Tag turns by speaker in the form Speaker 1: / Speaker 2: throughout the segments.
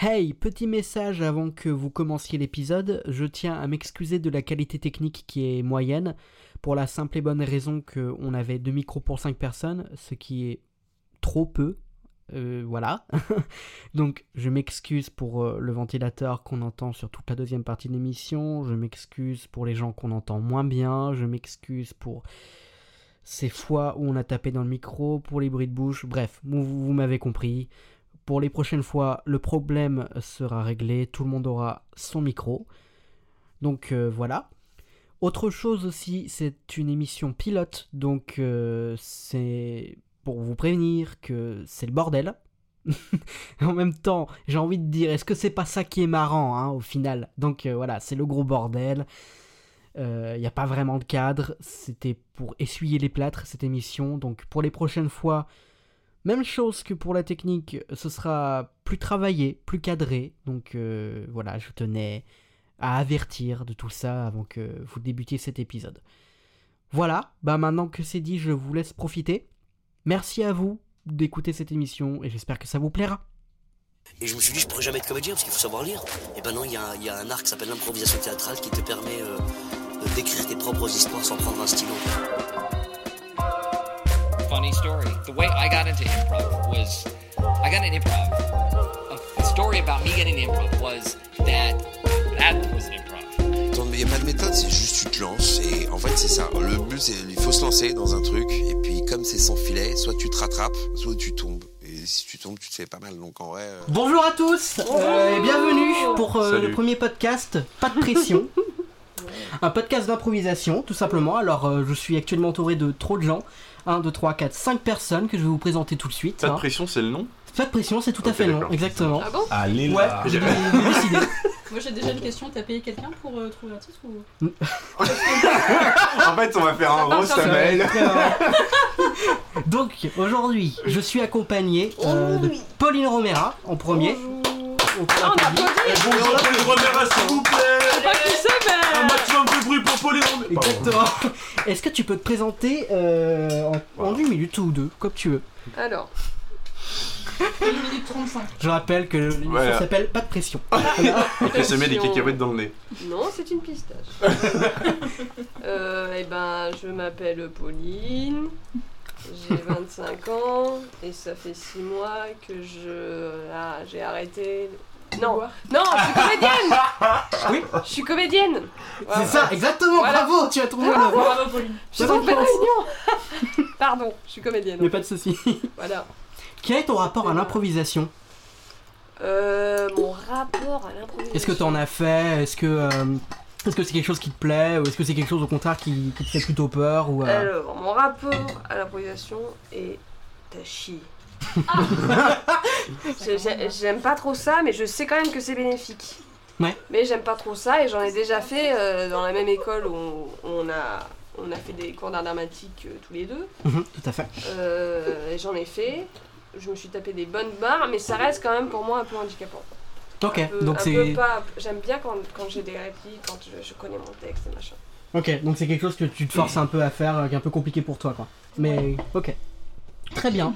Speaker 1: Hey, petit message avant que vous commenciez l'épisode, je tiens à m'excuser de la qualité technique qui est moyenne, pour la simple et bonne raison qu'on avait deux micros pour cinq personnes, ce qui est trop peu. Euh, voilà. Donc je m'excuse pour euh, le ventilateur qu'on entend sur toute la deuxième partie de l'émission, je m'excuse pour les gens qu'on entend moins bien, je m'excuse pour ces fois où on a tapé dans le micro, pour les bruits de bouche, bref, vous, vous m'avez compris. Pour les prochaines fois, le problème sera réglé, tout le monde aura son micro. Donc euh, voilà. Autre chose aussi, c'est une émission pilote, donc euh, c'est pour vous prévenir que c'est le bordel. en même temps, j'ai envie de dire, est-ce que c'est pas ça qui est marrant hein, au final Donc euh, voilà, c'est le gros bordel. Il n'y a pas vraiment de cadre. C'était pour essuyer les plâtres cette émission. Donc pour les prochaines fois, même chose que pour la technique, ce sera plus travaillé, plus cadré. Donc euh, voilà, je tenais à avertir de tout ça avant que vous débutiez cet épisode. Voilà, bah maintenant que c'est dit, je vous laisse profiter. Merci à vous d'écouter cette émission et j'espère que ça vous plaira.
Speaker 2: Et je me suis dit, je pourrais jamais être comédien parce qu'il faut savoir lire. Et ben non, il y a, il y a un art qui s'appelle l'improvisation théâtrale qui te permet euh, d'écrire tes propres histoires sans prendre un stylo.
Speaker 3: funny story. The way I got into improv was I got an improv. The story about me getting into improv was that that was an improv.
Speaker 4: Attends, mais il n'y a pas de méthode, c'est juste tu te lances et en fait c'est ça. Le but c'est il faut se lancer dans un truc et puis comme c'est sans filet, soit tu te rattrapes, soit tu tombes. Et si tu tombes, tu te fais pas mal donc en vrai. euh,
Speaker 1: Bonjour à tous euh, et bienvenue pour euh, le
Speaker 4: Salut.
Speaker 1: premier podcast Pas de pression. Un podcast d'improvisation, tout simplement. Alors, euh, je suis actuellement entouré de trop de gens. 1, 2, 3, 4, 5 personnes que je vais vous présenter tout de suite.
Speaker 5: Pas
Speaker 1: hein.
Speaker 5: de pression, c'est le nom
Speaker 1: Pas de pression, c'est tout à
Speaker 5: Ok,
Speaker 1: fait long,
Speaker 5: d'accord.
Speaker 1: exactement.
Speaker 6: Ah bon
Speaker 7: Allez
Speaker 1: Ouais,
Speaker 7: là
Speaker 1: j'ai j'ai décidé.
Speaker 6: Moi j'ai déjà une question, t'as payé quelqu'un pour euh, trouver un titre ou
Speaker 1: Ah
Speaker 5: En fait, on va faire un gros
Speaker 6: Ça
Speaker 5: Samuel.
Speaker 1: Donc, aujourd'hui, je suis accompagné euh,
Speaker 6: Oh
Speaker 1: de Pauline Romera en premier. On peut
Speaker 6: Ah, on
Speaker 1: l'applaudir.
Speaker 6: applaudit
Speaker 7: Bonjour Pauline Romera s'il vous
Speaker 6: Je sais
Speaker 7: plaît
Speaker 6: pas qui c'est
Speaker 1: Ah,
Speaker 7: Un
Speaker 6: mais
Speaker 7: maximum de bruit pour Pauline Romera Pardon.
Speaker 1: Exactement. Est-ce que tu peux te présenter euh, en, en une minute ou deux, comme tu veux
Speaker 6: Alors, 1 minute 35.
Speaker 1: Je rappelle que l'émission
Speaker 5: Voilà.
Speaker 1: s'appelle Pas de pression.
Speaker 5: Et que se met des cacahuètes dans le nez.
Speaker 8: Non, c'est une pistache. euh, eh ben, je m'appelle Pauline, j'ai 25 ans et ça fait 6 mois que je ah, j'ai arrêté. Non, non, je suis comédienne.
Speaker 1: Oui.
Speaker 8: je suis comédienne. Voilà.
Speaker 1: C'est ça, exactement,
Speaker 8: Voilà.
Speaker 1: bravo, tu as trouvé le.
Speaker 6: Bravo Pauline.
Speaker 8: Je suis
Speaker 1: bonne
Speaker 8: en pleine
Speaker 1: réponse.
Speaker 8: réunion. Pardon, je suis comédienne.
Speaker 1: Mais pas de souci.
Speaker 8: Voilà.
Speaker 1: Quel est ton rapport à l'improvisation
Speaker 8: Euh, mon rapport à l'improvisation.
Speaker 1: Est-ce que t'en as fait Est-ce que euh, est-ce que c'est quelque chose qui te plaît ou est-ce que c'est quelque chose au contraire qui, qui te fait plutôt peur ou euh,
Speaker 8: Alors, mon rapport à l'improvisation est à chier. J'ai- j'ai- J'aime pas trop ça, mais je sais quand même que c'est bénéfique.
Speaker 1: Ouais.
Speaker 8: Mais j'aime pas trop ça et j'en ai déjà fait euh, dans la même école où on, on a, on a fait des cours d'art dramatique euh, tous les deux.
Speaker 1: mhm, Tout à fait.
Speaker 8: Euh, et j'en ai fait. Je me suis tapé des bonnes barres, mais ça reste quand même pour moi un peu handicapant.
Speaker 1: Ok,
Speaker 8: Un peu-
Speaker 1: donc
Speaker 8: un peu
Speaker 1: c'est
Speaker 8: pas- J'aime bien quand, quand j'ai des répliques, quand je, je connais mon texte et machin.
Speaker 1: ok, donc c'est quelque chose que tu te forces un peu à faire, euh, qui est un peu compliqué pour toi quoi. Mais ok, très bien.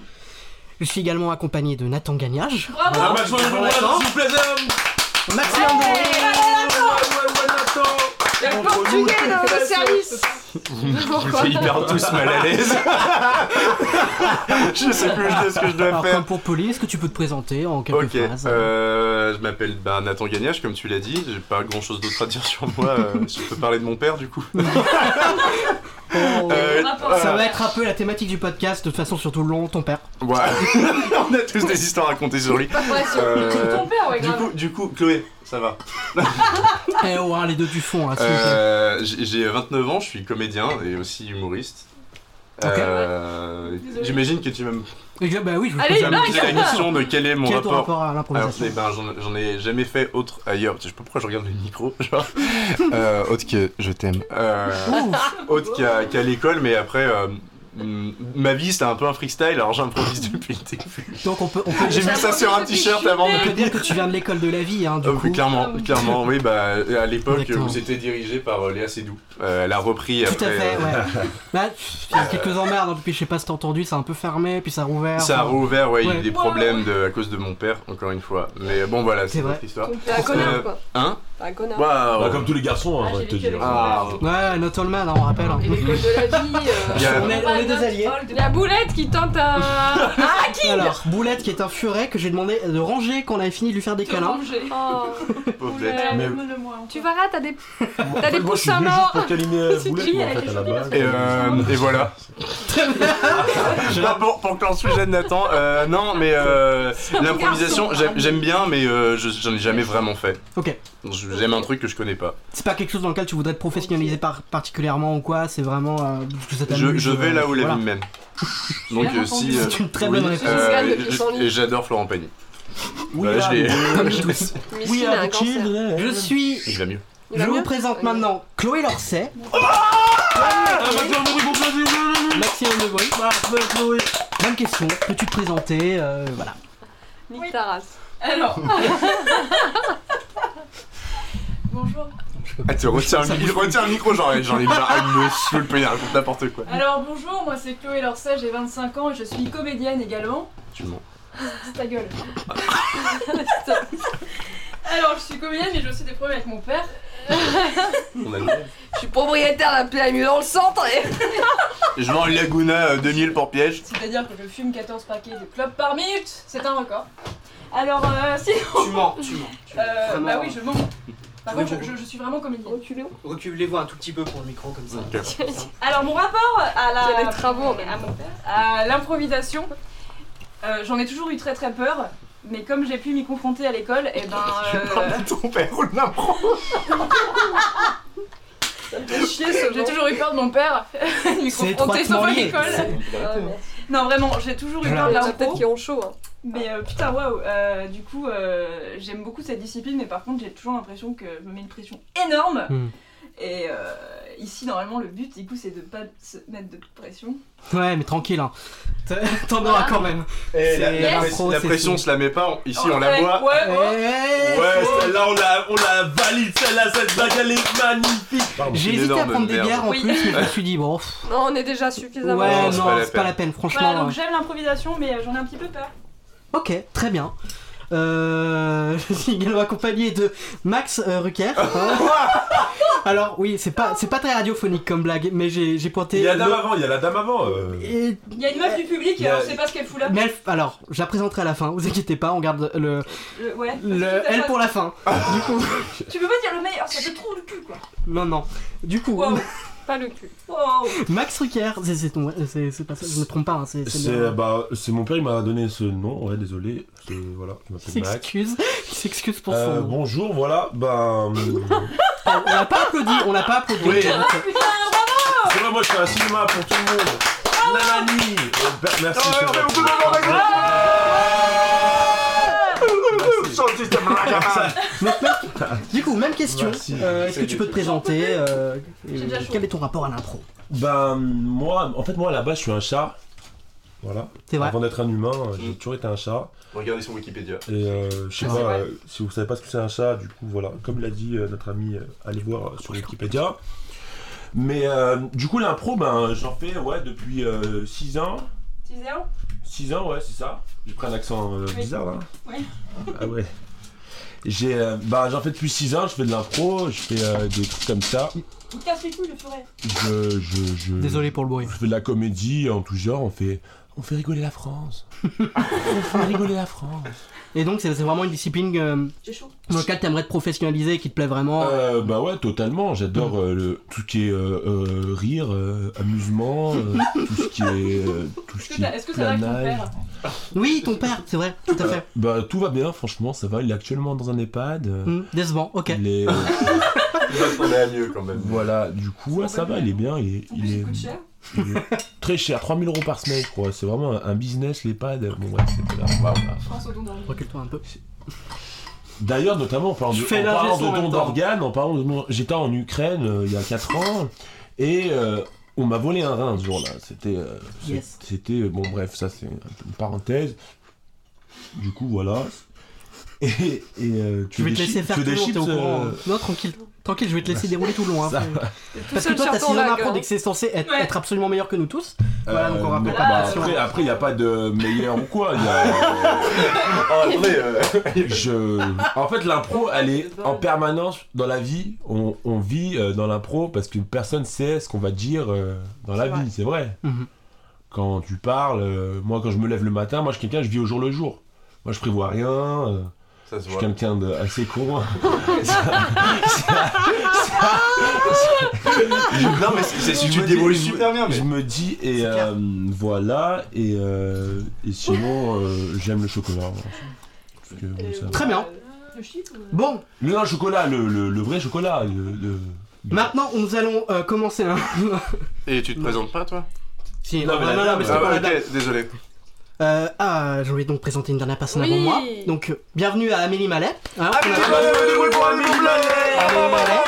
Speaker 1: Je suis également accompagné de Nathan Gagnage.
Speaker 6: Bravo
Speaker 7: Un maximum de bruit pour Romera s'il vous plaît
Speaker 1: Maximum de-
Speaker 7: Ouais,
Speaker 8: Le portugais dans le service
Speaker 5: Je suis hyper tous mal à l'aise. je sais plus je sais ce que je dois
Speaker 1: Alors comme
Speaker 5: faire.
Speaker 1: pour Pauline, est-ce que tu peux te présenter en quelques
Speaker 5: Ok,
Speaker 1: phrases hein.
Speaker 5: euh, je m'appelle bah, Nathan Gagnage, comme tu l'as dit. J'ai pas grand chose d'autre à dire sur moi. euh, je peux parler de mon père, du coup.
Speaker 1: Oh,
Speaker 5: Euh,
Speaker 1: Ça va être un peu la thématique du podcast, de toute façon sur tout le long, ton père.
Speaker 5: Ouais. On a tous des histoires à raconter sur lui.
Speaker 6: Ah, Ouais, sur-
Speaker 5: Euh,
Speaker 6: sur ton père, ouais,
Speaker 5: Du
Speaker 6: grave.
Speaker 5: coup, du coup, Chloé, ça va
Speaker 1: Eh oh, hein, les deux du fond, hein, s'il vous plaît.
Speaker 5: Euh, j'ai j'ai 29 ans, je suis comédien et aussi humoriste.
Speaker 1: Ok.
Speaker 5: Euh,
Speaker 6: Désolé.
Speaker 5: J'imagine que tu vas me
Speaker 1: Et je- bah oui, je vous
Speaker 8: Allez,
Speaker 5: tu vas me
Speaker 8: blague,
Speaker 5: poser la
Speaker 8: blague.
Speaker 5: question de quel est mon
Speaker 1: Quel est ton
Speaker 5: rapport.
Speaker 1: rapport à
Speaker 5: Alors,
Speaker 1: l'improvisation
Speaker 5: eh ben, j'en- j'en ai jamais fait autre ailleurs. Je sais pas pourquoi je regarde le micro, genre. Euh, autre que je t'aime. Euh,
Speaker 1: Ouf.
Speaker 5: autre qu'à qu'à l'école, mais après, euh, mm, ma vie c'était un peu un freestyle, alors j'improvise depuis le début.
Speaker 1: Donc on peut, on peut,
Speaker 5: J'ai vu ça sur un t-shirt avant
Speaker 1: on
Speaker 5: de
Speaker 1: peut dire que tu viens de l'école de la vie, hein, du
Speaker 5: Oh,
Speaker 1: coup.
Speaker 5: oui, clairement, clairement, oui, bah, à l'époque
Speaker 1: Exactement.
Speaker 5: où c'était dirigé par euh, Léa Seydoux. Euh, elle a repris
Speaker 1: Tout à
Speaker 5: après.
Speaker 1: fait,
Speaker 5: euh,
Speaker 1: ouais. Bah, pff, il y a quelques emmerdes, hein, depuis je sais pas si t'as entendu, ça a un peu fermé, puis ça a rouvert.
Speaker 5: Ça a
Speaker 1: enfin,
Speaker 5: rouvert, ouais, il y a
Speaker 1: Ouais.
Speaker 5: eu des problèmes de, à cause de mon père, encore une fois. Mais bon, voilà,
Speaker 1: C'est
Speaker 5: c'est
Speaker 1: vrai.
Speaker 5: notre histoire.
Speaker 8: Donc t'es un connard, quoi.
Speaker 5: Hein
Speaker 8: T'es un connard.
Speaker 5: Waouh
Speaker 7: Bah, comme tous les garçons, hein,
Speaker 6: Ah,
Speaker 7: on va
Speaker 6: j'ai
Speaker 7: te
Speaker 6: vu que les-
Speaker 7: dire.
Speaker 5: Ah,
Speaker 1: Ouais, Not All Man, hein, on rappelle. hein.
Speaker 8: Et l'école de la vie.
Speaker 5: Il y
Speaker 8: euh,
Speaker 5: a-
Speaker 1: On est, on est deux alliés.
Speaker 8: La boulette qui tente un. Ah, qui
Speaker 1: Alors, Boulette qui est un furet que j'ai demandé de ranger quand on avait fini de lui faire des câlins.
Speaker 8: Oh.
Speaker 5: pauvre bête.
Speaker 8: Ouais.
Speaker 7: Mais-
Speaker 6: le moi.
Speaker 8: Tu verras, t'as des.
Speaker 7: Moi,
Speaker 8: T'as
Speaker 7: en fait,
Speaker 8: des
Speaker 7: moi, je suis
Speaker 8: poussins
Speaker 7: venu juste
Speaker 8: morts.
Speaker 7: pour câliner
Speaker 8: C'est
Speaker 7: Boulet,
Speaker 8: qui,
Speaker 7: moi, en
Speaker 8: elle
Speaker 7: fait,
Speaker 8: est
Speaker 7: à la base.
Speaker 5: Et, euh, et voilà. Bah, pour, pour clore le sujet de Nathan, euh, non, mais euh, l'improvisation, j'aime j'aime bien, mais euh, je- j'en ai jamais vraiment fait.
Speaker 1: Ok.
Speaker 5: Je- J'aime un truc que je connais pas.
Speaker 1: C'est pas quelque chose dans lequel tu voudrais te professionnaliser par- particulièrement ou quoi, c'est vraiment. euh, parce que ça
Speaker 5: Je,
Speaker 1: t'amuse,
Speaker 5: je vais
Speaker 1: euh,
Speaker 5: là où la
Speaker 1: voilà.
Speaker 5: vie me mène. Donc,
Speaker 6: Bien
Speaker 5: euh, si.
Speaker 6: entendu.
Speaker 5: euh,
Speaker 1: C'est une très
Speaker 5: oui,
Speaker 1: bonne réponse.
Speaker 5: euh,
Speaker 8: Scan de
Speaker 5: je-
Speaker 8: Pissenlit.
Speaker 5: et j'adore Florent Pagny.
Speaker 7: Oui,
Speaker 5: Bah,
Speaker 7: là,
Speaker 5: je l'ai-
Speaker 7: mais-
Speaker 1: Comme tous.
Speaker 8: Miskin
Speaker 7: Oui,
Speaker 8: a un
Speaker 7: un
Speaker 8: cancer.
Speaker 7: chill.
Speaker 1: Je suis.
Speaker 5: Il va mieux.
Speaker 8: Il
Speaker 1: Je
Speaker 8: va
Speaker 1: vous
Speaker 8: mieux
Speaker 1: présente
Speaker 8: Ok.
Speaker 1: maintenant Chloé Lorset,
Speaker 7: Ah, bah, tiens, on aurait compris, c'est-
Speaker 1: Maxime Lebris.
Speaker 7: Ah, bah, Chloé.
Speaker 1: Bonne question, peux-tu te présenter euh, Voilà.
Speaker 8: Nique
Speaker 6: Oui.
Speaker 8: ta race.
Speaker 6: Alors. Bonjour.
Speaker 5: Ah, tu retiens
Speaker 1: Ça
Speaker 5: le,
Speaker 1: bouge
Speaker 5: micro- retiens le micro, genre, j'en ai marre, elle me saoule, putain, elle raconte n'importe quoi.
Speaker 6: Alors bonjour, moi c'est Chloé Lorset, j'ai 25 ans et je suis comédienne également.
Speaker 5: Tu mens.
Speaker 6: C'est ta gueule. Alors je suis comédienne et j'ai aussi des problèmes avec mon père.
Speaker 5: On a le même.
Speaker 8: Je suis propriétaire d'un PMU dans le centre et.
Speaker 5: Je vends une Laguna euh, 2000 pour piège.
Speaker 6: C'est-à-dire que je fume 14 paquets de clopes par minute. C'est un record. Alors euh, sinon...
Speaker 1: Tu mens, tu mens.
Speaker 6: Euh,
Speaker 1: Vraiment.
Speaker 6: bah oui, je mens. Par
Speaker 1: Oui,
Speaker 6: contre, je,
Speaker 1: bon.
Speaker 6: je- je suis vraiment comédienne.
Speaker 8: Reculé.
Speaker 1: Recule les voix un tout petit peu pour le micro comme ça.
Speaker 5: Ok.
Speaker 6: Alors mon rapport à la...
Speaker 8: Il y a des travaux en même
Speaker 6: à mon père, à l'improvisation, euh, j'en ai toujours eu très très peur. Mais comme j'ai pu m'y confronter à l'école, et ben...
Speaker 1: Oh
Speaker 6: euh,
Speaker 5: Parle de ton père ou de l'impro.
Speaker 8: Chier ce
Speaker 6: J'ai
Speaker 8: nom.
Speaker 6: toujours eu peur de mon père, de lui
Speaker 1: C'est
Speaker 6: confronter sauf
Speaker 1: étroitement
Speaker 6: à
Speaker 1: lié.
Speaker 6: l'école.
Speaker 8: Ah, merde.
Speaker 6: Non, vraiment, j'ai toujours eu peur de
Speaker 8: Il y en a
Speaker 6: l'impro.
Speaker 8: peut-être qui ont chaud. Hein.
Speaker 6: Mais euh, putain, waouh, euh, du coup, euh, j'aime beaucoup cette discipline, mais par contre, j'ai toujours l'impression que je me mets une pression énorme.
Speaker 1: Hmm.
Speaker 6: Et euh, ici, normalement, le but, du coup, c'est de pas se mettre de pression.
Speaker 1: Ouais, mais tranquille, hein. T'en- T'en auras quand même.
Speaker 5: Eh, la,
Speaker 1: C'est
Speaker 5: la-
Speaker 1: l'impro,
Speaker 5: la
Speaker 1: c'est
Speaker 5: pression,
Speaker 1: fou.
Speaker 5: se la met pas, on- ici
Speaker 6: Oh,
Speaker 5: on la
Speaker 6: ouais,
Speaker 5: boit.
Speaker 6: Ouais, ouais.
Speaker 1: Eh,
Speaker 7: Ouais, celle-là, on la, on la valide, celle-là, cette blague, elle est magnifique.
Speaker 5: Pardon.
Speaker 1: J'ai
Speaker 5: Une
Speaker 1: hésité à
Speaker 5: énorme
Speaker 1: prendre des
Speaker 5: merde.
Speaker 1: bières en
Speaker 6: Oui.
Speaker 1: plus, mais je me suis dit, bon. pff,
Speaker 8: Non, on est déjà suffisamment.
Speaker 1: Ouais, non,
Speaker 5: non, c'est
Speaker 1: c'est pas,
Speaker 5: pas la
Speaker 1: la peine, franchement.
Speaker 6: Voilà, donc j'aime l'improvisation, mais euh, j'en ai un petit peu peur.
Speaker 1: euh, Ok, très bien. Euh, je suis également accompagné de Max euh, Rucker. Alors oui, c'est pas c'est pas très radiophonique comme blague, mais j'ai j'ai pointé.
Speaker 7: Il y a la dame
Speaker 1: le-
Speaker 7: avant, il y a la dame avant. euh.
Speaker 1: Et-
Speaker 6: Il y a une meuf du public,
Speaker 7: Il y a-
Speaker 6: euh, on sait pas ce qu'elle fout là.
Speaker 1: mais elle- alors, je la présenterai à la fin. Vous inquiétez pas, on garde le
Speaker 6: Le- Euh, ouais.
Speaker 1: le
Speaker 6: Parce que
Speaker 1: elle
Speaker 6: t'as
Speaker 1: pour la fin. Du coup,
Speaker 6: pas- Tu peux pas dire le meilleur, ça te trouve le cul, quoi.
Speaker 1: non non. Du coup,
Speaker 6: Wow.
Speaker 8: Pas le cul.
Speaker 6: Wow.
Speaker 1: Max Rucker, c'est c'est ton c'est c'est pas ça, je me trompe pas. hein, c'est c'est
Speaker 7: C'est
Speaker 1: le-
Speaker 7: bah, c'est mon père, il m'a donné ce nom, ouais, désolé. c'est- Voilà, je
Speaker 1: Il
Speaker 7: m'appelle Max.
Speaker 1: s'excuse, il s'excuse pour
Speaker 7: Euh,
Speaker 1: son.
Speaker 7: bonjour, voilà, ben.
Speaker 1: On n'a pas applaudi, on n'a pas applaudi. euh,
Speaker 7: Oui.
Speaker 6: Putain,
Speaker 7: c'est vrai, moi je fais un cinéma pour tout le monde. Nanani Euh, ben, Merci.
Speaker 5: Ah ouais,
Speaker 7: cher
Speaker 5: on fait
Speaker 7: Maxime.
Speaker 5: beaucoup de blagues.
Speaker 7: Merci.
Speaker 1: Donc, même- du coup, même question.
Speaker 7: Merci.
Speaker 1: Euh, Est-ce que tu peux te présenter euh, euh,
Speaker 6: déjà chaud.
Speaker 1: Quel est ton rapport à l'impro
Speaker 7: Ben, moi, en fait, moi à la base, je suis un chat. Voilà.
Speaker 1: C'est vrai.
Speaker 7: Avant d'être un humain, j'ai
Speaker 5: Mm.
Speaker 7: toujours été un chat.
Speaker 5: Regardez son Wikipédia.
Speaker 7: Et euh, je sais
Speaker 1: Ah,
Speaker 6: c'est
Speaker 7: pas,
Speaker 6: vrai.
Speaker 7: euh, si vous savez pas ce que c'est un chat, du coup, voilà, comme l'a dit euh, notre ami, euh, allez voir euh, sur Wikipédia. Mais euh, du coup, l'impro, ben, j'en fais ouais, depuis 6 ans.
Speaker 6: Tu disais, oh,
Speaker 7: 6 ans, ouais, c'est ça. J'ai pris un accent euh,
Speaker 6: Oui.
Speaker 7: bizarre là.
Speaker 6: Ouais.
Speaker 7: Ah ouais. J'ai, euh, bah, j'en fais depuis 6 ans, je fais de l'impro, je fais euh, des trucs comme ça.
Speaker 6: il casse les couilles, le forêt.
Speaker 7: Je, je, je,
Speaker 1: Désolé pour le bruit.
Speaker 7: Je fais de la comédie en tout genre, on fait, on fait rigoler la France. on fait rigoler la France.
Speaker 1: Et donc, c'est c'est vraiment une discipline euh,
Speaker 6: J'ai chaud.
Speaker 1: dans laquelle tu aimerais te professionnaliser et qui te plaît vraiment.
Speaker 7: Euh, bah ouais, totalement. J'adore euh, le- tout ce qui est euh, euh, rire, euh, amusement, euh, tout ce qui est euh, tout ce
Speaker 6: Est-ce que
Speaker 7: qui
Speaker 6: t'as-
Speaker 7: est
Speaker 6: est-ce que ça va avec ton
Speaker 7: planage.
Speaker 6: père
Speaker 1: Oui, ton père, c'est vrai, tout à fait.
Speaker 7: Bah tout va bien, franchement, ça va. Il est actuellement dans un EHPAD. euh,
Speaker 1: Hmm, décevant, ok.
Speaker 7: Il est, euh,
Speaker 5: On est à mieux quand même.
Speaker 7: voilà, du coup, ouais, ça va, il est bien. Il est,
Speaker 6: En
Speaker 7: il
Speaker 6: plus,
Speaker 7: est,
Speaker 6: il coûte cher.
Speaker 7: il est très cher, 3000 euros par semaine, je crois. C'est vraiment un, un business, l'EHPAD. Bon, ouais, c'est pas grave. voilà.
Speaker 6: Je pense au don d'argent.
Speaker 1: Recule-toi un peu.
Speaker 7: D'ailleurs, notamment en parlant de,
Speaker 1: Je fais
Speaker 7: en
Speaker 1: la
Speaker 7: parlant
Speaker 1: gestion en
Speaker 7: de
Speaker 1: même
Speaker 7: dons
Speaker 1: temps.
Speaker 7: d'organes, en parlant de dons- j'étais en Ukraine euh, il y a 4 ans et euh, On m'a volé un rein ce jour-là. C'était. euh, c'est-
Speaker 1: Yes.
Speaker 7: C'était. euh, Bon, bref, ça, c'est une parenthèse. Du coup, voilà. Et, et, euh,
Speaker 1: Je
Speaker 7: tu veux
Speaker 1: vais
Speaker 7: des
Speaker 1: te laisser
Speaker 7: chi-
Speaker 1: faire
Speaker 7: tu
Speaker 1: tout le
Speaker 7: veux des
Speaker 1: long, t'es au
Speaker 7: chips,
Speaker 1: courant.
Speaker 7: euh,
Speaker 1: Non, tranquille, tranquille, je vais te laisser dérouler tout le long. hein.
Speaker 7: Ça
Speaker 1: Parce que toi, t'as 6 ans à apprendre et que c'est censé être,
Speaker 9: hein. Ouais.
Speaker 1: être absolument meilleur que nous tous. Voilà, donc on
Speaker 7: Euh,
Speaker 1: rappelle
Speaker 7: non,
Speaker 1: pas
Speaker 7: bah,
Speaker 1: la passion.
Speaker 7: après, après, il n'y a pas de meilleur ou quoi. il y a-
Speaker 5: Oh, euh,
Speaker 7: Je... En fait, l'impro, elle est en permanence dans la vie. On, on vit euh, dans l'impro parce que personne sait ce qu'on va dire euh, dans la
Speaker 8: C'est vrai.
Speaker 7: vie, c'est vrai.
Speaker 1: Mhm.
Speaker 7: Quand tu parles, euh, moi, quand je me lève le matin, moi, je suis quelqu'un, je vis au jour le jour. Moi, je prévois rien. euh,
Speaker 5: Ça se
Speaker 7: je suis
Speaker 5: voit.
Speaker 7: quelqu'un de assez con.
Speaker 5: Non, mais c'est- c'est- tu te dévoiles super bien, mais.
Speaker 7: Je me dis, et euh, voilà, et, euh, et sinon, euh, j'aime le chocolat. voilà. Parce que, bon, ça-
Speaker 1: Très bien.
Speaker 9: Le chiffre ou-
Speaker 1: Bon,
Speaker 7: Mais non, le chocolat, le, le- le vrai chocolat. le- le-
Speaker 1: maintenant nous allons euh, commencer un.
Speaker 5: Et tu te présentes pas, toi
Speaker 1: Si,
Speaker 7: Non,
Speaker 1: non,
Speaker 7: mais la
Speaker 1: non, non,
Speaker 7: dame,
Speaker 1: mais c'était pas
Speaker 5: Ah,
Speaker 1: la dame.
Speaker 5: ok, désolé.
Speaker 1: Euh, ah, je vais donc présenter une dernière personne
Speaker 8: Oui.
Speaker 1: avant moi. Donc, euh, bienvenue à Amélie Mallet. Hein,
Speaker 5: Ah,
Speaker 6: Ah,
Speaker 1: on a- Amélie Mallet. Alors,
Speaker 6: Ah,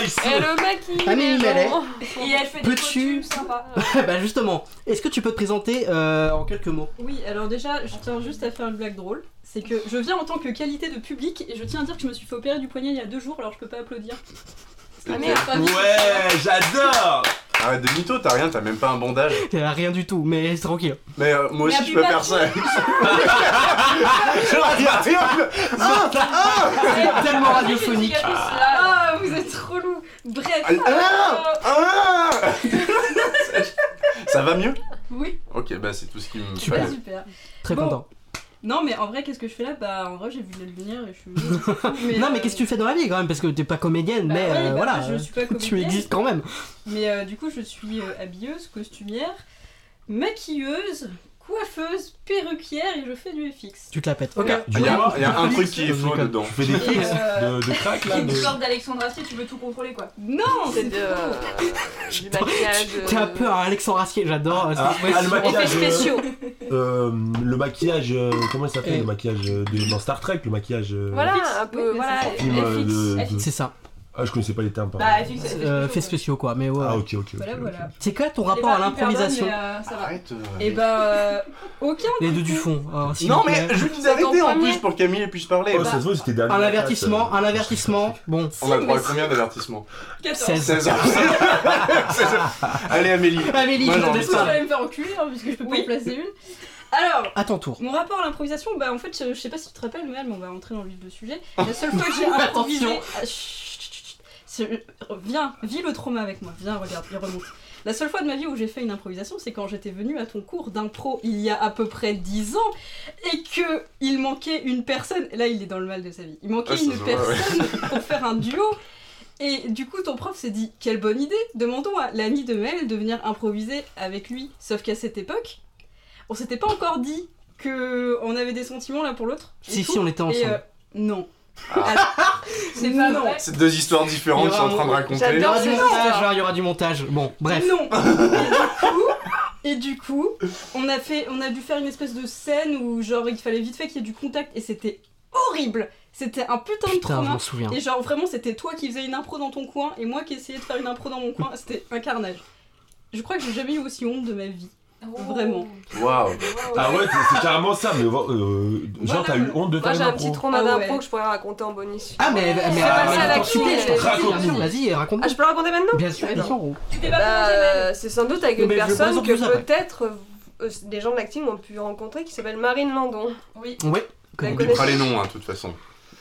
Speaker 8: Et Eh, le mec, il
Speaker 1: Amélie
Speaker 8: est
Speaker 1: Mallet.
Speaker 8: genre-
Speaker 9: Et elle fait des
Speaker 1: Peux-tu-
Speaker 9: costumes sympas.
Speaker 1: bah justement, est-ce que tu peux te présenter euh, en quelques mots
Speaker 6: Oui, alors déjà, je tiens juste à faire une blague drôle. C'est que je viens en tant que qualité de public et je tiens à dire que je me suis fait opérer du poignet il y a deux jours, alors je peux pas applaudir.
Speaker 8: Ah merde.
Speaker 6: Pas vite.
Speaker 7: Ouais, j'adore
Speaker 5: Arrête de mytho, t'as rien, t'as même pas un bandage.
Speaker 1: Elle a Rien du tout, mais c'est tranquille.
Speaker 5: Mais euh, moi
Speaker 6: Mais
Speaker 5: aussi, je peux
Speaker 6: appuie
Speaker 5: faire
Speaker 6: pas
Speaker 5: ça. Je
Speaker 1: C'est tellement radiophonique.
Speaker 9: Ah, vous êtes trop loup. Bref.
Speaker 5: Allez.
Speaker 9: euh,
Speaker 5: Ah Ça va mieux
Speaker 6: Oui,
Speaker 5: Ok, bah c'est tout ce qui me
Speaker 6: bah,
Speaker 5: fallait.
Speaker 6: super.
Speaker 1: Très
Speaker 6: Bon.
Speaker 1: content.
Speaker 6: Non, mais en vrai, qu'est-ce que je fais là Bah, en vrai, j'ai vu la lumière et je suis. mais,
Speaker 1: Non, mais qu'est-ce que tu fais dans la vie quand même Parce que t'es pas comédienne, mais euh, voilà.
Speaker 6: Bah Je suis pas
Speaker 1: Tu
Speaker 6: comédienne.
Speaker 1: existes quand même.
Speaker 6: Mais euh, du coup, je suis euh, habilleuse, costumière, maquilleuse, coiffeuse, perruquière et je fais du FX.
Speaker 1: Tu te la pètes. eh. Ok.
Speaker 6: Ouais.
Speaker 5: Il y, a il y a un truc qui est
Speaker 1: Je
Speaker 5: faux
Speaker 1: déconne.
Speaker 5: dedon.
Speaker 7: Tu fais des
Speaker 6: Et,
Speaker 7: fixes
Speaker 6: euh,
Speaker 7: de, de crack là
Speaker 9: C'est
Speaker 7: de-
Speaker 9: du genre d'Alexandre Astier, tu veux tout contrôler quoi. euh,
Speaker 6: Non,
Speaker 8: C'est
Speaker 6: c'est
Speaker 8: de.
Speaker 6: de.
Speaker 8: du maquillage.
Speaker 1: T'es
Speaker 6: euh,
Speaker 1: un peu un Alexandre Astier, j'adore.
Speaker 7: Ah,
Speaker 1: c'est- ouais,
Speaker 7: ah, le
Speaker 1: c'est-
Speaker 7: maquillage,
Speaker 6: Effets spéciaux.
Speaker 7: euh, le maquillage, euh, comment ça s'appelle
Speaker 1: Eh.
Speaker 7: le maquillage euh, de, dans Star Trek, le maquillage. euh,
Speaker 8: Voilà, un peu.
Speaker 6: Oui,
Speaker 8: voilà.
Speaker 6: mais
Speaker 7: film, euh, de-
Speaker 9: FX.
Speaker 7: de-
Speaker 1: C'est ça.
Speaker 7: Ah, je connaissais pas les termes, pardon.
Speaker 9: Bah, FX, c'est
Speaker 1: Euh, Faits spéciaux quoi, mais ouais.
Speaker 7: ah, ok, ok. ok,
Speaker 6: Voilà,
Speaker 7: ok.
Speaker 6: voilà.
Speaker 1: C'est quoi ton
Speaker 6: Elle est
Speaker 1: rapport à
Speaker 6: pas hyper
Speaker 1: l'improvisation
Speaker 6: bonne, ben, mais, euh, ça va.
Speaker 5: Arrête. euh,
Speaker 6: Et bah, euh, aucun.
Speaker 1: Les deux du fond. alors, s'il
Speaker 5: Non
Speaker 1: vous plaît.
Speaker 5: mais je vous arrêter en
Speaker 8: premier.
Speaker 5: plus pour que Camille puisse parler.
Speaker 7: Oh, ça se voit, c'était dernier. euh,
Speaker 1: Un avertissement, un avertissement. Bon,
Speaker 5: On a droit à combien d'avertissements
Speaker 1: 16.
Speaker 5: 16 ans. Allez Amélie.
Speaker 1: Amélie,
Speaker 5: Moi,
Speaker 1: je
Speaker 5: j'ai
Speaker 1: te
Speaker 5: envie
Speaker 1: laisse
Speaker 5: de
Speaker 6: Je
Speaker 1: parler.
Speaker 6: vais me faire enculer hein, puisque je peux pas
Speaker 9: Oui.
Speaker 6: en placer une. Alors,
Speaker 1: À ton tour.
Speaker 6: mon rapport à l'improvisation, bah en fait, je, je sais pas si tu te rappelles, mais on va entrer dans le vif du sujet. La seule fois que j'ai improvisé. Ah, chut, chut, chut, chut. C'est- euh, Viens, vis le trauma avec moi. Viens, regarde, il remonte. La seule fois de ma vie où j'ai fait une improvisation, c'est quand j'étais venue à ton cours d'impro il y a à peu près 10 ans et que il manquait une personne. Là, il est dans le mal de sa vie. Il manquait
Speaker 5: Ah, ça
Speaker 6: une
Speaker 5: se voit,
Speaker 6: personne pour faire un duo. Et du coup, ton prof s'est dit quelle bonne idée. Demandons à l'ami de Mel de venir improviser avec lui. Sauf qu'à cette époque, on s'était pas encore dit que on avait des sentiments l'un pour l'autre. et
Speaker 1: Si,
Speaker 6: tout.
Speaker 1: si, on était
Speaker 6: Et, euh,
Speaker 1: ensemble.
Speaker 6: non.
Speaker 5: Ah.
Speaker 6: Alors,
Speaker 9: C'est pas
Speaker 6: non.
Speaker 9: vrai.
Speaker 5: C'est deux histoires différentes que je suis en train de raconter.
Speaker 1: Il y
Speaker 8: J'adore.
Speaker 1: aura
Speaker 8: Non,
Speaker 1: du
Speaker 8: c'est
Speaker 1: montage,
Speaker 8: ça.
Speaker 1: hein, il y aura du montage. Bon, bref.
Speaker 6: Non. Et du, coup, et du coup, on a fait, on a dû faire une espèce de scène où genre il fallait vite fait qu'il y ait du contact et c'était horrible. C'était un putain
Speaker 1: Putain,
Speaker 6: de
Speaker 1: je
Speaker 6: trauma.
Speaker 1: m'en souviens.
Speaker 6: Et genre vraiment c'était toi qui faisais une impro dans ton coin et moi qui essayais de faire une impro dans mon coin, c'était un carnage. Je crois que j'ai jamais eu aussi honte de ma vie.
Speaker 8: Oh.
Speaker 6: Vraiment.
Speaker 5: Waouh.
Speaker 7: Ah ouais, c'est c'est carrément ça, mais euh,
Speaker 6: Voilà,
Speaker 7: genre, t'as eu
Speaker 6: voilà.
Speaker 7: honte de
Speaker 8: Moi,
Speaker 7: faire
Speaker 8: j'ai
Speaker 7: une
Speaker 8: un petit
Speaker 7: impro.
Speaker 8: trône d'impro
Speaker 6: Ah ouais.
Speaker 8: que je pourrais raconter en bonus.
Speaker 1: Ah, mais, mais, mais
Speaker 8: pas ça,
Speaker 1: mais
Speaker 8: la
Speaker 1: attends,
Speaker 8: clé,
Speaker 1: super, je t'en prie,
Speaker 7: raconte-nous.
Speaker 1: Vas-y, raconte
Speaker 8: Ah, je peux raconter maintenant
Speaker 1: Bien sûr, bien
Speaker 8: D'accord.
Speaker 1: sûr.
Speaker 9: Tu t'es pas
Speaker 8: Bah,
Speaker 9: présenté, Mel.
Speaker 8: euh, c'est sans doute avec une
Speaker 1: Mais je
Speaker 8: personne
Speaker 1: présente
Speaker 8: que
Speaker 1: plus après.
Speaker 8: peut-être euh, euh, des gens de l'acting ont pu rencontrer qui s'appelle Marine Landon.
Speaker 9: Oui.
Speaker 1: Oui.
Speaker 8: La
Speaker 5: On
Speaker 8: connaissez-
Speaker 5: bipera les noms, hein, de toute façon.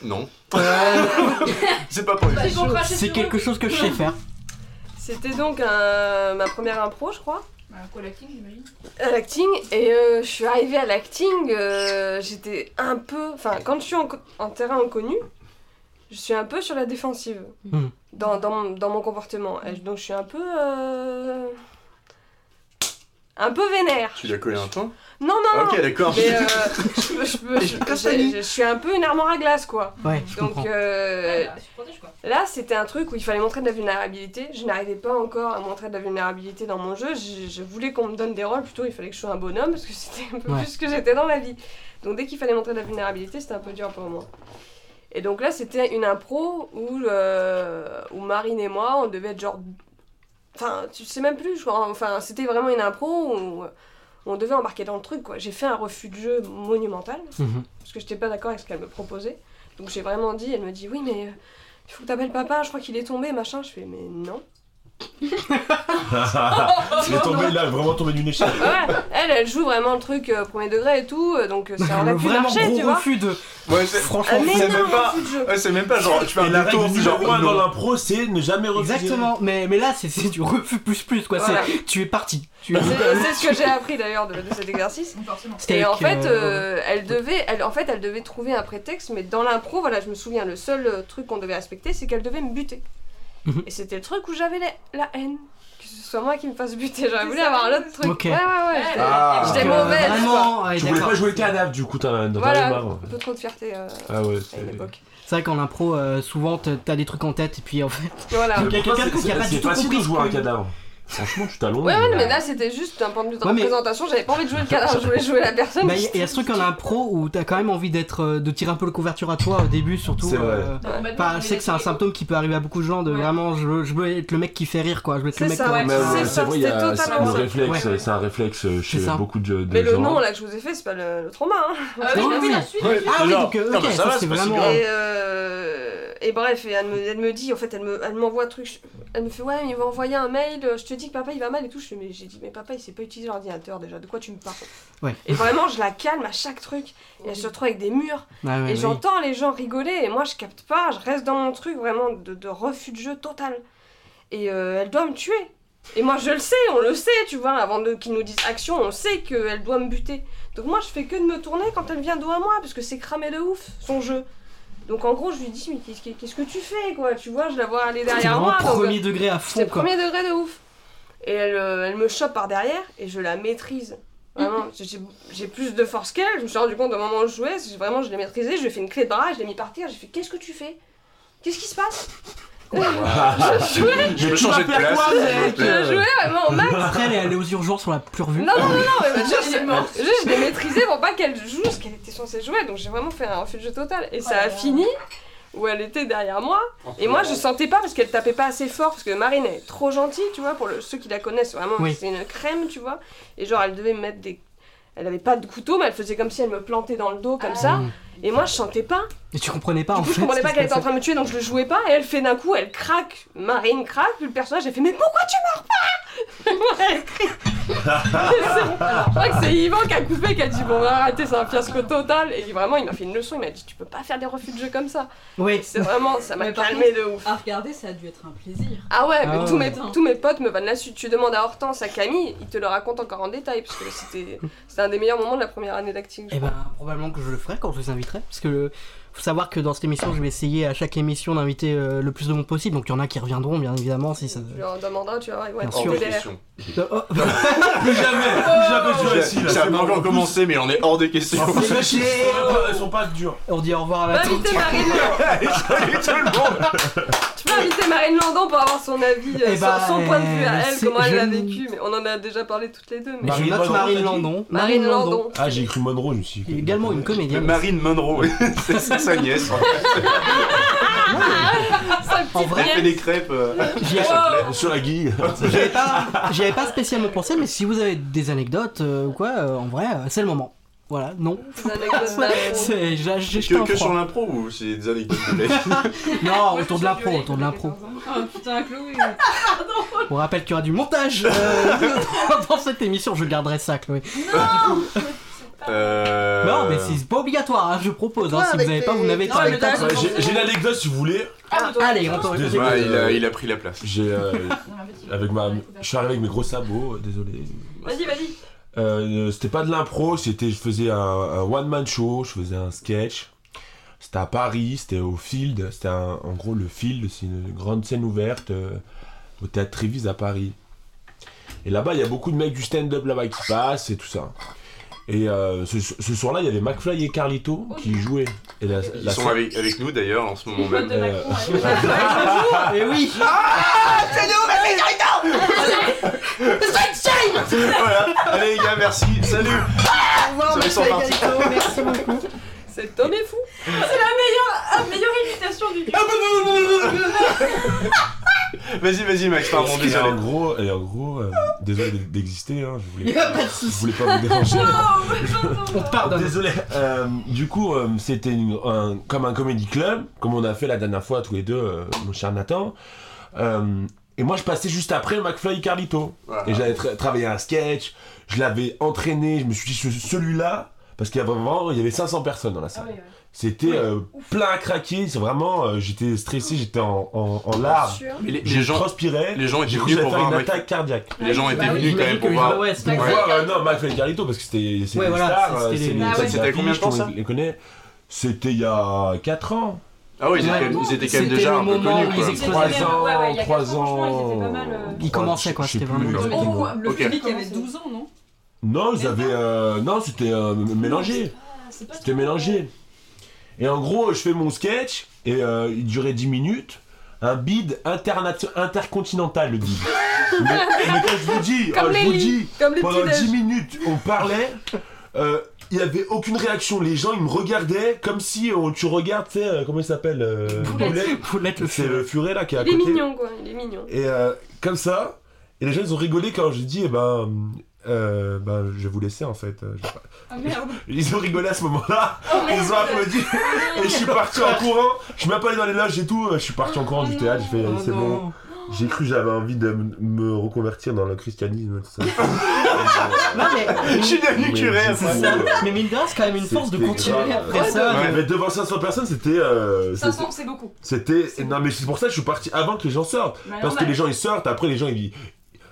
Speaker 5: Non.
Speaker 1: Euh,
Speaker 5: C'est pas
Speaker 6: Bah,
Speaker 5: pour
Speaker 9: Ils vont cracher
Speaker 1: C'est
Speaker 9: sur
Speaker 1: quelque chose que je sais faire.
Speaker 8: C'était donc un- ma première impro, je crois,
Speaker 9: eux. Bah, quoi, l'acting, j'imagine.
Speaker 8: à l'acting. Et euh, je suis arrivée à l'acting, euh, j'étais un peu. Enfin, quand je suis en, co- en terrain inconnu, je suis un peu sur la défensive
Speaker 1: Mhm.
Speaker 8: dans, dans, mon- dans mon comportement. Et donc, je suis un peu. euh, un peu vénère.
Speaker 5: Tu lui as collé un temps
Speaker 8: Non, non,
Speaker 5: Ah,
Speaker 8: non.
Speaker 5: Ok, d'accord.
Speaker 8: Mais euh, je, peux- je peux- je- je- je suis un peu une armoire à glace, quoi.
Speaker 1: Ouais, je
Speaker 8: Donc
Speaker 1: comprends.
Speaker 8: euh,
Speaker 9: Ah, bah, tu te protèges, quoi.
Speaker 8: là, c'était un truc où il fallait montrer de la vulnérabilité. Je n'arrivais pas encore à montrer de la vulnérabilité dans mon jeu. Je, je voulais qu'on me donne des rôles, plutôt il fallait que je sois un bonhomme parce que c'était un peu
Speaker 1: Ouais.
Speaker 8: plus ce que j'étais dans la vie. Donc dès qu'il fallait montrer de la vulnérabilité, c'était un peu dur pour moi. Et donc là, c'était une impro où, euh, où Marine et moi, on devait être genre. Enfin, tu sais même plus, je crois. Enfin, c'était vraiment une impro où on devait embarquer dans le truc, quoi. J'ai fait un refus de jeu monumental,
Speaker 1: Mhm.
Speaker 8: parce que j'étais pas d'accord avec ce qu'elle me proposait. Donc j'ai vraiment dit, elle me dit, oui, mais euh, il faut que t'appelles papa, je crois qu'il est tombé, machin. Je fais, mais non.
Speaker 7: Il est tombé là, vraiment tombé d'une échelle.
Speaker 8: Ah ouais, elle, elle joue vraiment le truc euh, premier degré et tout, euh, donc euh, ça aurait
Speaker 1: Le
Speaker 8: pu
Speaker 1: vraiment
Speaker 8: marcher, tu
Speaker 1: gros
Speaker 8: vois.
Speaker 1: refus de.
Speaker 5: Ouais, c'est-
Speaker 1: Franchement,
Speaker 8: Ah, mais
Speaker 5: c'est
Speaker 8: non,
Speaker 5: même pas.
Speaker 8: refus de jeu.
Speaker 5: ouais, c'est même pas genre, tu fais
Speaker 7: Et la
Speaker 5: un
Speaker 7: règle
Speaker 5: détour, genre,
Speaker 7: numéro un dans
Speaker 5: non.
Speaker 7: l'impro, c'est ne jamais refuser.
Speaker 1: Exactement, mais, mais là c'est c'est du refus plus plus quoi. c'est-
Speaker 8: Voilà.
Speaker 1: Tu es parti. Tu...
Speaker 8: C'est c'est ce que j'ai appris d'ailleurs de, de cet exercice.
Speaker 6: Forcément.
Speaker 1: C'était
Speaker 8: Et en
Speaker 1: avec,
Speaker 8: fait,
Speaker 1: euh,
Speaker 8: euh, elle devait, elle, en fait, elle devait trouver un prétexte, mais dans l'impro, voilà, je me souviens, le seul euh, truc qu'on devait respecter, c'est qu'elle devait me buter.
Speaker 1: Mhm.
Speaker 8: Et c'était le truc où j'avais la, la haine. Que ce soit moi qui me fasse buter, j'aurais
Speaker 6: C'est
Speaker 8: voulu
Speaker 6: ça,
Speaker 8: avoir
Speaker 6: oui.
Speaker 8: l'autre truc.
Speaker 1: Ok.
Speaker 8: Ouais, ouais, ouais. j'étais-
Speaker 5: Ah.
Speaker 8: J'étais
Speaker 1: euh,
Speaker 8: mauvaise, quoi.
Speaker 1: Vraiment, ouais,
Speaker 7: Tu voulais
Speaker 1: d'accord.
Speaker 7: pas jouer le cadavre, du coup, t'en t'en avais
Speaker 8: Voilà,
Speaker 7: marre.
Speaker 8: un peu trop de fierté euh,
Speaker 7: Ah ouais,
Speaker 8: à une
Speaker 7: c'est.
Speaker 8: époque.
Speaker 1: C'est vrai qu'en impro, euh, souvent t- t'as des trucs en tête et puis en fait.
Speaker 8: Voilà.
Speaker 7: Le
Speaker 1: Il y a
Speaker 7: problème,
Speaker 1: quelqu'un
Speaker 7: Ah, c'est-
Speaker 1: qui a pas
Speaker 7: c'est
Speaker 1: du tout
Speaker 7: facile
Speaker 1: compris
Speaker 7: de jouer
Speaker 1: ce
Speaker 7: un
Speaker 1: que-
Speaker 7: cadavre. Franchement, tu t'allonges.
Speaker 8: Ouais, ouais, non, mais là, c'était juste d'un point de vue de
Speaker 1: Ouais, mais-
Speaker 8: représentation, j'avais pas envie de jouer le cadavre, je voulais jouer la personne.
Speaker 1: Bah, il y, a- il y a ce truc en impro où t'as quand même envie d'être, euh, de tirer un peu le couverture à toi au début surtout.
Speaker 7: C'est vrai.
Speaker 1: euh,
Speaker 6: Bah, maintenant,
Speaker 1: Enfin,
Speaker 6: on
Speaker 1: je sais
Speaker 6: est
Speaker 1: que c'est un
Speaker 6: des-
Speaker 1: symptôme qui peut arriver à beaucoup de gens de
Speaker 6: Ouais.
Speaker 1: vraiment je veux, je veux être le mec qui fait rire quoi, je veux être le
Speaker 8: C'est
Speaker 1: mec
Speaker 8: ça,
Speaker 1: euh,
Speaker 8: ouais.
Speaker 7: Mais, euh,
Speaker 8: C'est
Speaker 7: c'est
Speaker 8: ça,
Speaker 7: vrai, il y a
Speaker 8: c'était
Speaker 7: c'est
Speaker 8: totalement
Speaker 7: le
Speaker 8: ça.
Speaker 7: réflexe,
Speaker 1: Ouais.
Speaker 7: c'est un réflexe euh, chez
Speaker 1: C'est ça.
Speaker 7: beaucoup de, de
Speaker 8: Mais le
Speaker 7: gens.
Speaker 8: nom là que je vous ai fait, c'est pas le, le trauma. Hein.
Speaker 6: Ah oui,
Speaker 1: Non,
Speaker 6: bah oui,
Speaker 1: mais-
Speaker 6: la suite.
Speaker 5: Ouais,
Speaker 1: Ah oui,
Speaker 5: genre,
Speaker 1: donc euh,
Speaker 5: non,
Speaker 1: ok,
Speaker 5: mais
Speaker 1: ça,
Speaker 5: va,
Speaker 1: c'est
Speaker 5: pas si
Speaker 1: vraiment.
Speaker 5: grave.
Speaker 8: Et, euh, et bref, et elle me, elle me dit, en fait, elle me, elle m'envoie un truc. je- Elle me fait ouais, il va envoyer un mail. euh, Je te dis que papa il va mal et tout. Je fais mais j'ai dit mais papa il sait pas utiliser l'ordinateur déjà. De quoi tu me parles
Speaker 1: Ouais.
Speaker 8: Et vraiment, je la calme à chaque truc. Et elle se retrouve avec des murs.
Speaker 1: euh, Ouais, ouais,
Speaker 8: et
Speaker 1: ouais.
Speaker 8: j'entends les gens rigoler et moi je capte pas, je reste dans mon truc vraiment de, de refus de jeu total. Et euh, elle doit me tuer. Et moi je le sais, on le sait, tu vois, avant de- qu'ils nous disent action, on sait qu'elle doit me buter. Donc moi je fais que de me tourner quand elle vient dos à moi, parce que c'est cramé de ouf son jeu. Donc en gros je lui dis mais qu'est-ce que- qu'est-ce que tu fais quoi, tu vois, je la vois aller
Speaker 1: C'est
Speaker 8: derrière
Speaker 1: vraiment
Speaker 8: moi. donc, euh,
Speaker 1: premier degré à
Speaker 8: c'est
Speaker 1: fond quoi.
Speaker 8: premier degré de ouf. Et elle, euh, elle me chope par derrière et je la maîtrise. Vraiment, j'ai- j'ai- j'ai plus de force qu'elle. Je me suis rendu compte au moment où je jouais, c'est- vraiment je l'ai maîtrisée. Je lui ai fait une clé de bras, je l'ai mis par terre. J'ai fait Qu'est-ce que tu fais Qu'est-ce qui se passe Je jouais,
Speaker 5: Je vais changer de place. s'il vous
Speaker 8: je
Speaker 5: plaît.
Speaker 8: jouais vraiment au max.
Speaker 1: Après, elle est allée aux urgences, on l'a plus revue.
Speaker 8: Non, non, non, non, mais juste,
Speaker 6: Il est mort.
Speaker 8: juste, je l'ai maîtrisée pour pas qu'elle joue ce qu'elle était censée jouer. Donc j'ai vraiment fait un refus de jeu total. Et ça a fini où elle était derrière moi. Et moi, je sentais pas parce qu'elle tapait pas assez fort. Parce que Marine elle est trop gentille, tu vois. Pour le- ceux qui la connaissent, vraiment,
Speaker 1: Oui.
Speaker 8: c'est une crème, tu vois. Et genre, elle devait me mettre des. Elle avait pas de couteau, mais elle faisait comme si elle me plantait dans le dos, comme ça.
Speaker 1: Mm.
Speaker 8: Et moi, je sentais pas.
Speaker 1: Et tu comprenais pas
Speaker 8: Du
Speaker 1: Ah, en
Speaker 8: coup,
Speaker 1: fait.
Speaker 8: je comprenais
Speaker 1: ce
Speaker 8: pas
Speaker 1: qui
Speaker 8: qu'elle
Speaker 1: se
Speaker 8: était en train de me tuer, donc je le jouais pas. Et elle fait d'un coup, elle craque. Marine craque, puis le personnage, elle fait Mais pourquoi tu meurs pas Elle crie. Je crois que c'est Yvan qui a coupé, qui a dit Bon, bah, arrêtez, c'est un fiasco total. Et vraiment, il m'a fait une leçon. Il m'a dit Tu peux pas faire des refus de jeu comme ça.
Speaker 1: passait. Oui.
Speaker 8: C'est vraiment, ça m'a
Speaker 10: Mais par
Speaker 8: calmé de ouf.
Speaker 10: À regarder, ça a dû être un plaisir.
Speaker 8: Ah ouais, mais
Speaker 1: Ah
Speaker 8: tous,
Speaker 1: ouais.
Speaker 8: mes,
Speaker 10: Putain.
Speaker 8: tous mes potes me vannent là-dessus. Tu demandes à Hortense, à Camille, ils te le racontent encore en détail, parce que c'était c'était un des meilleurs moments de la première année d'acting. je
Speaker 1: Et
Speaker 8: crois.
Speaker 1: ben probablement que je le ferai quand je vous inviterai, parce que euh, faut savoir que dans cette émission, je vais essayer à chaque émission d'inviter euh, le plus de monde possible. Donc il y en a qui reviendront, bien évidemment, si ça.
Speaker 8: Tu leur demanderas, tu vas voir, ils vont être
Speaker 1: Bien
Speaker 5: Hors
Speaker 1: sûr.
Speaker 5: de
Speaker 8: trop galères.
Speaker 5: question.
Speaker 1: Euh, oh,
Speaker 7: Plus jamais,
Speaker 8: Oh.
Speaker 7: plus jamais
Speaker 1: Ah
Speaker 7: je suis assis là.
Speaker 5: Ça a
Speaker 7: c'est
Speaker 5: pas
Speaker 7: bon. Ah,
Speaker 5: encore commencé, mais on est hors des questions.
Speaker 7: En plus, les machines, elles sont pas- elles sont pas dures.
Speaker 1: on dit au revoir à
Speaker 8: Tu peux
Speaker 1: la tante.
Speaker 8: inviter Marine,
Speaker 5: Salut tout le monde
Speaker 8: tu peux inviter Marine Landon pour avoir son avis, euh,
Speaker 1: Eh
Speaker 8: son,
Speaker 1: bah,
Speaker 8: son point de vue
Speaker 1: euh,
Speaker 8: à elle,
Speaker 1: c'est-
Speaker 8: comment elle
Speaker 1: je
Speaker 8: l'a
Speaker 1: ne-
Speaker 8: vécu. Mais on en a déjà parlé toutes les deux.
Speaker 1: Je
Speaker 8: Mais...
Speaker 7: Marine
Speaker 1: note
Speaker 7: Landon,
Speaker 1: Marine
Speaker 7: t'as dit
Speaker 1: Landon.
Speaker 8: Marine Landon.
Speaker 7: Ah, j'ai écrit Monroe, je me suis
Speaker 1: qui est également une comédienne.
Speaker 5: Marine Monroe, c'est c'est sa nièce.
Speaker 8: Sa
Speaker 1: En
Speaker 8: petite
Speaker 1: vrai,
Speaker 5: Elle fait des
Speaker 8: nièce.
Speaker 5: crêpes. euh,
Speaker 1: J'y
Speaker 8: Oh.
Speaker 1: avais-
Speaker 7: Sur la guille.
Speaker 1: j'y avais pas, j'y avais pas spécialement pensé, mais si vous avez des anecdotes euh, ou quoi, euh, en vrai, euh, c'est le moment. Voilà, non.
Speaker 8: Des anecdotes d'impro.
Speaker 1: C'est- J'ai j'ai jeté un
Speaker 5: Que, que sur
Speaker 1: froid.
Speaker 5: l'impro ou c'est des anecdotes de
Speaker 1: Non, Ah, autour de l'impro, autour de l'impro.
Speaker 10: Oh putain, Chloé.
Speaker 6: Euh,
Speaker 1: On rappelle qu'il y aura du montage euh, dans cette émission, je garderai ça, Chloé.
Speaker 5: Euh...
Speaker 1: Non, mais c'est pas obligatoire, hein, je propose. hein,
Speaker 2: Toi,
Speaker 1: si vous
Speaker 2: avec
Speaker 1: n'avez pas,
Speaker 2: tes-
Speaker 1: vous n'avez
Speaker 10: Non,
Speaker 1: pas.
Speaker 10: mais
Speaker 1: avec
Speaker 10: t'as- Ah,
Speaker 1: ta-
Speaker 7: Ouais, j'ai- J'ai une anecdote si vous voulez.
Speaker 1: Allez, on t'en-
Speaker 7: Désolé.
Speaker 5: Ouais, il, a, il a pris la place.
Speaker 7: J'ai. euh,
Speaker 6: Non, mais vas-y.
Speaker 7: avec ma, je suis arrivé avec mes gros sabots, euh, désolé.
Speaker 10: Vas-y, vas-y.
Speaker 7: Euh, c'était pas de l'impro, c'était je faisais un, one man show, je faisais un sketch. C'était à Paris, c'était au Field, c'était un- en gros le Field, c'est une grande scène ouverte euh, au théâtre Trévise à Paris. Et là-bas, il y a beaucoup de mecs du stand-up là-bas qui passent et tout ça. Et euh, ce, ce soir-là, il y avait McFly et Carlito qui jouaient. Et la,
Speaker 5: Ils
Speaker 7: la
Speaker 5: sont
Speaker 7: scène-
Speaker 5: avec, avec nous d'ailleurs en ce moment même.
Speaker 6: Pote de
Speaker 7: euh,
Speaker 6: Macron, allez.
Speaker 1: Et Eh oui,
Speaker 6: Ah,
Speaker 5: voilà, allez les gars, merci, salut
Speaker 1: au revoir,
Speaker 5: Ça, ils sont
Speaker 1: Marcel
Speaker 5: partis.
Speaker 1: Galito, merci beaucoup.
Speaker 8: Cet homme est fou.
Speaker 6: Ah, meilleure imitation du
Speaker 1: Ah.
Speaker 6: duo.
Speaker 5: Vas-y, vas-y, Max,
Speaker 7: Parce
Speaker 5: pardon,
Speaker 7: que,
Speaker 5: désolé.
Speaker 7: en gros, et en gros euh, désolé d'e- d'exister, hein, je voulais
Speaker 1: Y a
Speaker 7: pas,
Speaker 1: pas de
Speaker 7: je
Speaker 1: soucis.
Speaker 7: voulais pas vous déranger.
Speaker 1: On te pardonne.
Speaker 7: Désolé. Euh, du coup, euh, c'était une- un- comme un comédie club, comme on a fait la dernière fois tous les deux, euh, mon cher Nathan. Euh, et moi, je passais juste après McFly et Carlito. Et j'avais tra- travaillé un sketch, je l'avais entraîné, je me suis dit, ce- celui-là, parce qu'il y avait vraiment, il y avait 500 personnes dans la
Speaker 6: Ah,
Speaker 1: Ah
Speaker 7: salle. C'était euh, plein à craquer, c'est vraiment, euh, j'étais stressé, j'étais en, en, en larmes.
Speaker 5: Mais les,
Speaker 7: J'ai
Speaker 5: les gens,
Speaker 7: transpiré,
Speaker 5: les gens étaient
Speaker 7: j'ai cru que
Speaker 5: venus
Speaker 7: j'allais
Speaker 5: pour
Speaker 7: faire
Speaker 5: voir
Speaker 7: une
Speaker 5: un mec-
Speaker 7: attaque cardiaque.
Speaker 5: les gens étaient
Speaker 1: Bah oui,
Speaker 5: venus quand même
Speaker 1: j'imagine que
Speaker 5: pour
Speaker 1: Viva
Speaker 5: voir.
Speaker 1: West,
Speaker 7: Pour
Speaker 1: ouais.
Speaker 7: voir, euh, non, Max et Carlito, parce que c'était c'est
Speaker 1: Ouais,
Speaker 7: des
Speaker 1: voilà,
Speaker 7: stars, euh,
Speaker 1: c'était
Speaker 7: c'est
Speaker 1: les-
Speaker 7: des
Speaker 1: Ah ouais.
Speaker 7: têtes
Speaker 5: C'était
Speaker 7: d'affiche,
Speaker 5: combien de temps,
Speaker 7: on
Speaker 5: ça
Speaker 7: les connaît. C'était il y a 4 ans.
Speaker 5: Ah oui, ils étaient,
Speaker 1: Ouais.
Speaker 5: ils étaient quand même
Speaker 1: C'était
Speaker 5: déjà
Speaker 1: le
Speaker 5: un peu
Speaker 1: moment
Speaker 5: connus
Speaker 1: où
Speaker 5: quoi.
Speaker 1: ils explosaient.
Speaker 7: 3
Speaker 6: Ouais, ouais, il y a quatre
Speaker 7: ans, 3
Speaker 6: ans,
Speaker 7: ans.
Speaker 6: franchement, ils étaient pas mal, euh,
Speaker 7: Trois-
Speaker 1: Ils commençaient, quoi,
Speaker 7: je sais
Speaker 1: c'était
Speaker 7: plus,
Speaker 1: vraiment-
Speaker 7: exactement.
Speaker 6: Oh,
Speaker 10: Le
Speaker 5: Ok.
Speaker 10: public avait 12 ans, non
Speaker 7: Non, ils avaient. euh, non, c'était euh, mélangé. C'était mélangé. Et en gros, je fais mon sketch, et euh, il durait 10 minutes. Un bid interna- intercontinental, le bid. mais, mais quand je vous dis,
Speaker 8: Comme
Speaker 7: euh, je
Speaker 8: les
Speaker 7: vous
Speaker 8: lits,
Speaker 7: dis,
Speaker 8: comme les
Speaker 7: pendant
Speaker 8: petits-déj.
Speaker 7: 10 minutes, on parlait, euh, il n'y avait aucune réaction. Les gens, ils me regardaient comme si on- tu regardes, tu sais, euh, comment il s'appelle euh,
Speaker 1: Boulette.
Speaker 7: Boulette.
Speaker 1: Paulette le
Speaker 7: C'est
Speaker 1: fait.
Speaker 7: le furet là qui est à
Speaker 8: Il est
Speaker 7: côté.
Speaker 8: mignon, quoi. Il est mignon.
Speaker 7: Et euh, comme ça, et les gens ils ont rigolé quand j'ai dit, eh ben, euh, ben, je vais vous laisser en fait. Euh, je sais pas.
Speaker 10: Ah merde
Speaker 7: Ils ont rigolé à ce moment-là, ils ont applaudi, et je suis parti en courant. Je suis même pas allé dans les loges et tout, euh, je suis parti en courant du théâtre, j'ai fait,
Speaker 1: Oh
Speaker 7: c'est
Speaker 1: non.
Speaker 7: bon. J'ai cru que j'avais envie de m- me reconvertir dans le christianisme, tout ça.
Speaker 1: Non, mais,
Speaker 5: Je suis devenu curé
Speaker 7: Mais-
Speaker 5: après.
Speaker 1: c'est ça. Mais mine de rien, c'est quand même une force de
Speaker 7: C'était
Speaker 1: continuer
Speaker 7: grave.
Speaker 1: après ça.
Speaker 7: Ouais, mais devant 500 personnes, c'était. euh, c'était-
Speaker 6: 500, c'est beaucoup.
Speaker 7: C'était. Non, mais c'est Ah, pour ça que je suis parti avant que les gens sortent.
Speaker 6: Bah,
Speaker 7: Parce que
Speaker 6: normal.
Speaker 7: les gens ils sortent, après les gens ils.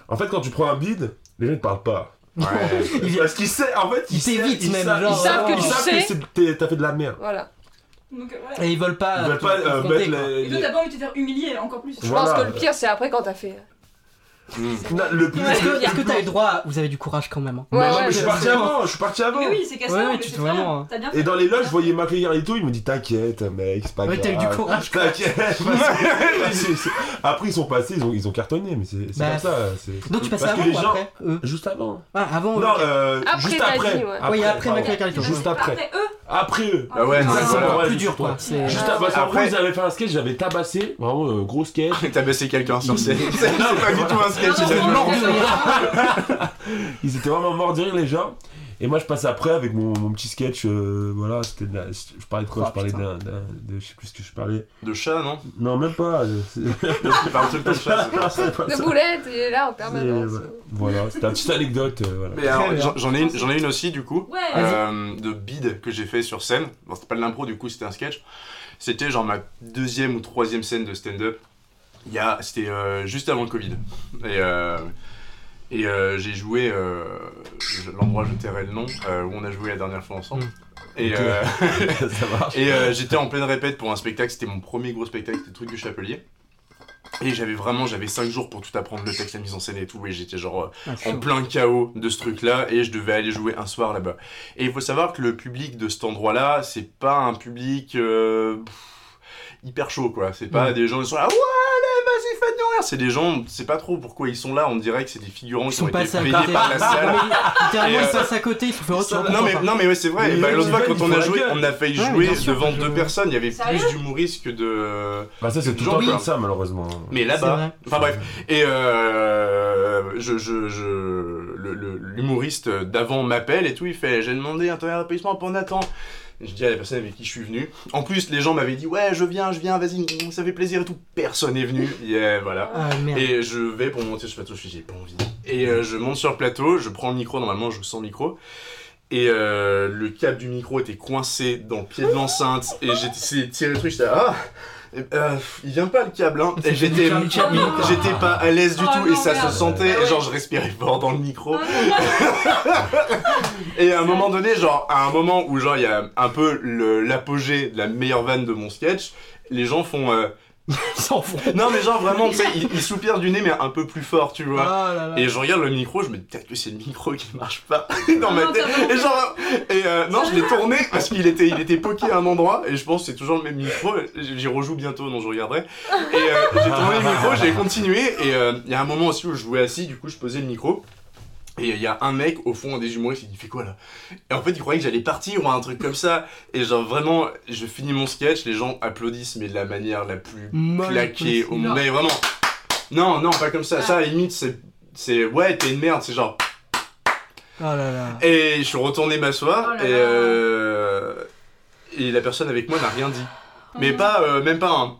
Speaker 7: En fait, quand tu prends un bide, les gens ils te parlent pas.
Speaker 1: Ils-
Speaker 7: Parce qu'ils savent, en fait, ils,
Speaker 1: Ils t'évitent même,
Speaker 7: savent- Ils savent,
Speaker 1: genre,
Speaker 7: ils savent
Speaker 1: vraiment.
Speaker 7: que, tu
Speaker 8: Tu sais.
Speaker 7: sais que c'est- t'es- t'as fait de la merde.
Speaker 8: Voilà.
Speaker 6: Donc, euh, voilà.
Speaker 1: Et ils veulent pas.
Speaker 7: Ils veulent
Speaker 1: te
Speaker 7: pas euh,
Speaker 1: confronter,
Speaker 7: mettre
Speaker 1: quoi.
Speaker 7: les.
Speaker 6: Et toi, t'as pas envie de te faire humilier encore plus.
Speaker 8: Je
Speaker 7: Voilà.
Speaker 8: pense que le pire, c'est après quand t'as fait.
Speaker 7: Non, le plus.
Speaker 1: Est-ce que- est-ce que t'as eu droit à- Vous avez du courage quand même. hein.
Speaker 7: Mais
Speaker 8: Ouais,
Speaker 7: non,
Speaker 8: ouais,
Speaker 7: mais je suis
Speaker 1: je-
Speaker 7: parti avant, je suis parti avant.
Speaker 6: Mais oui, c'est cassé.
Speaker 1: Ouais,
Speaker 6: mais
Speaker 1: ouais, tu
Speaker 6: c'est
Speaker 1: te
Speaker 6: très bien.
Speaker 1: vraiment-
Speaker 6: T'as bien fait.
Speaker 7: Et dans les loges, je voyais Maclay et tout, il me dit T'inquiète, mec, c'est pas
Speaker 1: Ouais,
Speaker 7: grave.
Speaker 1: t'as eu du courage, quoi.
Speaker 7: T'inquiète. parce que- parce que- Après, ils sont passés, ils ont, ils ont cartonné, mais c'est c'est
Speaker 1: Bah,
Speaker 7: comme ça. c'est-
Speaker 1: Donc tu passais
Speaker 7: Parce que
Speaker 1: avant
Speaker 7: les
Speaker 1: ou
Speaker 7: gens-
Speaker 1: après eux
Speaker 7: Juste avant.
Speaker 1: Ah, avant.
Speaker 7: Non,
Speaker 1: ok.
Speaker 7: euh,
Speaker 8: Après,
Speaker 7: juste
Speaker 8: t'as
Speaker 7: après.
Speaker 8: dit, ouais.
Speaker 1: Oui, après
Speaker 7: pardon.
Speaker 1: Maclay et Carlito.
Speaker 7: Juste après.
Speaker 6: Après eux,
Speaker 7: Après eux.
Speaker 5: Ah ouais,
Speaker 1: Ah,
Speaker 5: c'est
Speaker 1: c'est
Speaker 5: voilà.
Speaker 1: encore
Speaker 7: Ouais,
Speaker 1: plus
Speaker 7: juste
Speaker 1: dur, quoi.
Speaker 7: toi.
Speaker 1: C'est-
Speaker 7: Juste
Speaker 8: Ah,
Speaker 7: après,
Speaker 5: ouais.
Speaker 7: après, ils avaient fait un sketch, j'avais tabassé, vraiment euh, gros sketch.
Speaker 5: T'as baissé quelqu'un sur scène. C'est pas du tout un sketch.
Speaker 1: Ils
Speaker 5: il a
Speaker 1: sont
Speaker 5: joué.
Speaker 1: morts de rire. Ah,
Speaker 7: Ils étaient vraiment morts de rire les gens. Et moi je passe après avec mon, mon petit sketch, euh, voilà, c'était de la- je parlais de quoi
Speaker 1: Oh,
Speaker 7: Je parlais
Speaker 1: putain.
Speaker 7: d'un, d'un- de, je sais plus ce que je parlais.
Speaker 5: De chat, non
Speaker 7: Non même pas. je- c'est-
Speaker 5: C'est pas un truc comme ça. c'est-
Speaker 7: c'est pas
Speaker 8: De
Speaker 7: Ah, ça.
Speaker 8: boulettes, il est là en
Speaker 5: Ah,
Speaker 8: permanence.
Speaker 7: C'est- euh, Voilà, c'était une petite anecdote. euh, voilà.
Speaker 5: Mais alors, j'en- j'en ai, une- j'en ai une aussi, du coup,
Speaker 6: ouais.
Speaker 5: euh, de bide que j'ai fait sur scène. Bon, c'était pas de l'impro, du coup, c'était un sketch. C'était genre ma deuxième ou troisième scène de stand-up. Il y a- C'était euh, juste avant le Covid. Et, euh, et euh, j'ai joué euh, je- l'endroit, je tairai le nom, euh, où on a joué la dernière fois ensemble.
Speaker 1: Mm.
Speaker 5: Et,
Speaker 7: Ok.
Speaker 5: euh,
Speaker 7: ça marche.
Speaker 5: et euh, j'étais en pleine répète pour un spectacle, c'était mon premier gros spectacle, c'était le truc du chapelier. Et j'avais vraiment, j'avais 5 jours pour tout apprendre, le texte, la mise en scène et tout, et j'étais genre euh,
Speaker 1: Ah,
Speaker 5: en
Speaker 1: chaud.
Speaker 5: plein chaos de ce truc-là, et je devais aller jouer un soir là-bas. Et il faut savoir que le public de cet endroit-là, c'est pas un public euh, pff, hyper chaud, quoi. C'est pas
Speaker 1: Mm.
Speaker 5: des gens qui sont là, ouais, allez, vas-y, faites-nous rire. C'est des gens, c'est pas trop pourquoi ils sont là, on dirait que c'est des figurants
Speaker 1: Ils
Speaker 5: qui ont
Speaker 1: sont
Speaker 5: été
Speaker 1: passés à
Speaker 5: payés
Speaker 1: côté.
Speaker 5: par la salle.
Speaker 1: Non, mais
Speaker 5: Et,
Speaker 1: Littéralement,
Speaker 5: euh,
Speaker 1: ils passent à côté, ils se font faire autre chose.
Speaker 5: Non mais, non mais ouais c'est vrai,
Speaker 7: Mais
Speaker 5: bah,
Speaker 7: les
Speaker 5: l'autre fois
Speaker 7: gens,
Speaker 5: quand
Speaker 7: ils
Speaker 5: on
Speaker 7: font
Speaker 5: a
Speaker 7: la
Speaker 5: joué,
Speaker 7: gueule.
Speaker 5: on a failli
Speaker 1: Ouais,
Speaker 5: jouer
Speaker 1: bien sûr,
Speaker 5: devant
Speaker 1: je-
Speaker 5: deux personnes, il y avait
Speaker 6: Sérieux
Speaker 5: plus d'humoristes que de...
Speaker 7: Bah ça c'est tout le
Speaker 5: Genre,
Speaker 7: temps
Speaker 5: oui.
Speaker 7: comme ça malheureusement.
Speaker 5: Mais
Speaker 1: C'est
Speaker 5: là-bas,
Speaker 1: vrai.
Speaker 5: enfin bref, et euh, je, je, je, le- le- l'humoriste d'avant m'appelle et tout, il fait « j'ai demandé un tonnerre d'applaudissements pour Nathan ». Je dis à la personne avec qui je suis venu. En plus, les gens m'avaient dit « ouais, je viens, je viens, vas-y, ça fait plaisir et tout ». Personne est venu, yeah, voilà.
Speaker 1: Ah merde.
Speaker 5: Et je vais pour monter sur le plateau, je fais j'ai pas envie. Et euh, je monte sur le plateau, je prends le micro, normalement je joue sans micro. Et euh, le câble du micro était coincé dans le pied de l'enceinte. Et j'ai essayé de tirer le truc, j'étais ah euh, il vient pas le câble hein.
Speaker 1: C'est
Speaker 5: Et j'étais
Speaker 1: Charlie Chaplin, quoi.
Speaker 5: j'étais pas à l'aise du
Speaker 6: Oh
Speaker 5: tout et
Speaker 6: non,
Speaker 5: ça
Speaker 6: merde.
Speaker 5: se sentait.
Speaker 6: Ah ouais.
Speaker 5: Et genre je respirais fort dans le micro.
Speaker 6: Ah, non, non,
Speaker 5: Et à un moment donné, genre, à un moment où genre il y a un peu le- l'apogée de la meilleure vanne de mon sketch, les gens font. euh,
Speaker 1: Ils s'en font.
Speaker 5: Non mais genre vraiment, tu sais, ils, ils soupirent du nez mais un peu plus fort, tu vois.
Speaker 1: Ah là là.
Speaker 5: Et je regarde le micro, je me dis peut-être que c'est le micro qui marche pas dans
Speaker 6: non,
Speaker 5: ma tête.
Speaker 6: t'as vraiment-
Speaker 5: Et genre, et euh, non, je l'ai tourné parce qu'il était, il était poqué à un endroit et je pense que c'est toujours le même micro. J'y rejoue bientôt, donc je regarderai. Et euh, j'ai tourné le micro, j'ai continué et euh, il y a un moment aussi où je jouais assis, du coup je posais le micro. Et il y a un mec au fond, un des humoristes, il fait quoi là Et en fait, il croyait que j'allais partir ou un truc comme ça. Et genre, vraiment, je finis mon sketch, les gens applaudissent, mais de la manière la plus
Speaker 1: Molle
Speaker 5: claquée au
Speaker 1: possible.
Speaker 5: monde. Mais vraiment, non, non, pas comme ça.
Speaker 10: Ah.
Speaker 5: Ça, à la limite, c'est. c'est- Ouais, t'es une merde, c'est genre.
Speaker 1: Oh là là.
Speaker 5: Et je suis retourné m'asseoir,
Speaker 6: Oh là
Speaker 5: et,
Speaker 6: là.
Speaker 5: euh, et la personne avec moi n'a rien dit. Mais pas, euh, même pas un.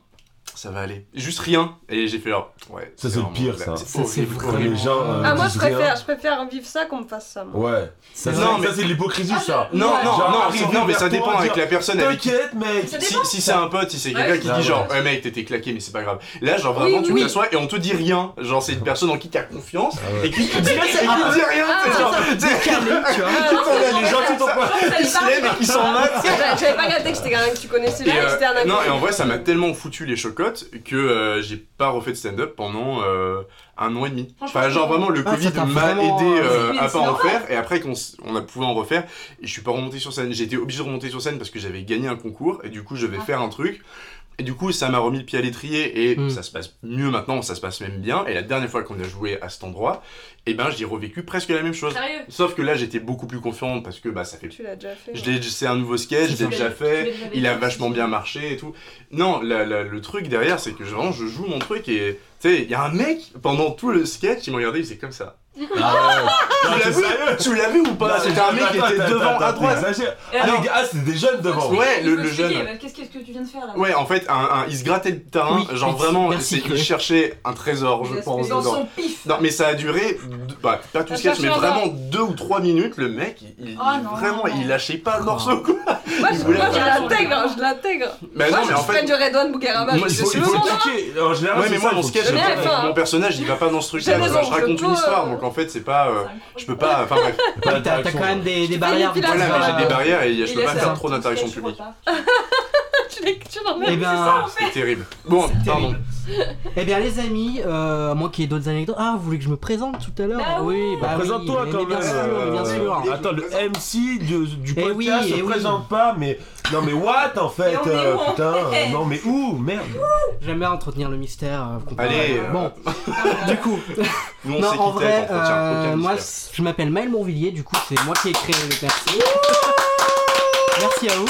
Speaker 5: Ça va aller. Juste rien. Et j'ai fait genre, ouais.
Speaker 7: Ça, c'est le
Speaker 5: vraiment- bah,
Speaker 7: pire, ça.
Speaker 1: Ça, c'est
Speaker 5: horrible,
Speaker 1: vraiment-
Speaker 5: horrible.
Speaker 7: les gens, euh,
Speaker 8: Ah, moi, je
Speaker 7: disent
Speaker 8: préfère,
Speaker 7: rien.
Speaker 8: je préfère vivre ça qu'on me fasse ça. moi.
Speaker 7: Ouais. Ça,
Speaker 5: Non,
Speaker 7: c'est-
Speaker 5: mais-
Speaker 7: ça, c'est de l'hypocrisie, ça.
Speaker 5: Non, non,
Speaker 7: Genre,
Speaker 5: non,
Speaker 7: arriver
Speaker 5: si- non, mais
Speaker 7: vers
Speaker 5: ça
Speaker 7: toi,
Speaker 5: dépend avec
Speaker 7: dire,
Speaker 5: la personne avec qui.
Speaker 7: T'inquiète, mec.
Speaker 6: Ça
Speaker 5: Si,
Speaker 6: dépend.
Speaker 5: si c'est un pote, si c'est
Speaker 6: Ouais.
Speaker 5: quelqu'un qui
Speaker 7: Ah,
Speaker 5: dit genre,
Speaker 7: ouais.
Speaker 5: ouais mec, t'étais claqué, mais c'est pas grave. Là, genre
Speaker 8: Oui,
Speaker 5: vraiment, tu
Speaker 8: oui.
Speaker 5: t'assois et on te dit rien. Genre, c'est une personne en qui t'as confiance
Speaker 7: Ah ouais.
Speaker 5: et qui te dit, et qui te dit rien.
Speaker 8: Ah,
Speaker 5: c'est genre, t'es-
Speaker 1: tu vois.
Speaker 5: Tout en bas, les gens tout en
Speaker 7: Ah
Speaker 5: bas,
Speaker 6: Ça
Speaker 5: ils
Speaker 6: lui
Speaker 5: se
Speaker 6: parle.
Speaker 5: lèvent et ils s'en battent.
Speaker 8: Parce que j'a- J'avais pas capté que c'était quelqu'un que tu connaissais
Speaker 5: Et,
Speaker 8: bien et
Speaker 5: euh,
Speaker 8: que c'était un
Speaker 5: non,
Speaker 8: inconnu.
Speaker 5: et en vrai, ça m'a tellement foutu les chocottes que euh, j'ai pas refait de stand-up pendant euh, un an et demi.
Speaker 6: Franchement,
Speaker 5: Enfin, genre vraiment, le
Speaker 1: Ah,
Speaker 5: Covid
Speaker 1: ça t'a
Speaker 5: m'a
Speaker 1: vraiment-
Speaker 5: aidé euh,
Speaker 6: Mais
Speaker 5: à
Speaker 6: c'est
Speaker 5: pas en
Speaker 6: normal.
Speaker 5: faire. Et après qu'on s- on a pouvoir en refaire, et je suis pas remonté sur scène. J'ai été obligé de remonter sur scène parce que j'avais gagné un concours et du coup, je vais
Speaker 6: Ah.
Speaker 5: faire un truc. Et du coup, ça m'a remis le pied à l'étrier et
Speaker 1: Mm.
Speaker 5: ça se passe mieux maintenant, ça se passe même bien. Et la dernière fois qu'on a joué à cet endroit, et ben, j'ai revécu presque la même chose.
Speaker 8: Ah.
Speaker 6: Sérieux
Speaker 5: Sauf que là, j'étais beaucoup plus confiant parce que bah, ça fait
Speaker 8: Tu l'as déjà fait.
Speaker 5: je
Speaker 8: ouais.
Speaker 5: l'ai- C'est un nouveau sketch, je l'ai déjà fait,
Speaker 10: déjà
Speaker 5: il a
Speaker 10: fait.
Speaker 5: vachement bien marché et tout. Non, la- la- le truc derrière, c'est que vraiment, je joue mon truc et. Tu sais, il y a un mec, pendant tout le sketch, il m'a regardé, il faisait comme ça.
Speaker 7: Ah ouais. Non,
Speaker 5: Tu l'as
Speaker 7: c'est
Speaker 5: vu
Speaker 7: sérieux.
Speaker 5: Tu l'as vu ou pas
Speaker 7: Non,
Speaker 5: C'était un mec qui
Speaker 7: attends,
Speaker 5: était
Speaker 7: attends,
Speaker 5: devant
Speaker 7: attends,
Speaker 5: à droite.
Speaker 7: t'exagères.
Speaker 6: Et
Speaker 7: Ah,
Speaker 5: alors-
Speaker 7: les gars, ah, c'est des jeunes devant.
Speaker 5: Ouais, le, le
Speaker 6: Expliquer,
Speaker 5: jeune.
Speaker 6: bah, Qu'est-ce qu'est-ce que tu viens de faire là
Speaker 5: Ouais, en fait, un, un- il se grattait le terrain,
Speaker 1: Oui,
Speaker 5: genre
Speaker 1: merci,
Speaker 5: vraiment,
Speaker 1: merci,
Speaker 5: c'est- il
Speaker 1: Chloé.
Speaker 5: cherchait un trésor, je
Speaker 8: Dans
Speaker 5: pense,
Speaker 6: Dans
Speaker 5: dedans.
Speaker 6: son pif
Speaker 5: Non, mais ça a duré, deux- bah, pas tout
Speaker 6: Ça
Speaker 5: sketch,
Speaker 6: cherche
Speaker 5: mais
Speaker 6: un
Speaker 5: vraiment deux ou trois minutes, le mec, il, il-
Speaker 6: Oh non,
Speaker 5: vraiment,
Speaker 6: non.
Speaker 5: il lâchait pas le morceau, quoi.
Speaker 8: Moi, je
Speaker 5: Il voulait
Speaker 8: moi, je
Speaker 5: pas.
Speaker 8: l'intègre, hein, je l'intègre.
Speaker 5: Bah
Speaker 8: moi,
Speaker 5: non,
Speaker 8: je
Speaker 5: mais en
Speaker 8: suis
Speaker 5: fait-
Speaker 8: fan du Redouane Bougarama.
Speaker 5: Moi,
Speaker 8: je
Speaker 5: il
Speaker 8: suis
Speaker 5: faut-
Speaker 7: Il
Speaker 5: il
Speaker 8: le
Speaker 7: faut
Speaker 5: faut
Speaker 8: moment.
Speaker 7: checker. En
Speaker 5: Ouais,
Speaker 7: général, Ah, c'est
Speaker 5: mais moi,
Speaker 7: ça,
Speaker 5: mon
Speaker 7: faut
Speaker 5: sketch,
Speaker 7: checker.
Speaker 8: Mais
Speaker 5: mon,
Speaker 8: enfin,
Speaker 5: mon personnage, il va pas dans ce
Speaker 8: j'ai
Speaker 5: truc-là.
Speaker 8: raison,
Speaker 5: genre, Je
Speaker 8: je
Speaker 5: raconte
Speaker 8: dois-
Speaker 5: une histoire, donc en fait, c'est pas. euh, je peux pas. Enfin bref.
Speaker 1: T'as
Speaker 7: Bah,
Speaker 1: t'as quand même des, des barrières.
Speaker 8: fais une
Speaker 5: Voilà, mais j'ai des barrières et je
Speaker 8: Il
Speaker 5: peux
Speaker 8: a
Speaker 5: pas
Speaker 8: ça.
Speaker 5: faire trop d'interactions publiques.
Speaker 8: Tu l'as- tu l'en
Speaker 1: Eh
Speaker 8: as-
Speaker 1: bien,
Speaker 5: C'est terrible. Bon,
Speaker 1: C'est
Speaker 5: pardon.
Speaker 1: terrible. eh bien, les amis, euh, à moins qu'il y ait d'autres anecdotes. Ah, vous voulez que je me présente tout à l'heure
Speaker 6: Bah
Speaker 1: Oui, bah oui,
Speaker 7: Présente-toi
Speaker 1: mais
Speaker 7: quand
Speaker 1: bien
Speaker 7: même.
Speaker 1: sûr, bien sûr.
Speaker 7: euh, Attends, le MC du, du
Speaker 1: Eh
Speaker 7: podcast
Speaker 1: oui, eh
Speaker 7: se
Speaker 1: oui.
Speaker 7: présente pas, mais. Non, mais what en fait
Speaker 6: Mais on est
Speaker 7: euh,
Speaker 6: où, en
Speaker 7: Putain,
Speaker 6: fait
Speaker 7: euh, non, mais où Merde.
Speaker 1: J'aime bien entretenir le mystère. euh, vous comprenez.
Speaker 5: Allez. euh,
Speaker 1: Bon, du coup,
Speaker 5: Nous, on
Speaker 1: non,
Speaker 5: sait
Speaker 1: en
Speaker 5: qui t'es,
Speaker 1: vrai,
Speaker 5: on retient
Speaker 1: euh,
Speaker 5: aucun
Speaker 1: moi,
Speaker 5: mystère.
Speaker 1: je m'appelle Maël Monvillier, du coup, c'est moi qui ai créé le Merci. Merci à vous.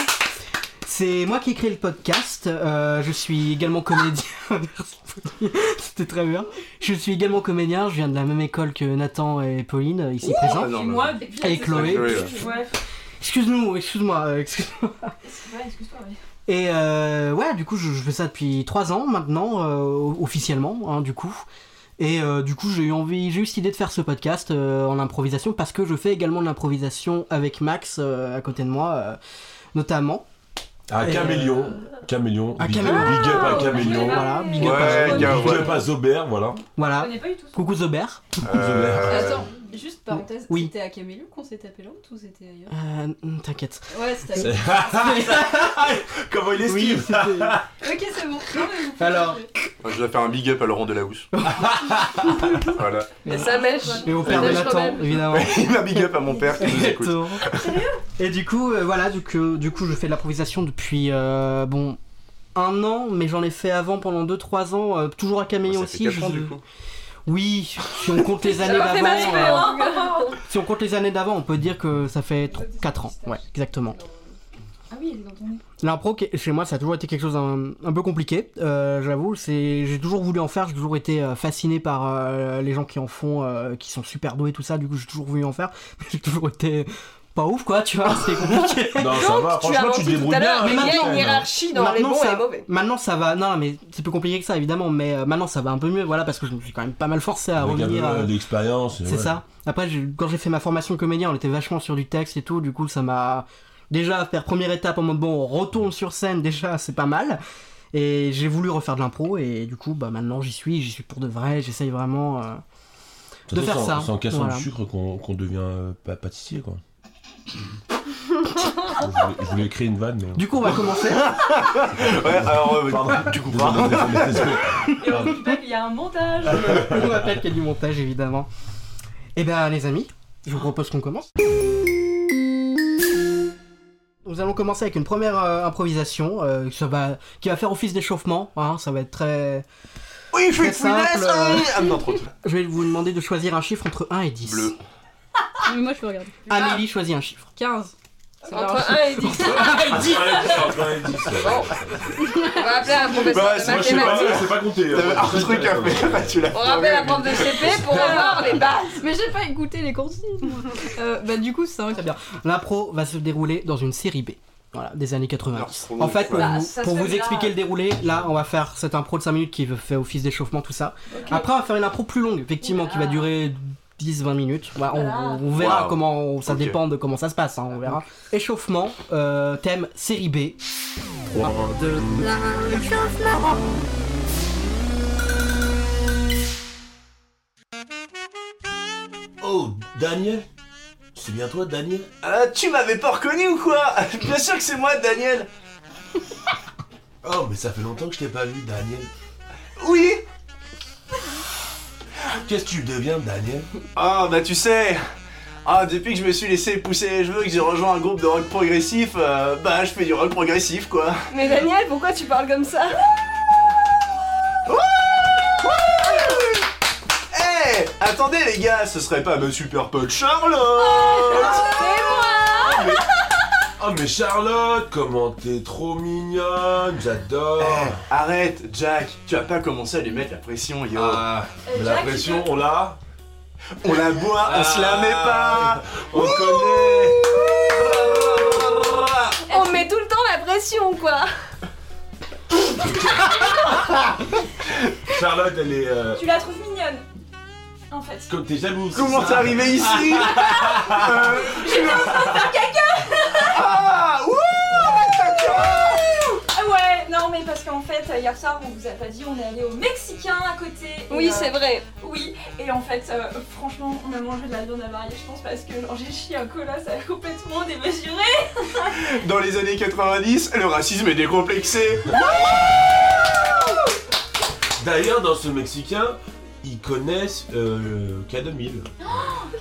Speaker 1: C'est moi qui ai créé le podcast. euh, je suis également comédien. Merci, Pauline. C'était très bien. Je suis également comédien. Je viens de la même école que Nathan et Pauline, ici présents.
Speaker 5: Ah non,
Speaker 6: Et
Speaker 5: mais-
Speaker 6: moi, et puis,
Speaker 1: Et
Speaker 6: c'est-
Speaker 1: Chloé.
Speaker 5: Chloé, ouais.
Speaker 6: Ouais,
Speaker 1: Excuse-nous, excuse-moi. euh, excuse-
Speaker 6: ouais, excuse-toi. ouais.
Speaker 1: Et euh, ouais, du coup, je, je fais ça depuis 3 ans maintenant, euh, officiellement, hein, du coup. Et euh, du coup, j'ai eu envie, j'ai eu cette idée de faire ce podcast euh, en improvisation parce que je fais également de l'improvisation avec Max euh, à côté de moi, euh, notamment.
Speaker 7: À
Speaker 1: Et,
Speaker 7: Caméléon. Caméléon.
Speaker 1: Eh, euh, à
Speaker 7: Big big
Speaker 1: Caméléon.
Speaker 7: up à
Speaker 8: Ah,
Speaker 7: Caméléon.
Speaker 1: Voilà, big up à
Speaker 5: Ouais,
Speaker 1: Caméléon.
Speaker 5: gars,
Speaker 7: Big
Speaker 5: ouais.
Speaker 7: up à Zober, voilà.
Speaker 6: Je
Speaker 1: Voilà.
Speaker 6: connais pas du tout. ça.
Speaker 1: Coucou Zobert.
Speaker 5: Euh,
Speaker 10: Attends, juste parenthèse,
Speaker 1: Oui.
Speaker 10: c'était à Caméliou qu'on s'est tapé l'autre ou c'était ailleurs
Speaker 1: Euh, T'inquiète.
Speaker 10: Ouais, c'était à
Speaker 7: C'est-
Speaker 10: Caméliou.
Speaker 7: Comment il
Speaker 1: Ah, Oui,
Speaker 7: esquive
Speaker 1: c'était-
Speaker 10: Ok, c'est bon. Non, mais vous pouvez
Speaker 1: Alors,
Speaker 10: continuer.
Speaker 5: Je dois faire un big up à Laurent Delahousse. Voilà.
Speaker 8: Et sa mèche.
Speaker 1: Et au père de
Speaker 8: Des
Speaker 1: Nathan,
Speaker 8: Chrebel.
Speaker 1: évidemment.
Speaker 5: Il m'a big up à mon père qui nous écoute.
Speaker 1: Exactement. Et du coup, euh, voilà, du, que- du coup, je fais de l'improvisation depuis, euh, bon, un an, mais j'en ai fait avant pendant 2-3 ans, euh, toujours à Caméléon
Speaker 5: Ça fait
Speaker 1: aussi.
Speaker 5: 4
Speaker 1: je-
Speaker 5: ans du coup.
Speaker 1: Oui, si on compte les années
Speaker 8: J'ai pas fait ma
Speaker 1: d'avant,
Speaker 8: super,
Speaker 1: euh,
Speaker 8: hein.
Speaker 1: si on compte les années d'avant, on peut dire que ça fait 4 ans, ouais, exactement.
Speaker 10: Ah oui, elle est dans ton nez.
Speaker 1: L'impro, qui- chez moi, ça a toujours été quelque chose d'un un peu compliqué, euh, j'avoue. C'est, j'ai toujours voulu en faire, j'ai toujours été euh, fasciné par euh, les gens qui en font, euh, qui sont super doués, tout ça. Du coup, j'ai toujours voulu en faire, mais j'ai toujours été pas ouf, quoi, tu vois. C'est compliqué.
Speaker 7: Non, ça
Speaker 8: Donc,
Speaker 7: va,
Speaker 8: tu as
Speaker 7: franchement, tu te
Speaker 8: menti tout
Speaker 7: débrouilles
Speaker 8: à
Speaker 7: bien.
Speaker 8: l'heure,
Speaker 1: mais
Speaker 8: il y a
Speaker 1: maintenant,
Speaker 8: une hiérarchie dans les bons et les
Speaker 1: ça,
Speaker 8: mauvais.
Speaker 1: maintenant ça va. Non, non, mais c'est plus compliqué que ça, évidemment. Mais euh, maintenant ça va un peu mieux, voilà, parce que je me suis quand même pas mal forcé à
Speaker 7: Avec un
Speaker 1: revenir.
Speaker 7: peu
Speaker 1: euh,
Speaker 7: d'expérience.
Speaker 1: c'est
Speaker 7: ouais.
Speaker 1: ça. Après, j'ai- quand j'ai fait ma formation comédien, on était vachement sur du texte et tout. Du coup, ça m'a déjà faire première étape en mode bon, on retourne sur scène. Déjà, c'est pas mal. Et j'ai voulu refaire de l'impro et du coup, bah maintenant j'y suis, j'y suis pour de vrai. J'essaye vraiment. euh,
Speaker 7: toute
Speaker 1: de
Speaker 7: façon,
Speaker 1: faire
Speaker 7: c'est en-
Speaker 1: ça.
Speaker 7: C'est en cassant
Speaker 1: Voilà.
Speaker 7: du sucre qu'on qu'on devient euh, pa- pâtissier, quoi. je, voulais, je voulais créer une vanne, mais.
Speaker 1: Du coup, on va commencer.
Speaker 5: Ouais, alors euh,
Speaker 7: Pardon.
Speaker 5: tu couperas.
Speaker 7: Désolé, désolé.
Speaker 6: Et on dit pas qu'il y a un montage.
Speaker 1: on rappelle qu'il y a du montage, évidemment. Eh bien, les amis, je vous propose qu'on commence. Nous allons commencer avec une première euh, improvisation euh, ça va, qui va faire office d'échauffement. hein, ça va être très.
Speaker 5: Oui, je
Speaker 1: Très
Speaker 5: suis
Speaker 1: simple,
Speaker 5: funeste.
Speaker 1: euh.
Speaker 5: Ah non, trop tôt.
Speaker 1: Je vais vous demander de choisir un chiffre entre 1 et 10.
Speaker 5: Bleu.
Speaker 10: Mais moi je le regarde.
Speaker 1: Amélie choisit un chiffre.
Speaker 10: 15. Ça va
Speaker 8: Entre 1 et 10. On va appeler un professeur
Speaker 5: Bah,
Speaker 8: de
Speaker 5: c'est-
Speaker 7: Moi, je sais pas, hein.
Speaker 8: mathématiques.
Speaker 7: je sais pas compter.
Speaker 5: T'avais Euh,
Speaker 8: euh,
Speaker 5: un truc à faire, tu l'as
Speaker 8: On rappelle la prof de CP pour avoir les bases.
Speaker 10: Mais j'ai pas écouté les consignes moi. Euh, bah du coup 5.
Speaker 1: bien. L'impro va se dérouler dans une série B. Voilà, des années 90.
Speaker 5: Non,
Speaker 1: en fait, pour,
Speaker 8: Bah,
Speaker 1: vous,
Speaker 8: ça se
Speaker 1: pour
Speaker 8: fait
Speaker 1: vous
Speaker 8: bien.
Speaker 1: expliquer le déroulé, là, on va faire cette impro de 5 minutes qui fait office d'échauffement, tout ça. Après, on va faire une impro plus longue, effectivement, qui va durer 10-20 minutes. Voilà, on-
Speaker 6: Voilà.
Speaker 1: on, verra
Speaker 5: Wow.
Speaker 1: comment, ça
Speaker 5: Ok.
Speaker 1: dépend de comment ça se passe, hein, on verra. Échauffement, euh, thème série B. Un, deux,
Speaker 7: Oh, Daniel C'est bien toi, Daniel
Speaker 5: Ah, tu m'avais pas reconnu ou quoi Bien sûr que c'est moi, Daniel
Speaker 7: Oh, mais ça fait longtemps que je t'ai pas vu, Daniel.
Speaker 5: Oui
Speaker 7: Qu'est-ce que tu deviens, Daniel
Speaker 5: Ah, bah tu sais ah, depuis que je me suis laissé pousser les cheveux et que j'ai rejoint un groupe de rock progressif, euh, bah je fais du rock progressif quoi.
Speaker 8: Mais Daniel, pourquoi tu parles comme ça
Speaker 5: Eh Attendez les gars, ce serait pas me super pote Charlotte
Speaker 7: Oh, mais Charlotte, comment t'es trop mignonne, j'adore
Speaker 5: Eh, Arrête, Jack, tu as pas commencé à lui mettre la pression, yo.
Speaker 7: Ah, mais la
Speaker 6: Euh, Jacques,
Speaker 7: pression, on l'a
Speaker 5: On la boit, on se la met
Speaker 7: Ah.
Speaker 5: pas
Speaker 7: On connaît
Speaker 8: On met tout le temps la pression, quoi.
Speaker 7: Charlotte, elle est... euh,
Speaker 6: Tu la trouves mignonne, en fait.
Speaker 7: Comme t'es jalouse c'est
Speaker 5: Comment
Speaker 7: ça
Speaker 5: t'es arrivé ici Euh, Ah ouh, avec ta caca
Speaker 6: Ah ouais, non mais parce qu'en fait, euh, hier soir, on vous a pas dit, on est allé au Mexicain à côté. et,
Speaker 8: Oui,
Speaker 6: euh,
Speaker 8: c'est vrai.
Speaker 6: Oui, et en fait, euh, franchement, on a mangé de la viande avariée, je pense, parce que genre j'ai chié un cola, ça a complètement démesuré.
Speaker 5: Dans les années 90, le racisme est décomplexé.
Speaker 7: D'ailleurs, dans ce Mexicain, ils connaissent euh, K2000.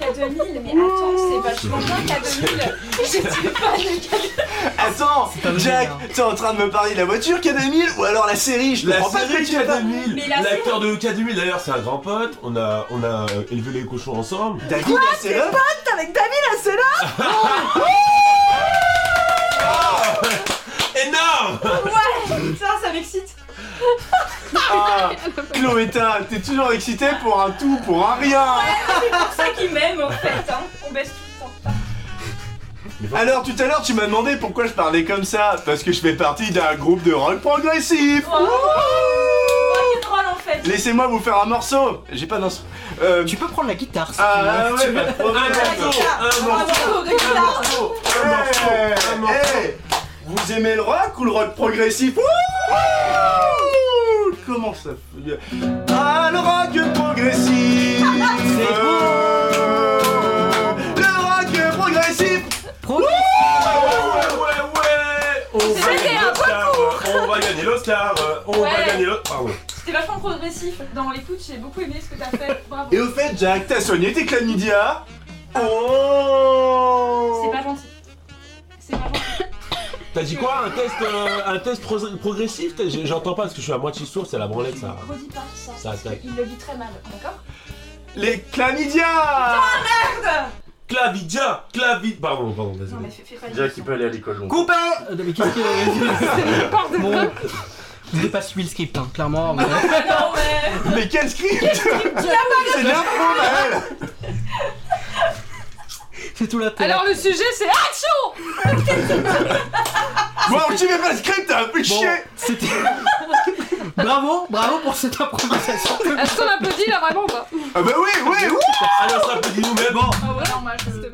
Speaker 6: K2000, mais attends, c'est vachement bien K2000. J'étais pas de K2000.
Speaker 5: Attends,
Speaker 1: pas vrai,
Speaker 5: Jack,
Speaker 1: hein.
Speaker 5: t'es en train de me parler de la voiture K2000 ou alors la série Je
Speaker 7: La
Speaker 5: comprends pas hein. ce
Speaker 7: série
Speaker 5: que tu fais pas.
Speaker 6: Mais
Speaker 7: K2000
Speaker 6: la
Speaker 7: L'acteur de K2000, d'ailleurs, c'est un grand pote. On a, on a euh, élevé les cochons ensemble.
Speaker 5: David, c'est là
Speaker 8: Avec David, c'est là
Speaker 5: Ah
Speaker 7: Énorme
Speaker 6: Ça, ça m'excite.
Speaker 5: Ah, Cloéta, t'es toujours excitée pour un tout, pour un rien.
Speaker 6: C'est ça qui m'aime en fait, hein. On baisse tout le temps.
Speaker 5: Alors tout à l'heure, tu m'as demandé pourquoi je parlais comme ça. Parce que je fais partie d'un groupe de rock progressif.
Speaker 6: Oh, rock'n'roll en fait.
Speaker 5: Laissez-moi vous faire un morceau. J'ai pas d'instru. Euh,
Speaker 1: Tu peux prendre la guitare si
Speaker 5: Ah ouais, pas de problème.
Speaker 7: Un
Speaker 6: Ah,
Speaker 7: morceau Un morceau
Speaker 6: bravo, Richard.
Speaker 7: Un morceau Un morceau
Speaker 5: Hey, hey, vous aimez le rock ou le rock progressif Wouhou Comment ça fait Ah, le rock progressif Le rock
Speaker 1: tu
Speaker 5: progressif
Speaker 1: veux. Pro-
Speaker 7: Ouais, ouais, ouais On va
Speaker 8: C'était
Speaker 7: gagner
Speaker 8: un
Speaker 7: l'Oscar On va gagner l'Oscar On va
Speaker 6: Ouais.
Speaker 7: gagner l'Oscar Pardon.
Speaker 6: C'était vachement progressif dans l'écoute, j'ai beaucoup aimé ce que t'as fait. Bravo.
Speaker 5: Et au fait, Jack, t'as soigné tes chlamydia Oh
Speaker 6: C'est pas gentil. C'est pas gentil.
Speaker 7: T'as dit quoi Un test, euh, un test pro- progressif T'as- j'ai- J'entends pas parce que je suis à moitié sourd, c'est la branlette ça.
Speaker 6: Redis pas ça.
Speaker 7: Ça
Speaker 6: parce
Speaker 7: attaque.
Speaker 6: qu'il le vit très mal, d'accord
Speaker 5: Les chlamydia
Speaker 7: Clavidia Clavid... Pardon, pardon, désolé.
Speaker 6: Non mais fais, fais pas
Speaker 5: Jack, il peut aller à l'école. donc.
Speaker 1: Coupé Euh, Mais qu'est-ce que. bon. Je n'ai pas suivi le script, hein, clairement. mais-
Speaker 6: Ah non ouais
Speaker 5: Mais quel script C'est de l'info,
Speaker 7: Ah,
Speaker 5: Maëlle
Speaker 1: C'est tout la tête.
Speaker 8: Alors, le sujet, c'est action
Speaker 5: Bon, tu mets pas le script, t'as un peu de
Speaker 1: Bon,
Speaker 5: chier
Speaker 1: c'était. bravo, bravo pour cette improvisation.
Speaker 8: Est-ce qu'on applaudit là vraiment quoi
Speaker 5: Ah bah oui, oui, oui
Speaker 7: Alors ça peut dire nous mais bon
Speaker 6: Ah ouais, non, moi je... C'était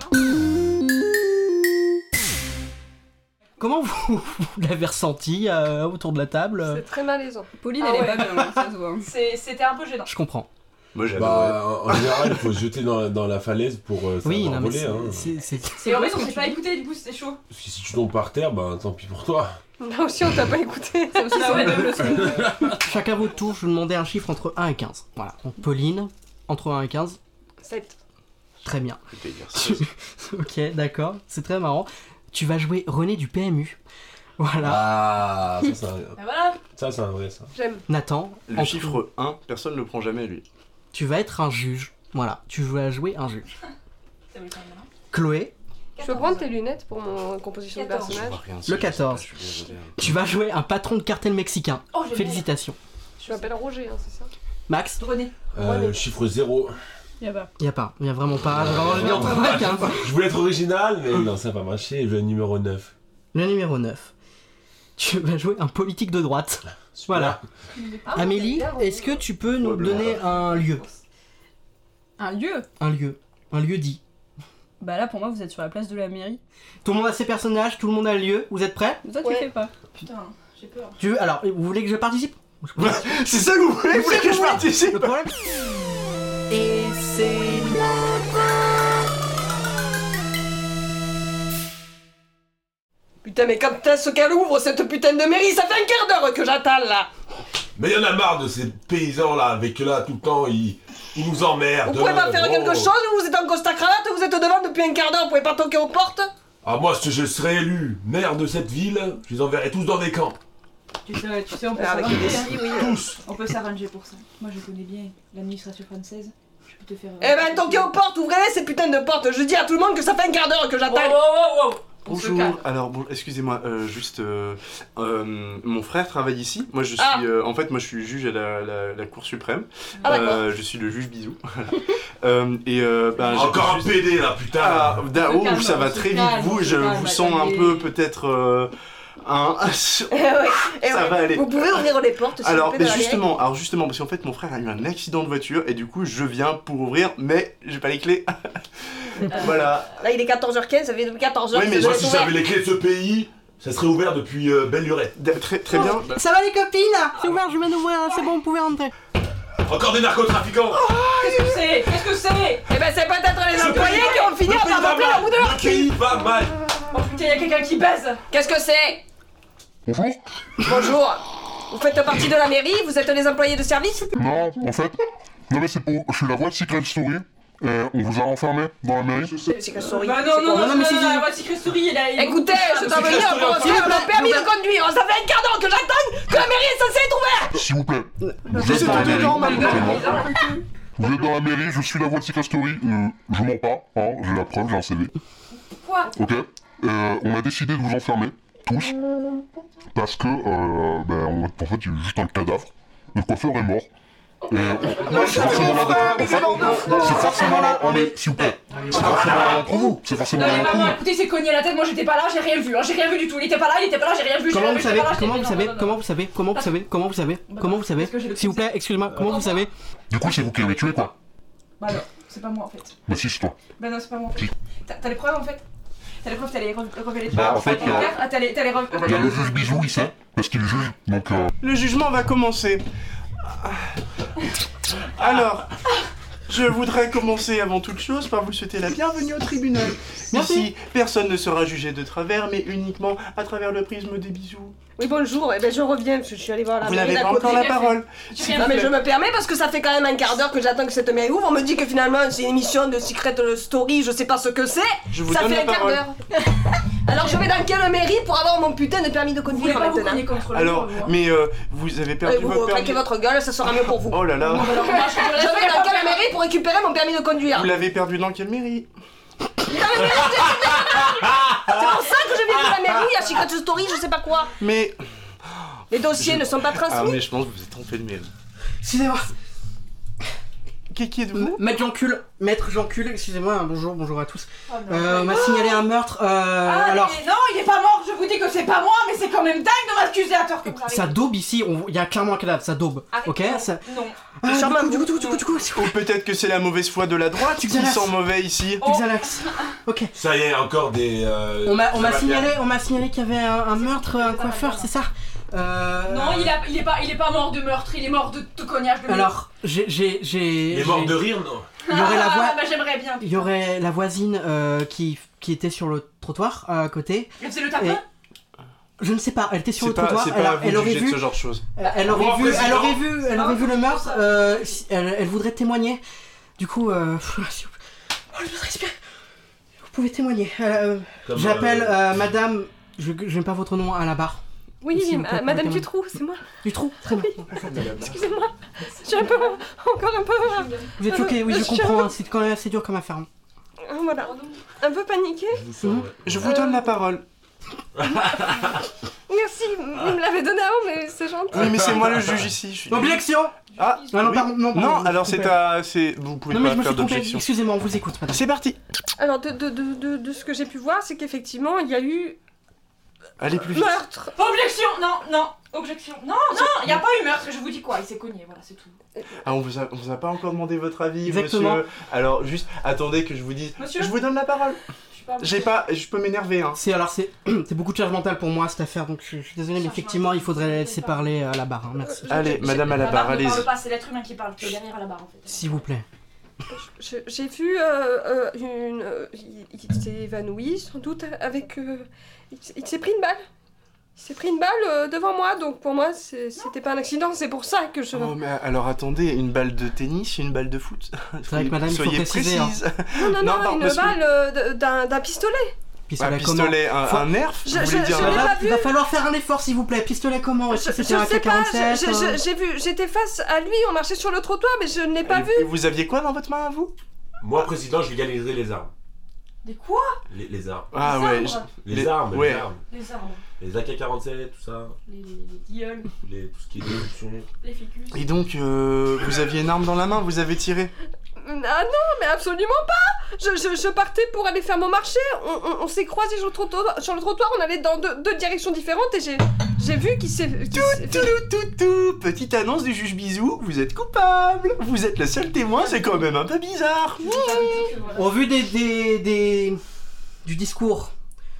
Speaker 1: Comment vous, vous l'avez ressenti euh, autour de la table euh,
Speaker 8: C'est très malaisant.
Speaker 10: Pauline
Speaker 6: Ah
Speaker 10: elle
Speaker 6: ouais.
Speaker 10: est pas bien, hein, ça se voit.
Speaker 6: C'était un peu gênant.
Speaker 1: Je comprends.
Speaker 5: Moi j'adore.
Speaker 7: Bah en général il faut se jeter dans, dans la falaise pour euh,
Speaker 1: Oui, non,
Speaker 7: savoir
Speaker 1: mais
Speaker 7: voler.
Speaker 1: c'est-
Speaker 7: Hein.
Speaker 1: c'est- c'est-
Speaker 10: C'est
Speaker 6: Et en
Speaker 10: vrai ce
Speaker 6: fait, on
Speaker 10: que
Speaker 6: s'est
Speaker 10: tu
Speaker 6: pas
Speaker 10: dis.
Speaker 6: écouté, du coup c'était chaud.
Speaker 7: Parce que si tu tombes par terre, bah tant pis pour toi.
Speaker 8: Là aussi, on t'a pas écouté.
Speaker 10: Ça aussi,
Speaker 6: Ah ouais,
Speaker 10: c'est
Speaker 6: double scoop.
Speaker 1: Chacun votre tour, je vous demandais un chiffre entre 1 et 15. Voilà. Donc Pauline, entre 1 et 15,
Speaker 8: 7.
Speaker 1: très bien. ok, d'accord, c'est très marrant. Tu vas jouer René du PMU. Voilà.
Speaker 7: Ah ça c'est un,
Speaker 6: Bah voilà
Speaker 7: ça, c'est un vrai ça.
Speaker 8: J'aime.
Speaker 1: Nathan,
Speaker 5: Le
Speaker 1: entre-
Speaker 5: chiffre 1, personne ne le prend jamais lui.
Speaker 1: tu vas être un juge. Voilà, tu vas jouer un juge.
Speaker 6: Ça veut dire rien.
Speaker 1: Chloé,
Speaker 8: Je peux prendre tes lunettes pour mon composition de
Speaker 10: 14.
Speaker 8: personnage
Speaker 1: Le 14. tu vas jouer un patron de cartel mexicain.
Speaker 10: Oh, j'ai
Speaker 1: Félicitations.
Speaker 8: Je m'appelle Roger, hein, c'est ça
Speaker 1: Max,
Speaker 10: René.
Speaker 7: Euh, chiffre 0.
Speaker 10: Là-bas.
Speaker 1: y a pas, y a vraiment pas. Vraiment, je viens en convaincre, hein.
Speaker 7: Je voulais être original, mais non, ça va pas marché. Le numéro 9.
Speaker 1: Le numéro 9. Tu vas jouer un politique de droite. Voilà. Ah, Amélie, est-ce que tu peux nous
Speaker 5: Probablement
Speaker 1: donner un lieu
Speaker 10: Un lieu
Speaker 1: Un lieu. Un lieu dit.
Speaker 10: Bah là, pour moi, vous êtes sur la place de la mairie.
Speaker 1: Tout le monde a ses personnages, tout le monde a le lieu. Vous êtes prêts
Speaker 10: Toi,
Speaker 8: Ouais.
Speaker 10: tu fais pas.
Speaker 6: Putain, j'ai peur.
Speaker 1: Tu veux- Alors, vous voulez que je participe
Speaker 5: C'est ça que vous voulez Vous voulez que je participe
Speaker 1: Le problème Et c'est
Speaker 8: Putain, mais quand est-ce qu'elle ouvre cette putain de mairie Ça fait un quart d'heure que j'attends là
Speaker 7: Mais il y en a marre de ces paysans là, avec là tout le temps, ils, ils nous emmerdent.
Speaker 8: Vous pouvez pas
Speaker 7: Oh.
Speaker 8: faire quelque chose Vous êtes en costard cravate, vous êtes devant depuis un quart d'heure, vous pouvez pas toquer aux portes
Speaker 7: Ah, moi, si je serais élu maire de cette ville, je les enverrais tous dans des camps.
Speaker 6: Tu sais, tu sais, on peut
Speaker 8: Avec les
Speaker 6: s'arranger. hein.
Speaker 7: Tous
Speaker 6: On peut s'arranger pour ça. Moi, je connais bien l'administration française. Je peux te faire. euh,
Speaker 8: Eh ben, toquez aux portes, ouvrez ces putains de portes Je dis à tout le monde que ça fait un quart d'heure que
Speaker 6: Wow, wow,
Speaker 8: j'attends
Speaker 6: wow, wow. On se
Speaker 5: Bonjour,
Speaker 6: calme.
Speaker 5: alors bon, excusez-moi, euh, juste, euh, euh, mon frère travaille ici, moi je suis,
Speaker 8: Ah.
Speaker 5: euh, en fait moi je suis juge à la, la- la Cour suprême,
Speaker 8: Ah, d'accord.
Speaker 5: Euh, je suis le juge bisou, Euh, et euh, bah, j'ai
Speaker 7: Encore un
Speaker 5: juste-
Speaker 7: PD là, putain
Speaker 5: Ah, da-
Speaker 6: On se
Speaker 5: oh,
Speaker 6: calme,
Speaker 5: ça va
Speaker 6: on se
Speaker 5: très vite,
Speaker 6: calme, on
Speaker 5: vous,
Speaker 6: se
Speaker 5: je
Speaker 6: calme,
Speaker 5: vous sens un
Speaker 6: attendez.
Speaker 5: peu peut-être euh, un...
Speaker 8: Eh ouais, eh
Speaker 5: Ça
Speaker 8: ouais.
Speaker 5: va aller.
Speaker 8: Vous pouvez ouvrir les portes s'il vous
Speaker 5: Alors,
Speaker 8: plaît,
Speaker 5: mais
Speaker 8: dans la mairie
Speaker 5: justement, alors justement, parce qu'en fait, mon frère a eu un accident de voiture et du coup, je viens pour ouvrir, mais j'ai pas les clés. voilà.
Speaker 8: Là, il est 14h15, ça fait depuis 14h
Speaker 5: Oui, mais
Speaker 8: que
Speaker 7: Moi,
Speaker 8: ça
Speaker 7: si
Speaker 8: doit être
Speaker 7: j'avais les clés de ce pays, ça serait ouvert depuis euh, belle lurette.
Speaker 5: D- Très, très bien.
Speaker 1: Ça va les copines C'est ouvert, je viens d'ouvrir, hein, c'est bon, vous pouvez rentrer.
Speaker 7: Encore des narcotrafiquants
Speaker 8: Oh,
Speaker 6: Qu'est-ce que c'est Qu'est-ce que c'est
Speaker 8: ouvert. Eh ben, c'est peut-être les
Speaker 7: Ce
Speaker 8: employés
Speaker 7: pays-
Speaker 8: qui ont fini
Speaker 7: le
Speaker 8: à
Speaker 7: pays va
Speaker 8: faire plein
Speaker 7: mal.
Speaker 8: au bout de leur
Speaker 7: Le
Speaker 8: cul
Speaker 7: pays va mal
Speaker 6: Oh putain, y'a quelqu'un qui baise
Speaker 8: Qu'est-ce que c'est Bonjour Vous faites partie de la mairie Vous êtes les employés de service
Speaker 11: Non, en fait, non mais c'est pour, je suis la voix de Secret Story. Euh, on vous a enfermé dans la mairie.
Speaker 8: C'est que souris
Speaker 6: Bah non, non,
Speaker 1: quoi
Speaker 6: non,
Speaker 1: Non,
Speaker 6: non,
Speaker 1: mais si, si.
Speaker 6: non, la voix de Secret Story, elle a.
Speaker 8: Écoutez, je t'en veux dire, pour faire le permis de conduire Ça fait un quart d'heure que j'attends que la mairie est censée être ouverte
Speaker 11: S'il vous plaît. Vous
Speaker 5: C'est
Speaker 11: êtes dans la
Speaker 5: tout
Speaker 11: mairie.
Speaker 5: normal.
Speaker 11: c'est bon. Vous êtes dans la mairie, je suis la voix de Secret Story. Euh, je mens pas, hein, j'ai la preuve, j'ai un CV.
Speaker 10: Quoi
Speaker 11: Ok Euh, On a décidé de vous enfermer, tous. Parce que, euh, ben, on- en fait, il y a eu juste un cadavre. Le coiffeur est mort. Et on- c'est forcément l'un d'entre- en fait, c'est forcément l'un d'entre vous, s'il vous plaît. C'est forcément l'un d'entre vous. C'est forcément
Speaker 6: Non
Speaker 11: l'un
Speaker 6: mais
Speaker 11: d'entre vous.
Speaker 6: maman, écoutez, c'est cogné à la tête, moi j'étais pas là, j'ai rien vu, hein, j'ai rien vu du tout, il était pas là, il était pas là, j'ai rien vu, j'ai
Speaker 1: Comment
Speaker 6: rien
Speaker 1: vous
Speaker 6: vu, j'étais
Speaker 1: savez
Speaker 6: pas là, j'étais-
Speaker 1: Comment vous
Speaker 6: non,
Speaker 1: savez
Speaker 6: non, non,
Speaker 1: Comment vous savez Comment vous savez Comment vous savez
Speaker 6: Bah,
Speaker 1: Comment vous savez
Speaker 6: parce que j'ai le
Speaker 1: S'il vous plaît, excusez-moi, comment vous savez
Speaker 11: Du coup, c'est vous qui avez tué, quoi.
Speaker 6: Bah non, c'est pas moi en fait.
Speaker 11: Bah si, c'est toi.
Speaker 6: Bah non, c'est pas moi en fait. T'as- T'as les preuves en fait T'as les preuves, t'as les re- révélées tout
Speaker 11: Bah,
Speaker 6: à
Speaker 11: en fait,
Speaker 6: l'heure.
Speaker 11: euh,
Speaker 6: Ah, t'as les t'as les re-
Speaker 11: Il y a le juge Bisou, il sait, parce qu'il juge, donc euh,
Speaker 5: Le jugement va commencer. Alors, je voudrais commencer avant toute chose par vous souhaiter la bienvenue au tribunal.
Speaker 1: Merci.
Speaker 5: Ici, personne ne sera jugé de travers, mais uniquement à travers le prisme des bisous.
Speaker 8: Oui, bonjour, eh ben, je reviens, parce que je suis allée voir la
Speaker 5: vous
Speaker 8: mairie
Speaker 5: n'avez
Speaker 8: d'à
Speaker 5: pas
Speaker 8: côté.
Speaker 5: encore la parole.
Speaker 6: J'ai
Speaker 8: Non
Speaker 6: rien
Speaker 8: mais
Speaker 6: vu.
Speaker 8: je me permets parce que ça fait quand même un quart d'heure que j'attends que cette mairie ouvre. On me dit que finalement c'est une émission de Secret Story, je sais pas ce que c'est.
Speaker 5: Je vous
Speaker 8: ça
Speaker 5: donne
Speaker 8: fait
Speaker 5: la
Speaker 8: un quart
Speaker 5: parole.
Speaker 8: d'heure. Alors je vais dans quelle mairie pour avoir mon putain de permis de
Speaker 6: Vous voulez
Speaker 8: conduire
Speaker 6: pas vous
Speaker 8: maintenant
Speaker 6: cogner contre le
Speaker 5: Alors,
Speaker 6: mur, vous, hein.
Speaker 5: mais euh, vous avez
Speaker 8: Et
Speaker 5: perdu
Speaker 8: vous,
Speaker 5: votre
Speaker 8: vous craquez
Speaker 5: permis.
Speaker 8: votre gueule, ça sera mieux pour vous.
Speaker 5: Oh là là,
Speaker 6: Alors, moi, je-
Speaker 8: Je vais dans quelle mairie pour récupérer mon permis de conduire
Speaker 5: vous l'avez perdu dans quelle mairie
Speaker 8: C'est pour ça que je viens de la mairie, à Secret Story, je sais pas quoi.
Speaker 5: Mais.
Speaker 8: Les dossiers
Speaker 5: Je-
Speaker 8: ne sont pas
Speaker 5: Ah,
Speaker 8: transmis.
Speaker 5: mais je pense que vous êtes trompé de mairie.
Speaker 1: Excusez-moi,
Speaker 5: Qui, qui êtes-vous
Speaker 1: M- maître Jean-Cul, maître Jean-Cul, excusez-moi, hein, bonjour, bonjour à tous. Euh, on m'a signalé un meurtre, euh,
Speaker 6: Oh, Ah,
Speaker 1: alors...
Speaker 6: mais non, il est pas mort, je vous dis que c'est pas moi, mais c'est quand même dingue de m'accuser à tort que vous
Speaker 1: Ça daube ici, on- il y a clairement un cadavre, ça daube. Ok ça...
Speaker 6: Non.
Speaker 1: Ah,
Speaker 8: Charmant.
Speaker 1: du coup, du coup, du coup, du coup, du coup,
Speaker 5: Ou peut-être que c'est la mauvaise foi de la droite qui
Speaker 1: Xanax.
Speaker 5: sent mauvais ici.
Speaker 1: c'est- Xanax. Ok.
Speaker 7: Ça y est, encore des. euh,
Speaker 1: On m'a,
Speaker 7: ça
Speaker 1: on m'a
Speaker 7: va bien.
Speaker 1: signalé, on m'a signalé qu'il y avait un, un meurtre, un coiffeur, c'est ça Euh,
Speaker 6: Non, il, a, il, est pas, il est pas mort de meurtre, il est mort de, de cognage de
Speaker 1: Alors, j'ai, j'ai, j'ai.
Speaker 7: Il est mort de rire, non
Speaker 1: Il y aurait la voix.
Speaker 6: Ah, bah j'aimerais bien.
Speaker 1: Il y aurait la voisine euh, qui, qui était sur le trottoir euh, à côté.
Speaker 6: Elle faisait le tapin
Speaker 1: Je ne sais pas, elle était sur
Speaker 5: C'est
Speaker 1: le
Speaker 5: pas,
Speaker 1: trottoir.
Speaker 5: c'est
Speaker 1: elle,
Speaker 5: pas à vous
Speaker 1: elle
Speaker 5: de
Speaker 1: aurait
Speaker 5: juger de
Speaker 1: vu,
Speaker 5: ce genre de choses.
Speaker 1: elle, elle aurait
Speaker 7: Bon,
Speaker 1: vu, elle
Speaker 7: président.
Speaker 1: aurait vu, elle aurait vu le
Speaker 6: Ah,
Speaker 1: meurtre. euh, si- elle, elle voudrait témoigner. Du coup, euh, pff, s'il vous plaît. Oh, le maître respire. Vous pouvez témoigner. Euh,
Speaker 7: Comme,
Speaker 1: J'appelle
Speaker 7: euh,
Speaker 1: euh, Madame. Je n'aime pas votre nom à la barre.
Speaker 8: Oui,
Speaker 1: S'il vous
Speaker 8: ma-
Speaker 1: plaît,
Speaker 8: Madame
Speaker 1: madame.
Speaker 8: Dutroux, c'est moi.
Speaker 1: Du trou.
Speaker 8: Ah
Speaker 1: Très bien.
Speaker 8: Excusez-moi. Je suis un peu. euh, Encore un peu. Ah,
Speaker 1: Vous êtes choqué, oui, je comprends. hein, C'est quand même assez dur comme affaire. hein.
Speaker 8: hein, voilà. Un peu paniqué.
Speaker 7: Je vous sens,
Speaker 1: Mhm.
Speaker 7: ouais.
Speaker 5: Je vous donne la parole.
Speaker 8: Merci,
Speaker 5: Ah.
Speaker 8: vous me l'avez donné avant, mais c'est gentil.
Speaker 5: Oui, mais c'est moi le juge ici. je suis-
Speaker 1: Objection
Speaker 5: Ah,
Speaker 1: Ah non,
Speaker 5: oui.
Speaker 1: pardon, non, pardon,
Speaker 5: Non,
Speaker 1: je me
Speaker 5: alors
Speaker 1: suis
Speaker 5: c'est
Speaker 1: trompé.
Speaker 5: à. c'est- Vous pouvez
Speaker 1: Non mais
Speaker 5: pas
Speaker 1: je me
Speaker 5: faire
Speaker 1: suis trompé,
Speaker 5: d'objection.
Speaker 1: excusez-moi, on vous écoute madame.
Speaker 5: C'est parti
Speaker 8: Alors, de, de, de, de, de ce que j'ai pu voir, c'est qu'effectivement, il y a eu
Speaker 5: Allez plus vite.
Speaker 8: meurtre.
Speaker 6: Objection Non, non, objection. Non, non, il a pas eu meurtre, je vous dis quoi, il s'est cogné, voilà, c'est tout.
Speaker 5: Ah, on vous, a, on vous a pas encore demandé votre avis,
Speaker 1: Exactement.
Speaker 5: monsieur. Alors, juste, attendez que je vous dise.
Speaker 6: Monsieur
Speaker 5: Je vous donne la parole.
Speaker 6: Je suis pas...
Speaker 5: J'ai pas. Je peux m'énerver, hein.
Speaker 1: C'est alors c'est c'est beaucoup de charge mentale pour moi cette affaire donc je, je suis désolé mais
Speaker 6: Charge
Speaker 1: effectivement il faudrait la laisser
Speaker 6: mentale.
Speaker 1: parler à la barre hein, merci.
Speaker 5: Allez, madame à la barre,
Speaker 6: ne parle
Speaker 5: allez-y.
Speaker 6: pas, c'est l'être humain qui parle, qui est derrière la barre en fait.
Speaker 1: S'il vous plaît.
Speaker 8: Je- J'ai vu euh, euh, une. euh, il il s'est évanoui, sans doute, avec. euh, il s- il s'est pris une balle. Il s'est pris une balle euh, devant moi, donc pour moi, c'est- c'était pas un accident, c'est pour ça que je.
Speaker 5: Oh, mais alors attendez, une balle de tennis, une balle de foot
Speaker 1: C'est vrai que madame, il faut
Speaker 5: Soyez
Speaker 1: préciser, hein.
Speaker 5: précise.
Speaker 8: Non, non, non,
Speaker 5: Non, non,
Speaker 8: une
Speaker 5: parce que-
Speaker 8: balle euh, d'un d'un pistolet.
Speaker 5: Un
Speaker 1: Pistolet comment
Speaker 5: Bah, pistolet, un,
Speaker 1: Faut-
Speaker 5: un nerf
Speaker 8: Je-
Speaker 5: Vous voulez
Speaker 8: je-
Speaker 5: dire
Speaker 8: je
Speaker 5: un
Speaker 8: l'ai
Speaker 5: nerf
Speaker 8: pas
Speaker 1: va,
Speaker 8: vu.
Speaker 1: il va falloir faire un effort s'il vous plaît. Pistolet comment Est-ce
Speaker 8: Je,
Speaker 1: que
Speaker 8: je
Speaker 1: c'était un
Speaker 8: sais pas, je-
Speaker 1: AK-47
Speaker 8: je-
Speaker 1: hein
Speaker 5: euh.
Speaker 8: je- j'ai vu, j'étais face à lui, on marchait sur le trottoir, mais je ne l'ai pas
Speaker 5: Et-
Speaker 8: vu.
Speaker 5: et vous aviez quoi dans votre main à vous
Speaker 7: Moi, président, je légaliserai les armes.
Speaker 6: Des quoi
Speaker 7: Les, les armes.
Speaker 5: Ah
Speaker 6: Les
Speaker 5: ouais,
Speaker 6: arbres.
Speaker 7: Les,
Speaker 5: Les-
Speaker 7: armes,
Speaker 5: ouais.
Speaker 7: les armes.
Speaker 6: Les arbres,
Speaker 7: Les AK-47, tout ça.
Speaker 6: les, les guilleuls,
Speaker 7: Les, tout ce qui est déduction.
Speaker 6: les fécus.
Speaker 5: Et donc, euh, vous aviez une arme dans la main, vous avez tiré
Speaker 8: Ah non, mais absolument pas Je, je- je partais pour aller faire mon marché, on, on- on s'est croisés sur le, trottoir, sur le trottoir, on allait dans deux, deux directions différentes et j'ai j'ai vu qu'il s'est... qu'il s'est-
Speaker 5: Tout, tout, tout Petite annonce du juge Bisou, vous êtes coupable Vous êtes le seul témoin, c'est quand même un peu bizarre
Speaker 6: Je vous avais dit que, voilà.
Speaker 1: Au vu des, des, des- du discours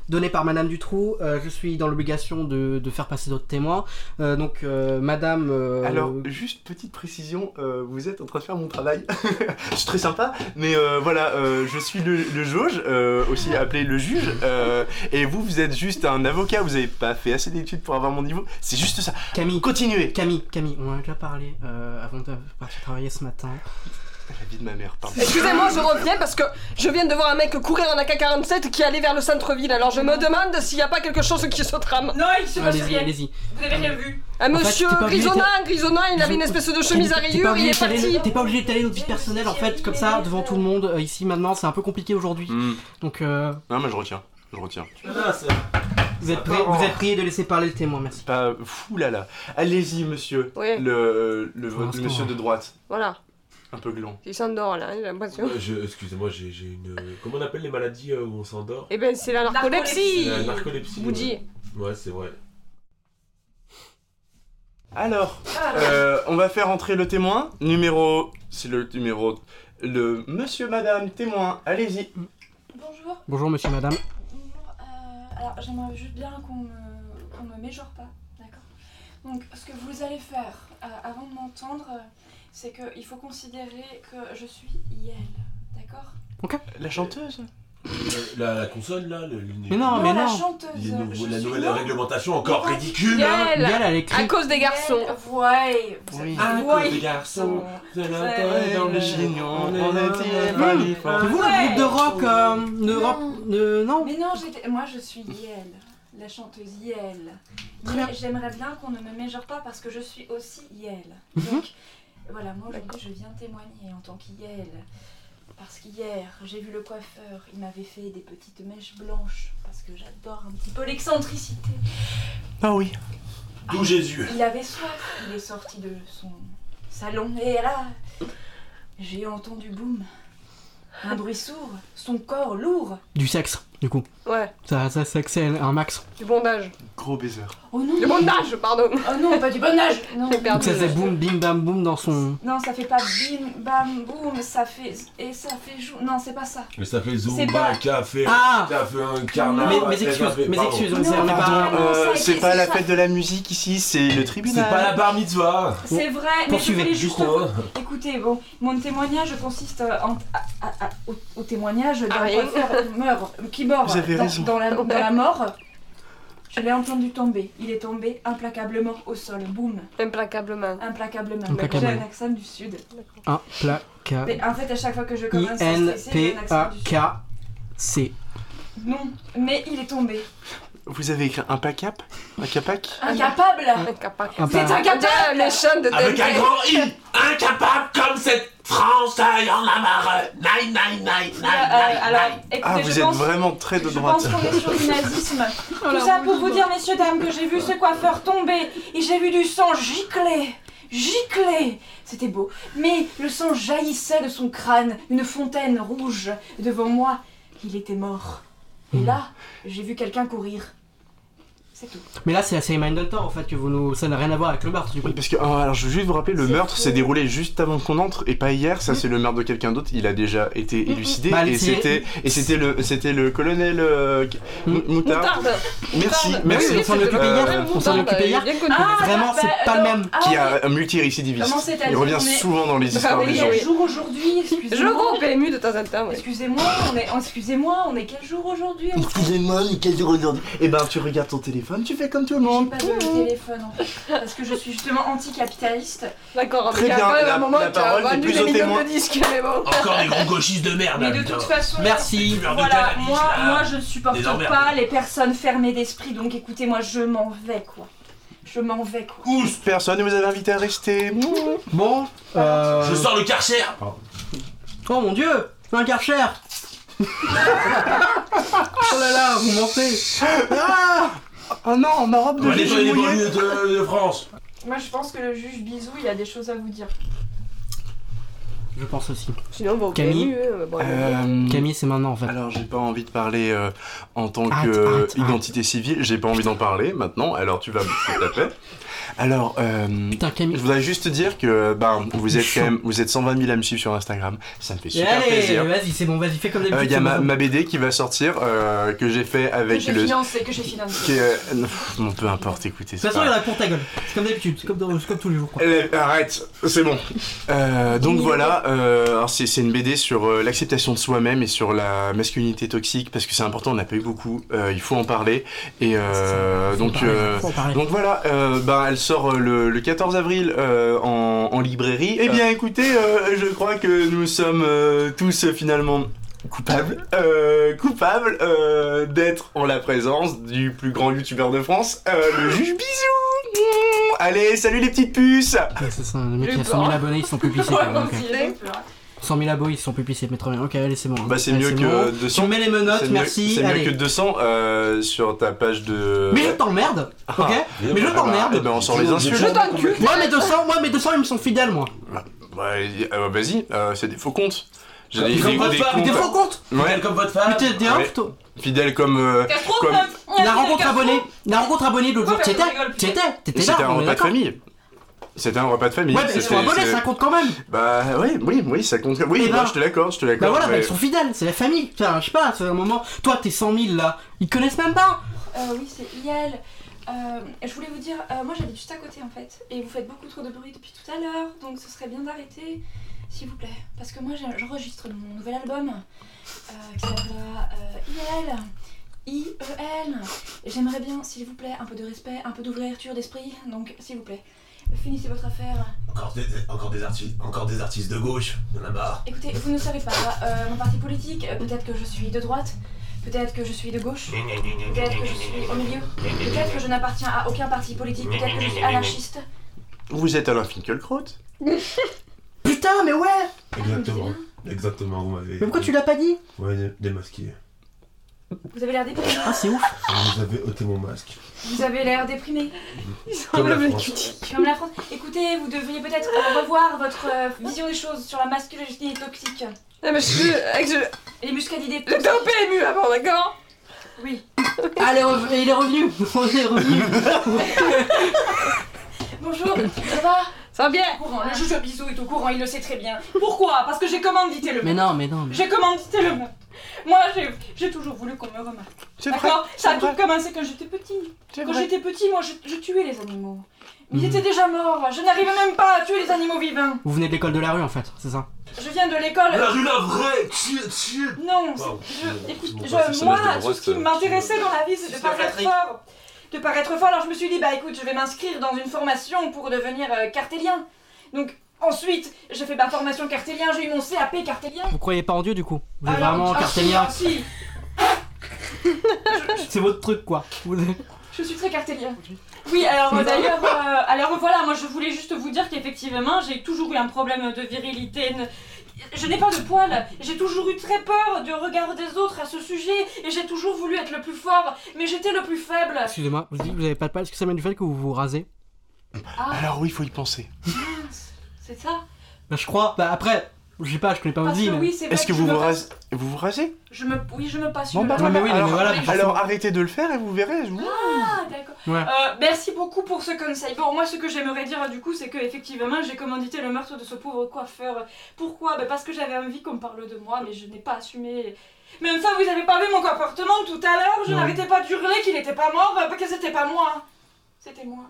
Speaker 1: donné par Madame Dutroux, euh, je suis dans l'obligation de, de faire passer d'autres témoins. Euh, donc euh, Madame. euh,
Speaker 5: Alors, juste petite précision, euh, vous êtes en train de faire mon travail. je suis très sympa, mais euh, voilà, euh, je suis le, le jauge, euh, aussi appelé le juge, euh, et vous, vous êtes juste un avocat, vous avez pas fait assez d'études pour avoir mon niveau, c'est juste ça.
Speaker 1: Camille.
Speaker 5: Continuez
Speaker 1: Camille, Camille, on en a déjà parlé euh, avant de partir travailler ce matin.
Speaker 5: La vie de ma mère, pardon.
Speaker 8: Excusez-moi, je reviens parce que je viens de voir un mec courir en AK-47 qui allait vers le centre-ville, alors je me demande s'il n'y a pas quelque chose qui se trame.
Speaker 6: Non, il se passe
Speaker 1: Allez-y,
Speaker 6: rien.
Speaker 1: allez-y.
Speaker 6: Vous n'avez rien vu.
Speaker 8: Un
Speaker 1: En fait,
Speaker 8: monsieur
Speaker 1: t'es pas obligé,
Speaker 8: grisonnant, grisonnant, il avait
Speaker 1: Je-
Speaker 8: une espèce de chemise à
Speaker 1: Camille, t'es pas
Speaker 8: rayures, il
Speaker 1: obligé
Speaker 8: est
Speaker 1: d'étaler-
Speaker 8: parti
Speaker 1: T'es pas obligé d'étaler notre vie personnelle en fait, comme ça, devant tout le monde, euh, ici maintenant, c'est un peu compliqué aujourd'hui.
Speaker 5: Hmm.
Speaker 1: Donc euh,
Speaker 5: Non, mais je retiens, je retiens.
Speaker 7: Ah, c'est-
Speaker 1: vous, êtes
Speaker 7: Ça
Speaker 1: priés-
Speaker 7: part en-
Speaker 1: vous êtes priés de laisser parler le témoin, merci.
Speaker 5: Pas fou là là. Allez-y, monsieur,
Speaker 8: Oui.
Speaker 5: le, le,
Speaker 1: Pour l'instant,
Speaker 5: monsieur
Speaker 1: ouais.
Speaker 5: de droite,
Speaker 8: Voilà,
Speaker 5: un peu gland.
Speaker 8: il s'endort là, hein, j'ai l'impression.
Speaker 7: Euh, je- Excusez-moi, j'ai j'ai une. euh, Comment on appelle les maladies euh, où on s'endort
Speaker 8: Eh ben c'est la
Speaker 6: narcolepsie.
Speaker 8: narcolepsie
Speaker 7: La narcolepsie.
Speaker 8: Vous dit.
Speaker 7: Ouais, Ouais, c'est vrai.
Speaker 5: Alors,
Speaker 6: Ah,
Speaker 5: euh, on va faire entrer le témoin. Numéro. C'est le numéro. Le monsieur, madame, témoin, allez-y.
Speaker 6: Bonjour.
Speaker 1: Bonjour monsieur, madame.
Speaker 6: Bonjour, euh, alors j'aimerais juste bien qu'on me, qu'on me méjore pas, d'accord Donc ce que vous allez faire euh, avant de m'entendre, euh, c'est qu'il faut considérer que je suis Yel, d'accord
Speaker 5: La chanteuse
Speaker 7: Euh, La, la consonne là, le, le-
Speaker 1: Mais non, mais
Speaker 6: la
Speaker 1: non.
Speaker 6: chanteuse
Speaker 7: les nouveaux-
Speaker 6: je
Speaker 7: la
Speaker 6: suis
Speaker 7: nouvelle
Speaker 6: Yel.
Speaker 7: réglementation encore
Speaker 6: Non.
Speaker 7: ridicule hein.
Speaker 1: Gaël,
Speaker 8: Elle,
Speaker 1: elle
Speaker 8: à
Speaker 1: écrit.
Speaker 8: cause des garçons.
Speaker 6: Yel, Ouais, vous
Speaker 5: Oui.
Speaker 6: êtes-
Speaker 7: À
Speaker 6: ouais.
Speaker 7: cause des garçons, de l'intérêt
Speaker 6: Ouais,
Speaker 7: dans le
Speaker 6: le
Speaker 7: chignon,
Speaker 5: chignon,
Speaker 7: on
Speaker 5: on
Speaker 7: est
Speaker 5: est
Speaker 7: pas
Speaker 1: hum.
Speaker 7: les
Speaker 1: C'est vous
Speaker 6: Ouais.
Speaker 1: le groupe de rock euh, de
Speaker 6: Non.
Speaker 1: rock de- non
Speaker 6: Mais non, j'étais- moi je suis Yel, la chanteuse Yel.
Speaker 1: Très
Speaker 6: Mais
Speaker 1: bien.
Speaker 6: J'aimerais bien qu'on ne me méjore pas parce que je suis aussi Yel.
Speaker 1: Mhm.
Speaker 6: Donc voilà, moi aujourd'hui je viens témoigner en tant qu'Yel. Parce qu'hier, j'ai vu le coiffeur, il m'avait fait des petites mèches blanches parce que j'adore un petit peu l'excentricité.
Speaker 5: Ah oui.
Speaker 7: D'où Jésus
Speaker 6: Il avait soif, il est sorti de son salon et là, j'ai entendu boum. Un bruit sourd, son corps lourd.
Speaker 1: Du sexe, du coup.
Speaker 8: Ouais,
Speaker 1: Ça, ça, ça c'est un max.
Speaker 8: du bondage.
Speaker 5: Gros baiser.
Speaker 6: Oh non
Speaker 8: Du bondage, pardon.
Speaker 6: Oh non, pas du bonnage Non,
Speaker 8: J'ai
Speaker 1: Donc
Speaker 8: perdu.
Speaker 1: ça faisait boum, bim, bam, boum dans son.
Speaker 6: Non, ça fait pas bim, bam, boum, ça fait. Et ça fait jou. Non, c'est pas ça.
Speaker 7: Mais ça fait
Speaker 6: C'est pas-
Speaker 7: Zumba, café,
Speaker 1: Ah
Speaker 7: fait un
Speaker 1: Mais
Speaker 7: carnaval.
Speaker 1: mes
Speaker 7: ça
Speaker 1: excuses,
Speaker 7: fait-
Speaker 1: mes
Speaker 7: pardon.
Speaker 1: excuses,
Speaker 6: Non,
Speaker 1: on est on est pas.
Speaker 6: pardon. non, ça,
Speaker 5: euh, c'est
Speaker 6: c'est-
Speaker 5: pas
Speaker 6: c'est
Speaker 5: la
Speaker 6: ça.
Speaker 5: fête de la musique ici, c'est le
Speaker 7: C'est
Speaker 5: tribunal.
Speaker 7: pas la bar mitzvah
Speaker 6: C'est vrai, mais je
Speaker 1: poursuivez,
Speaker 6: voulais
Speaker 7: Du
Speaker 6: juste.
Speaker 7: coup,
Speaker 6: vous-
Speaker 7: hein.
Speaker 6: Écoutez, bon, mon témoignage consiste en, à- à- à- au, au témoignage d'un
Speaker 8: Ah, rien.
Speaker 6: coiffeur qui meurt, qui meurt
Speaker 5: Vous avez
Speaker 6: dans,
Speaker 5: raison.
Speaker 6: dans la, dans
Speaker 8: Ouais.
Speaker 6: la mort. Je l'ai entendu tomber. Il est tombé implacablement au sol. Boum,
Speaker 8: Implacablement.
Speaker 6: implacablement. J'ai
Speaker 1: Implacablement.
Speaker 6: un accent du sud.
Speaker 1: Un plat K
Speaker 6: Mais en fait, à chaque fois que je
Speaker 1: I
Speaker 6: commence à
Speaker 1: N
Speaker 6: stresser, j'ai
Speaker 1: P
Speaker 6: un accent
Speaker 1: A
Speaker 6: du
Speaker 1: K
Speaker 6: sud.
Speaker 1: C.
Speaker 6: Non, mais il est tombé.
Speaker 5: Vous avez écrit un PACAP Un CAPAC
Speaker 6: Ah, Incapable
Speaker 8: Incapable.
Speaker 1: Un
Speaker 6: C'est
Speaker 1: pas-
Speaker 8: Incapable, les chaînes de
Speaker 7: Avec un
Speaker 8: Dante.
Speaker 7: grand
Speaker 6: Euh,
Speaker 7: I Incapable comme cette France, il y en a marre Nine, nine, nine, nine,
Speaker 6: Euh, alors,
Speaker 7: nine
Speaker 6: écoutez,
Speaker 5: Ah,
Speaker 6: je
Speaker 5: vous êtes
Speaker 6: pense,
Speaker 5: vraiment très de
Speaker 6: je
Speaker 5: droite.
Speaker 6: pense qu'on est sur du nazisme. Tout ça pour vous dire, messieurs, dames, que j'ai vu ce coiffeur tomber et j'ai vu du sang gicler. Gicler C'était beau. Mais le sang jaillissait de son crâne, une fontaine rouge. Devant moi, il était mort.
Speaker 5: Hmm.
Speaker 6: Et là, j'ai vu quelqu'un courir. C'est tout.
Speaker 1: Mais là, c'est la série Mindhunter en fait que vous nous. Ça n'a rien à voir avec le meurtre du coup.
Speaker 5: Oui, parce que, oh, alors je veux juste vous rappeler, le
Speaker 6: C'est Mm.
Speaker 5: meurtre
Speaker 6: faux.
Speaker 5: s'est déroulé juste avant qu'on entre et pas hier. Ça, c'est le meurtre de quelqu'un d'autre. Il a déjà été
Speaker 6: Mm,
Speaker 5: élucidé
Speaker 1: Bah,
Speaker 5: et
Speaker 1: c'est-
Speaker 5: c'était et c'était le c'était le colonel euh,
Speaker 6: Mm.
Speaker 5: Mou- Moutard.
Speaker 8: Moutarde.
Speaker 5: Merci,
Speaker 8: Moutarde.
Speaker 5: merci.
Speaker 1: Oui, on s'en est occupé hier.
Speaker 5: Euh,
Speaker 1: On s'en est occupé hier.
Speaker 8: Bien connu.
Speaker 6: Ah,
Speaker 1: Vraiment,
Speaker 6: bah,
Speaker 1: c'est pas le même.
Speaker 5: Qui a un multi-récidiviste.
Speaker 6: euh, Comment c'est-à-dire
Speaker 5: Il revient
Speaker 6: qu'on est-
Speaker 5: souvent dans les histoires
Speaker 8: oui,
Speaker 5: des
Speaker 6: Quel
Speaker 5: gens.
Speaker 8: oui.
Speaker 6: jour aujourd'hui
Speaker 8: Je le
Speaker 6: Excusez-moi.
Speaker 8: vois au PMU de temps en temps. ouais.
Speaker 6: Excusez-moi, on est. Excusez-moi, on est quel jour aujourd'hui On-
Speaker 5: Excusez-moi, Nickel du aujourd'hui. Eh ben, tu regardes ton téléphone, tu fais comme tout le
Speaker 6: J'ai
Speaker 5: monde.
Speaker 6: pas de téléphone en fait, parce que je suis justement anticapitaliste.
Speaker 8: D'accord,
Speaker 5: Très
Speaker 8: mais il y a
Speaker 5: bien,
Speaker 8: quand même
Speaker 5: la-
Speaker 8: un moment
Speaker 5: la
Speaker 8: où tu as
Speaker 5: parole n'est
Speaker 8: vendu
Speaker 5: plus
Speaker 8: des
Speaker 5: au
Speaker 8: millions
Speaker 5: témoin.
Speaker 8: de disques, mais bon.
Speaker 7: Encore des grands gauchistes de merde,
Speaker 6: Mais
Speaker 7: là,
Speaker 6: de
Speaker 7: putain.
Speaker 6: toute façon,
Speaker 1: Merci.
Speaker 7: Fumeur de
Speaker 6: voilà,
Speaker 7: cannabis,
Speaker 6: moi,
Speaker 7: là.
Speaker 6: moi je ne supporte
Speaker 7: Des emmerdes.
Speaker 6: pas les personnes fermées d'esprit, donc écoutez-moi, je m'en vais quoi. Je m'en vais quoi.
Speaker 5: Tous, personne ne vous avait invité à rester.
Speaker 1: Bon. Euh...
Speaker 7: Je sors le karcher
Speaker 1: Oh mon dieu Un Karcher Oh là là, vous mentez
Speaker 5: Ah Oh non, ma robe
Speaker 7: On
Speaker 5: de
Speaker 7: va nettoyer les
Speaker 5: jujube mouillée.
Speaker 7: banlieues de de France
Speaker 6: Moi je pense que le juge Bisou, il a des choses à vous dire.
Speaker 1: Je pense aussi.
Speaker 8: Sinon, on va au
Speaker 1: Camille.
Speaker 8: PMU. euh, bon,
Speaker 5: Euh,
Speaker 1: Camille, c'est maintenant en fait.
Speaker 5: Alors, j'ai pas envie de parler euh, en tant
Speaker 1: Arrête,
Speaker 5: que euh,
Speaker 1: arrête, arrête.
Speaker 5: identité civile, j'ai pas envie d'en parler maintenant, alors tu vas me foutre la paix. Alors, euh,
Speaker 1: Putain,
Speaker 5: je
Speaker 1: Camille.
Speaker 5: voudrais juste te dire que ben, vous êtes
Speaker 1: Chaud.
Speaker 5: quand même, vous êtes 120 000 à me suivre sur Instagram, ça me fait
Speaker 1: Et
Speaker 5: super
Speaker 1: Eh, Allez,
Speaker 5: plaisir. Euh,
Speaker 1: vas-y, c'est bon, vas-y, fais comme
Speaker 5: Il
Speaker 1: d'habitude.
Speaker 5: y a
Speaker 1: c'est
Speaker 5: ma,
Speaker 1: bon.
Speaker 5: ma BD qui va sortir, euh, que j'ai fait
Speaker 6: Que
Speaker 5: avec
Speaker 6: j'ai
Speaker 5: le...
Speaker 6: financé, que j'ai financé.
Speaker 5: qui est- euh, bon, peu importe, écoutez.
Speaker 1: De toute façon, il y en a pour ta gueule. C'est comme d'habitude, c'est comme, dans- c'est comme tous les jours. Quoi.
Speaker 5: Eh, Arrête, c'est bon. Euh, donc
Speaker 6: Mille
Speaker 5: voilà, euh, alors c'est c'est une BD sur euh, l'acceptation de soi-même et sur la masculinité toxique parce que c'est important, on n'a pas eu beaucoup, euh, il faut en parler. Et euh,
Speaker 1: Faut en
Speaker 5: donc,
Speaker 1: parler,
Speaker 5: euh,
Speaker 1: faut en parler.
Speaker 5: donc voilà, euh, ben, elle sort euh, le, le 14 avril euh, en, en librairie. Eh bien écoutez, euh, je crois que nous sommes euh, tous euh, finalement coupables, euh, coupables euh, d'être en la présence du plus grand youtubeur de France, euh, le juge Bisou. Mouah. Allez, salut les petites puces
Speaker 1: Ouais, c'est ça, les mecs
Speaker 8: Les
Speaker 1: qui a 100 000 abonnés, ils sont publicités.
Speaker 8: Ouais,
Speaker 1: donc,
Speaker 8: merci.
Speaker 1: euh,
Speaker 8: Camille.
Speaker 1: 100 000 abos, ils sont publicités, mais trop bien. Ok, allez, c'est bon.
Speaker 5: Bah c'est
Speaker 1: Ouais,
Speaker 5: mieux que
Speaker 1: bon. Tu
Speaker 5: 200.
Speaker 1: mets les
Speaker 5: C'est
Speaker 1: menottes,
Speaker 5: mieux-
Speaker 1: merci.
Speaker 5: C'est mieux
Speaker 1: allez.
Speaker 5: que 200 euh, sur ta page de.
Speaker 1: Mais je t'emmerde, ok Mais je
Speaker 5: Ah bah,
Speaker 1: t'emmerde.
Speaker 5: eh ben, on sort les insultes.
Speaker 8: Je t'en cul.
Speaker 1: Moi, mes 200, moi, mes 200, ils me sont fidèles, moi.
Speaker 5: Ouais, euh, vas-y, euh, c'est des faux comptes. J'ai
Speaker 7: Ils
Speaker 5: des,
Speaker 7: ont
Speaker 5: des-
Speaker 7: pas de
Speaker 5: des
Speaker 7: part,
Speaker 1: Mais
Speaker 5: comptes
Speaker 1: T'es faux compte
Speaker 5: ouais,
Speaker 7: Comme votre femme
Speaker 1: Mais t'es t'es
Speaker 5: Ouais.
Speaker 1: off, toi.
Speaker 5: fidèles comme. euh, comme
Speaker 1: La rencontre abonnée, la rencontre abonnée de l'autre jour,
Speaker 6: Ouais,
Speaker 1: t'y
Speaker 6: mais on
Speaker 1: étais,
Speaker 6: rigole plus.
Speaker 1: t'y étais, t'étais là,
Speaker 5: C'était un
Speaker 1: on est
Speaker 5: repas de
Speaker 1: d'accord.
Speaker 5: famille. C'était un repas de famille.
Speaker 1: Ouais, mais ils
Speaker 5: C'était-
Speaker 1: sont abonnés,
Speaker 5: c'est-
Speaker 1: ça compte quand même.
Speaker 5: Bah oui, oui, oui, ça compte. Oui,
Speaker 1: Eh
Speaker 5: bah,
Speaker 1: ben-
Speaker 5: je te l'accorde, je te
Speaker 1: Bah
Speaker 5: l'accorde.
Speaker 1: voilà, bah,
Speaker 5: mais-
Speaker 1: ils sont fidèles, c'est la famille. Putain, je sais pas, c'est un moment. Toi, t'es 100 000 là, ils connaissent même pas.
Speaker 6: Euh, oui, c'est IL. Euh, je voulais vous dire, euh, moi j'habite juste à côté en fait, et vous faites beaucoup trop de bruit depuis tout à l'heure, donc ce serait bien d'arrêter, s'il vous plaît. Parce que moi j'ai- j'enregistre mon nouvel album euh, qui s'appellera euh, IL, IEL. Et E J'aimerais bien, s'il vous plaît, un peu de respect, un peu d'ouverture d'esprit, donc s'il vous plaît, finissez votre affaire.
Speaker 7: Encore des, encore des artistes, encore des artistes de gauche, y'en a marre.
Speaker 6: Écoutez, vous ne savez pas, euh, mon parti politique, euh, peut-être que je suis de droite, peut-être que je suis de gauche. Peut-être que je suis au milieu. Peut-être que je n'appartiens à aucun parti politique. Peut-être que je suis anarchiste.
Speaker 5: Vous êtes Alain Finkielkraut
Speaker 1: Putain, mais ouais
Speaker 7: Exactement, exactement, vous m'avez.
Speaker 1: Mais pourquoi tu l'as pas dit
Speaker 7: Ouais, dé- démasqué.
Speaker 6: Vous avez l'air déprimé.
Speaker 1: Ah, c'est ouf.
Speaker 7: Vous avez ôté mon masque.
Speaker 6: Vous avez l'air déprimé.
Speaker 7: Comme la
Speaker 8: le mec
Speaker 7: France.
Speaker 8: qui dit.
Speaker 6: Comme la France. Écoutez, vous devriez peut-être euh, revoir votre euh, vision des choses sur la masculinité toxique.
Speaker 8: Non, mais je suis. avec- je-
Speaker 6: Et les muscadidés toxiques.
Speaker 8: J'étais au PMU avant, d'accord
Speaker 6: Oui.
Speaker 1: Ah, il est revenu, il est revenu. On est revenu.
Speaker 6: Bonjour, ça va
Speaker 8: Ça va bien
Speaker 6: Au courant, hein. Le juge Bisou est au courant, il le sait très bien. Pourquoi Parce que j'ai commandité le
Speaker 1: Mais non, mais non. mais-
Speaker 6: J'ai commandité le meurtre. Moi, j'ai- j'ai toujours voulu qu'on me remarque.
Speaker 5: C'est vrai.
Speaker 6: D'accord Ça a
Speaker 5: c'est vrai.
Speaker 6: tout commencé quand j'étais petit.
Speaker 5: C'est
Speaker 6: Quand
Speaker 5: vrai. Mm.
Speaker 6: j'étais petit, moi, je, je tuais les animaux. Mais ils
Speaker 1: Mhm.
Speaker 6: étaient déjà morts. Je n'arrivais même pas à tuer les animaux vivants.
Speaker 1: Vous venez de l'école de la rue en fait, c'est ça
Speaker 6: Je viens de l'école.
Speaker 7: La rue la vraie Tchut, tchut
Speaker 6: Non,
Speaker 7: Wow.
Speaker 6: c'est- je, écoute,
Speaker 7: Bon,
Speaker 6: je-
Speaker 7: bah, c'est
Speaker 6: moi,
Speaker 7: le personnage de
Speaker 6: tout ce qui
Speaker 7: Brest,
Speaker 6: m'intéressait dans la vie, c'est de
Speaker 7: Sister
Speaker 6: paraître
Speaker 7: Patrick.
Speaker 6: fort. De paraître fort, alors je me suis dit, bah écoute, je vais m'inscrire dans une formation pour devenir euh, cartélien. Donc, ensuite, j'ai fait ma formation cartélien, j'ai eu mon CAP cartélien. Ah,
Speaker 1: Vous croyez pas en Dieu du coup Vous êtes
Speaker 6: Alors,
Speaker 1: vraiment
Speaker 6: ah, si,
Speaker 1: cartélien
Speaker 6: ah, si.
Speaker 1: C'est votre truc, quoi. Vous-
Speaker 6: Je suis très cartélière. Oui, alors euh, d'ailleurs, euh, alors voilà, moi je voulais juste vous dire qu'effectivement, j'ai toujours eu un problème de virilité. ne- Je n'ai pas de poils, j'ai toujours eu très peur du regard des autres à ce sujet, et j'ai toujours voulu être le plus fort, mais j'étais le plus faible.
Speaker 1: Excusez-moi, vous dites que vous avez pas de poils, est-ce que ça vient du fait que vous vous rasez
Speaker 6: Ah,
Speaker 5: Alors oui, il faut y penser.
Speaker 6: mince, c'est ça
Speaker 1: Bah, je crois, bah après, je sais pas, je connais pas
Speaker 6: Parce
Speaker 1: Ozzy,
Speaker 6: que
Speaker 1: mais.
Speaker 6: oui, c'est vrai
Speaker 5: Est-ce que
Speaker 6: je
Speaker 5: vous
Speaker 6: me
Speaker 5: vous
Speaker 6: passe-
Speaker 5: rasez Vous vous rasez
Speaker 6: Je me... Oui, je me passe
Speaker 5: Bon,
Speaker 6: une
Speaker 5: bah,
Speaker 1: Non, mais oui, non,
Speaker 5: alors,
Speaker 1: mais voilà, je-
Speaker 5: alors arrêtez de le faire et vous verrez. je vous-
Speaker 6: Ah, d'accord.
Speaker 1: Ouais.
Speaker 6: Euh, merci beaucoup pour ce conseil. Bon, moi, ce que j'aimerais dire euh, du coup, c'est que effectivement, j'ai commandité le meurtre de ce pauvre coiffeur. Pourquoi Ben, Parce que j'avais envie qu'on parle de moi, mais je n'ai pas assumé. Mais enfin, vous avez pas vu mon comportement tout à l'heure Je
Speaker 1: Non.
Speaker 6: n'arrêtais pas d'hurler qu'il n'était pas mort, euh, que c'était pas moi. C'était moi.